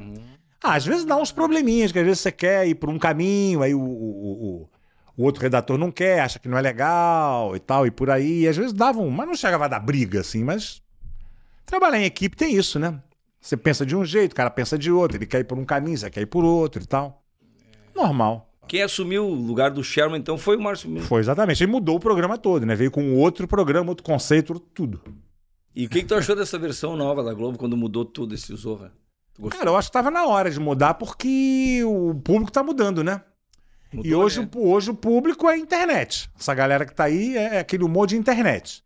B: Ah, às vezes dá uns probleminhas, que às vezes você quer ir por um caminho, aí o, o- o- o outro redator não quer, acha que não é legal e tal, e por aí. E às vezes davam, mas não chegava a dar briga, assim, mas. Trabalhar em equipe tem isso, né? Você pensa de um jeito, o cara pensa de outro, ele quer ir por um caminho, você quer ir por outro e tal. Normal.
A: Quem assumiu o lugar do Sherman, então, foi o Márcio Mendes.
B: Foi exatamente. Ele mudou o programa todo, né? Veio com outro programa, outro conceito, outro tudo.
A: E o que, que tu achou dessa versão nova da Globo, quando mudou tudo esse Zorra? Tu gostou?
B: Cara, eu acho que tava na hora de mudar porque o público tá mudando, né?
A: Mudou,
B: e hoje,
A: né?
B: o- hoje o público é a internet. Essa galera que tá aí é aquele humor de internet.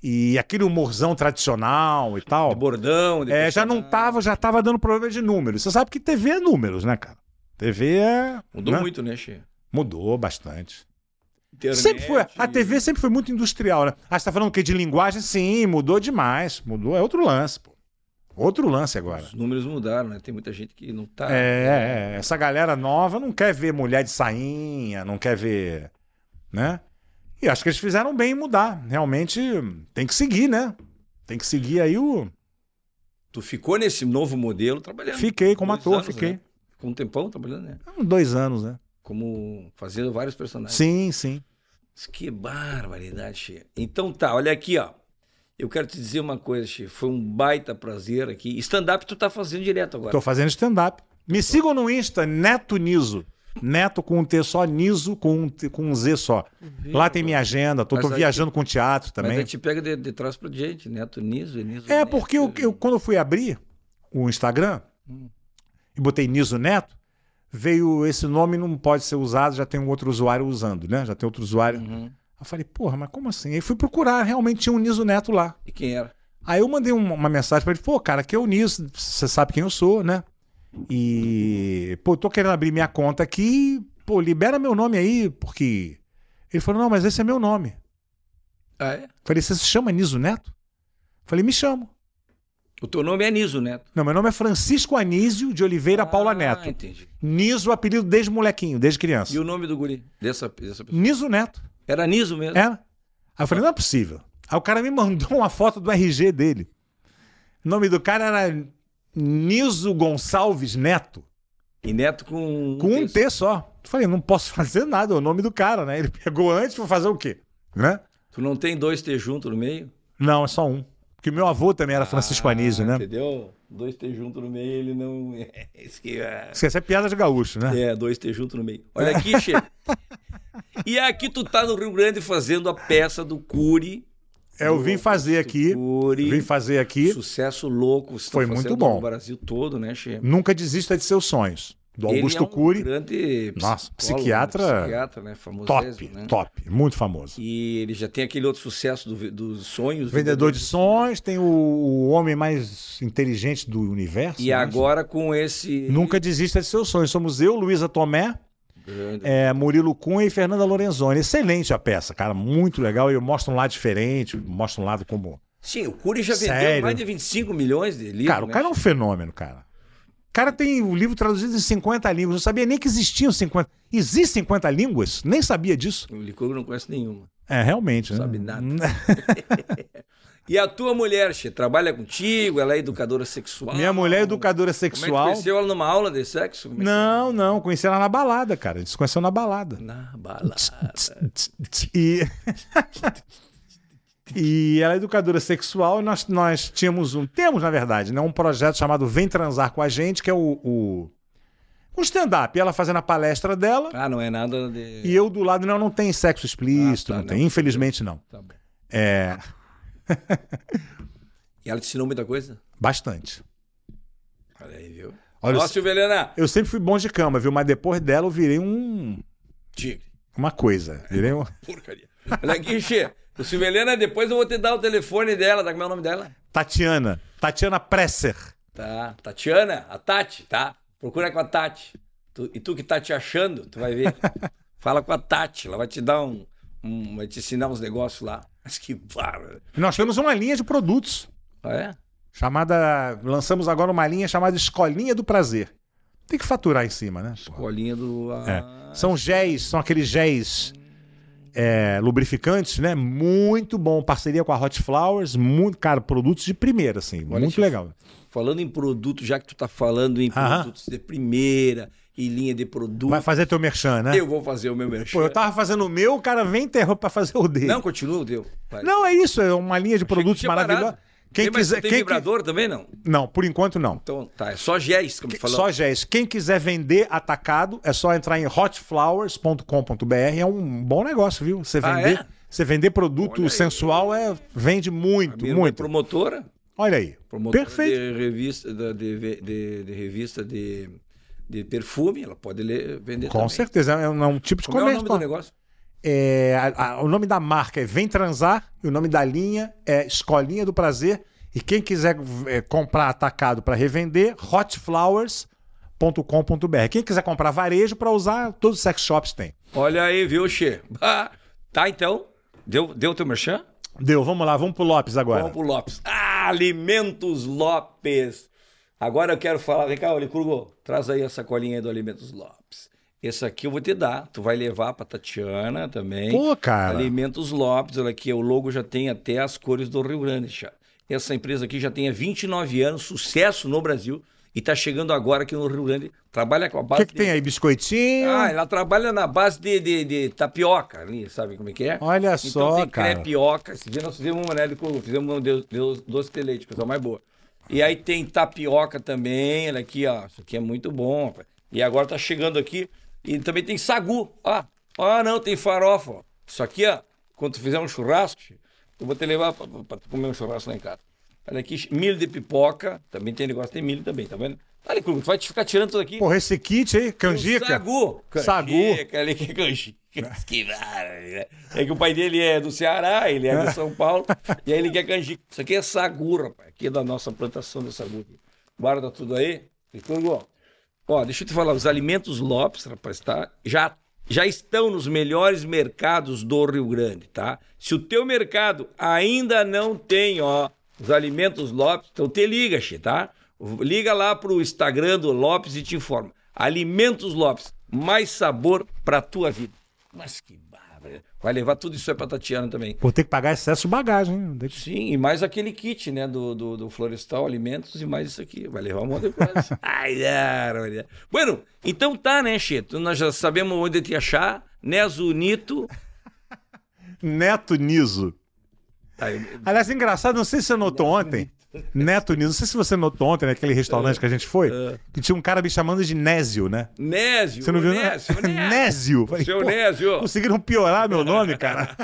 B: E aquele humorzão tradicional e
A: De
B: tal.
A: bordão, de né?
B: É, já não
A: personagem.
B: tava, já tava dando problema de números. Você sabe que TV é números, né, cara? TV é.
A: Mudou
B: né?
A: muito, né, Che?
B: Mudou bastante.
A: Internet,
B: Sempre foi. A TV sempre foi muito industrial, né? Ah, você tá falando o quê? De linguagem? Sim, mudou demais. Mudou. É outro lance, pô. Outro lance agora.
A: Os números mudaram, né? Tem muita gente que não tá.
B: É, é, essa galera nova não quer ver mulher de sainha, não quer ver. né? E acho que eles fizeram bem em mudar. Realmente tem que seguir, né? Tem que seguir aí o.
A: Tu ficou nesse novo modelo trabalhando.
B: Fiquei como
A: Dois
B: ator,
A: anos,
B: fiquei.
A: né? Ficou um tempão trabalhando, né?
B: Há uns Dois anos, né?
A: Como fazendo vários personagens.
B: Sim, sim.
A: Que barbaridade, Che. Então tá, olha aqui, ó. Eu quero te dizer uma coisa, Che. Foi um baita prazer aqui. Stand-up tu tá fazendo direto agora.
B: Tô fazendo stand-up.
A: Tá
B: Me sigam no Insta, Neto Niso. Neto com um T só, Niso com um, T- com um Z só. Lá tem minha agenda, tô,
A: Mas
B: tô
A: aí-
B: viajando com teatro
A: Mas é
B: também.
A: aí te pega de, de trás pra diante, Neto Niso, Niso
B: É,
A: Neto.
B: porque eu, eu- quando eu fui abrir o Instagram e botei Niso Neto, veio esse nome não pode ser usado, já tem um outro usuário usando, né? Já tem outro usuário.
A: Uhum.
B: Eu falei, porra, mas como assim? Aí fui procurar, realmente tinha um Niso Neto lá.
A: E quem era?
B: Aí eu mandei um- uma mensagem pra ele, pô, cara, que é o Niso, você sabe quem eu sou, né? E, pô, tô querendo abrir minha conta aqui, pô, libera meu nome aí, porque... Ele falou, não, mas esse é meu nome.
A: Ah, é?
B: Falei, você se chama Niso Neto? Falei, me chamo.
A: O teu nome é Niso Neto.
B: Não, meu nome é Francisco Anísio de Oliveira Paula
A: Ah,
B: Neto.
A: entendi.
B: Niso, o apelido desde molequinho, desde criança.
A: E o nome do guri dessa, dessa pessoa?
B: Niso Neto.
A: Era Niso mesmo?
B: Era. Aí eu falei, não é possível. Aí o cara me mandou uma foto do RG dele. O nome do cara era Niso Gonçalves Neto,
A: E Neto com...
B: com um T só. Eu falei, não posso fazer nada, é o nome do cara, né? Ele pegou antes, foi fazer o quê? Né?
A: Tu não tem dois T junto no meio?
B: Não, é só um. Porque meu avô também era Francisco
A: Ah,
B: Anísio, né?
A: Entendeu? Dois T junto no meio, ele não... Esse que é...
B: Esquece, é piada de gaúcho, né?
A: É, dois T junto no meio. Olha aqui, Che. e aqui tu tá no Rio Grande fazendo a peça do Curi. É,
B: Eu vim fazer aqui,
A: Curi.
B: vim fazer aqui.
A: Sucesso louco. Você
B: Foi
A: tá fazendo
B: muito bom.
A: No Brasil todo, né, Che?
B: Nunca desista de seus sonhos. Do
A: Ele
B: Augusto
A: é um
B: Cury,
A: Grande
B: Nossa,
A: psicólogo,
B: psiquiatra-
A: Psiquiatra, né? Famoso.
B: top,
A: né?
B: top, muito famoso.
A: E ele já tem aquele outro sucesso do- dos sonhos.
B: Vendedor de sonhos, tem o, o homem mais inteligente do universo.
A: E
B: né?
A: agora com esse.
B: Nunca desista de seus sonhos. Somos eu, Luísa Tomé,
A: Grande.
B: é, Murilo Cunha e Fernanda Lorenzoni. Excelente a peça, cara, muito legal. E Eu mostro um lado diferente, mostro um lado como.
A: Sim, o Cury já vendeu
B: Sério?
A: mais de 25 milhões de livros.
B: Cara, o
A: né,
B: cara é um fenômeno, cara. O cara tem o livro traduzido em 50 línguas. Não sabia nem que existiam 50. Existem 50 línguas? Nem sabia disso. né?
A: Che? O Licurgo não conhece nenhuma.
B: É, realmente,
A: Não
B: né?
A: sabe nada. E a tua mulher, Che, trabalha contigo? Ela é educadora sexual?
B: Minha mulher é educadora
A: Como é que tu
B: sexual.
A: conheceu ela numa aula de sexo? Como é que- é?
B: Não, não, conheci ela na balada, cara. A gente se conheceu na balada.
A: Na balada.
B: E. E ela é educadora sexual e nós, nós tínhamos um. Temos, na verdade, né, um projeto chamado Vem Transar com a Gente, que é o. o um stand-up. Ela fazendo a palestra dela
A: Ah, não é nada de...
B: e eu do lado. Não, não tem sexo explícito,
A: Ah, tá,
B: não tem.
A: não.
B: Infelizmente, não.
A: Tá bom.
B: É.
A: E ela te ensinou muita coisa?
B: Bastante.
A: Olha aí, viu?
B: Olha, eu-
A: Ó, Silvia Helena,
B: eu sempre fui bom de cama, viu? Mas depois dela eu virei um.
A: tigre.
B: Uma coisa. Virei um.
A: Porcaria. Olha aqui, Che. O Silvia Helena, depois eu vou te dar o telefone dela. Tá, como é o nome dela?
B: Tatiana. Tatiana Presser.
A: Tá. Tatiana, a Tati, tá? Procura com a Tati. Tu- e tu que tá te achando, tu vai ver. Fala com a Tati, ela vai te dar um. um- vai te ensinar uns negócios lá. Mas que bárbaro.
B: Nós temos uma linha de produtos.
A: Ah, é?
B: Chamada. Lançamos agora uma linha chamada Escolinha do Prazer. Tem que faturar em cima, né? porra?
A: Colinha do. ah,
B: É. São géis, são aqueles géis é, lubrificantes, né? Muito bom. Parceria com a Hot Flowers, muito, cara, produtos de primeira, assim.
A: Olha,
B: muito
A: chefe.
B: legal.
A: Falando em produto, já que tu tá falando em
B: Aham.
A: produtos de primeira e linha de produto,
B: Vai fazer teu merchan, né?
A: eu vou fazer o meu merchan.
B: Pô, eu tava fazendo o meu, o cara vem e interrompe pra fazer o dele.
A: Não,
B: Não,
A: continua, deu. Vai.
B: é isso, é uma linha de produtos
A: tinha parado.
B: maravilhosa. Quem
A: tem, mas
B: quiser.
A: tem
B: Quem, qui-
A: vibrador também, não?
B: não, por enquanto não.
A: Então, tá, é só géis, como
B: Que-
A: tu falou.
B: Só Géis. Quem quiser vender atacado, é só entrar em hotflowers.com.br. É um bom negócio, viu? Você
A: Ah,
B: vender,
A: é?
B: você vender produto
A: Olha aí.
B: sensual é vende muito,
A: Minha é
B: muito.
A: promotora,
B: Olha aí.
A: promotora
B: Perfeito.
A: de revista da- de, de- de revista de, de perfume, ela pode ler, vender
B: Com
A: também.
B: certeza, é um, é um tipo de
A: Como é o nome
B: comércio.
A: do negócio?
B: É, a- a- o nome da marca é Vem Transar e o nome da linha é Escolinha do Prazer. E quem quiser é, comprar atacado para revender, hotflowers.com.br. Quem quiser comprar varejo para usar, todos os sex shops têm.
A: Olha aí, viu, Che? Bah, Tá, então. Deu, deu teu merchan?
B: Deu, vamos lá, vamos pro Lopes agora.
A: Vamos pro Lopes. Ah, Alimentos Lopes. Agora eu quero falar, vem cá, Licurgo, traz aí essa colinha aí do Alimentos Lopes. Esse aqui eu vou te dar, tu vai levar pra Tatiana também.
B: Pô, cara.
A: Alimentos Lopes, olha aqui, o logo já tem até as cores do Rio Grande, já. Essa empresa aqui já tem há 29 anos, sucesso no Brasil, e tá chegando agora aqui no Rio Grande. Trabalha com a
B: O
A: base
B: que, que tem aí? Biscoitinho?
A: ah, ela trabalha na base de, de- de tapioca ali, sabe como é que é?
B: Olha
A: então,
B: só,
A: tem
B: cara.
A: crepioca. Esse dia nós fizemos uma, né? de coco, Fizemos um de- de- doce de leite, coisa mais boa. E aí tem tapioca também, olha aqui, ó. Isso aqui é muito bom. rapaz. E agora tá chegando aqui. E também tem sagu, ó. Ah, não, tem farofa, ó. Isso aqui, ó. Quando tu fizer um churrasco, eu vou te levar pra, pra tu comer um churrasco lá em casa. Olha aqui, milho de pipoca. Também tem negócio, tem milho também, tá vendo? Olha, Cuco, tu vai te ficar tirando tudo aqui.
B: Porra, esse kit aí, canjica.
A: um Sagu.
B: Sagu.
A: Canjica, ele que é canjica. Que maravilha. É que o pai dele é do Ceará, ele é de São Paulo, e aí ele quer canjica. Isso aqui é sagu, rapaz. Aqui é da nossa plantação do sagu. aqui. Guarda tudo aí. Ficou Ó, deixa eu te falar, os alimentos Lopes, rapaz, tá? Já, já estão nos melhores mercados do Rio Grande, tá? Se o teu mercado ainda não tem, ó, os alimentos Lopes, então te liga, che, tá? Liga lá pro Instagram do Lopes e te informa. Alimentos Lopes, mais sabor pra tua vida. Mas que bárbaro. Vai levar tudo isso aí pra Tatiana também.
B: Vou ter que pagar excesso de bagagem. hein? Tem que-
A: Sim, e mais aquele kit, né, do, do, do Florestal Alimentos e mais isso aqui. Vai levar um monte de coisa. Ai, cara, olha. Bueno, então tá, né, Cheto? Nós já sabemos onde te achar. Nezunito.
B: Neto Niso.
A: Tá, eu-
B: Aliás, engraçado, não sei se você notou ontem. Neto Niso, não sei se você notou ontem, naquele
A: É.
B: restaurante que a gente foi, que tinha um cara me chamando de Nésio, né?
A: Nésio.
B: Você não viu?
A: Nésio,
B: não? Nésio. Falei,
A: Seu
B: pô,
A: Nésio.
B: Conseguiram piorar meu nome, cara.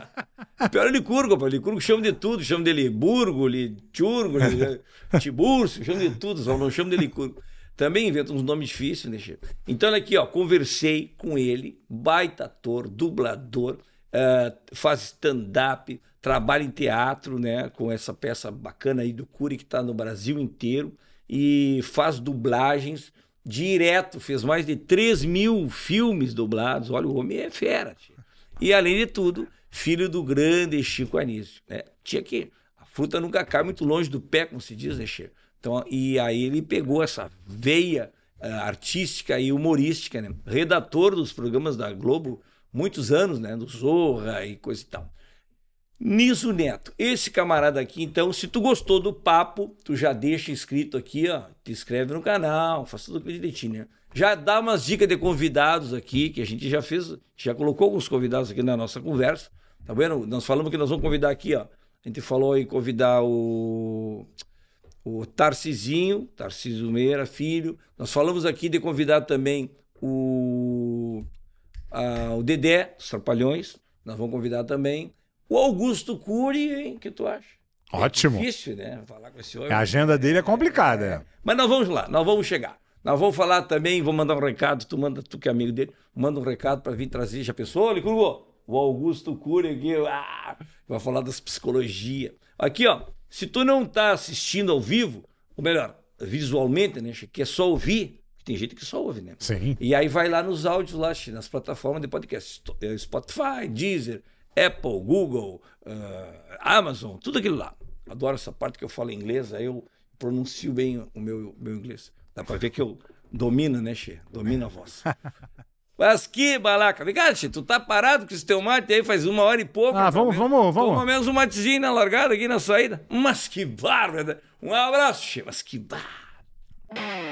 A: Pior é Licurgo, pô. Licurgo chama de tudo. Chama de Liburgo, Liturgo, li- Tiburcio, chama de tudo. Só não chama de Licurgo. Também inventa uns nomes difíceis, né, Chico? Então, olha aqui, ó. Conversei com ele, baita ator, dublador, eh, faz stand-up, trabalha em teatro, né? Com essa peça bacana aí do Cury, que tá no Brasil inteiro. E faz dublagens direto. Fez mais de 3 mil filmes dublados. Olha, o homem é fera, Chico. E além de tudo, filho do grande Chico Anísio. Né? Tinha que. A fruta nunca cai muito longe do pé, como se diz, né, Chico? Então, e aí ele pegou essa veia eh, artística e humorística, né? Redator dos programas da Globo, muitos anos, né? Do Zorra e coisa e tal. Niso Neto, esse camarada aqui, então, se tu gostou do papo, tu já deixa inscrito aqui, ó, te inscreve no canal, faz tudo direitinho, né? Já dá umas dicas de convidados aqui, que a gente já fez, já colocou alguns convidados aqui na nossa conversa, tá vendo? Nós falamos que nós vamos convidar aqui, ó, a gente falou em convidar o o Tarcizinho, Tarciso Meira, filho. Nós falamos aqui de convidar também o, a- Ah, o Dedé, os Trapalhões. Nós vamos convidar também o Augusto Cury, hein? O que tu acha?
B: Ótimo.
A: É difícil, né? Falar com esse homem.
B: A agenda dele é complicada. é.
A: Mas nós vamos lá, nós vamos chegar. Nós vamos falar também, vou mandar um recado, tu manda, tu que é amigo dele, manda um recado para vir trazer já a pessoa, olha, Curvo, o Augusto Cury aqui, ah, vai falar das psicologia. Aqui, ó, se tu não tá assistindo ao vivo, ou melhor, visualmente, né, que é só ouvir, tem gente que só ouve, né?
B: Sim.
A: E aí vai lá nos áudios lá, Chi, nas plataformas de podcast, Sto- eh, Spotify, Deezer, Apple, Google, ah, Amazon, tudo aquilo lá. Adoro essa parte que eu falo inglês, aí eu pronuncio bem o meu, meu inglês. Dá pra ver que eu domino, né, Che? Domino a voz. Mas que balaca. Obrigado, Che. Tu tá parado com esse teu mate aí faz uma hora e pouco.
B: Ah, vamos, vamos, vamos.
A: Pelo menos um matezinho na largada aqui na saída. Mas que bárbaro. né? Um abraço, Che. Mas que bárbaro.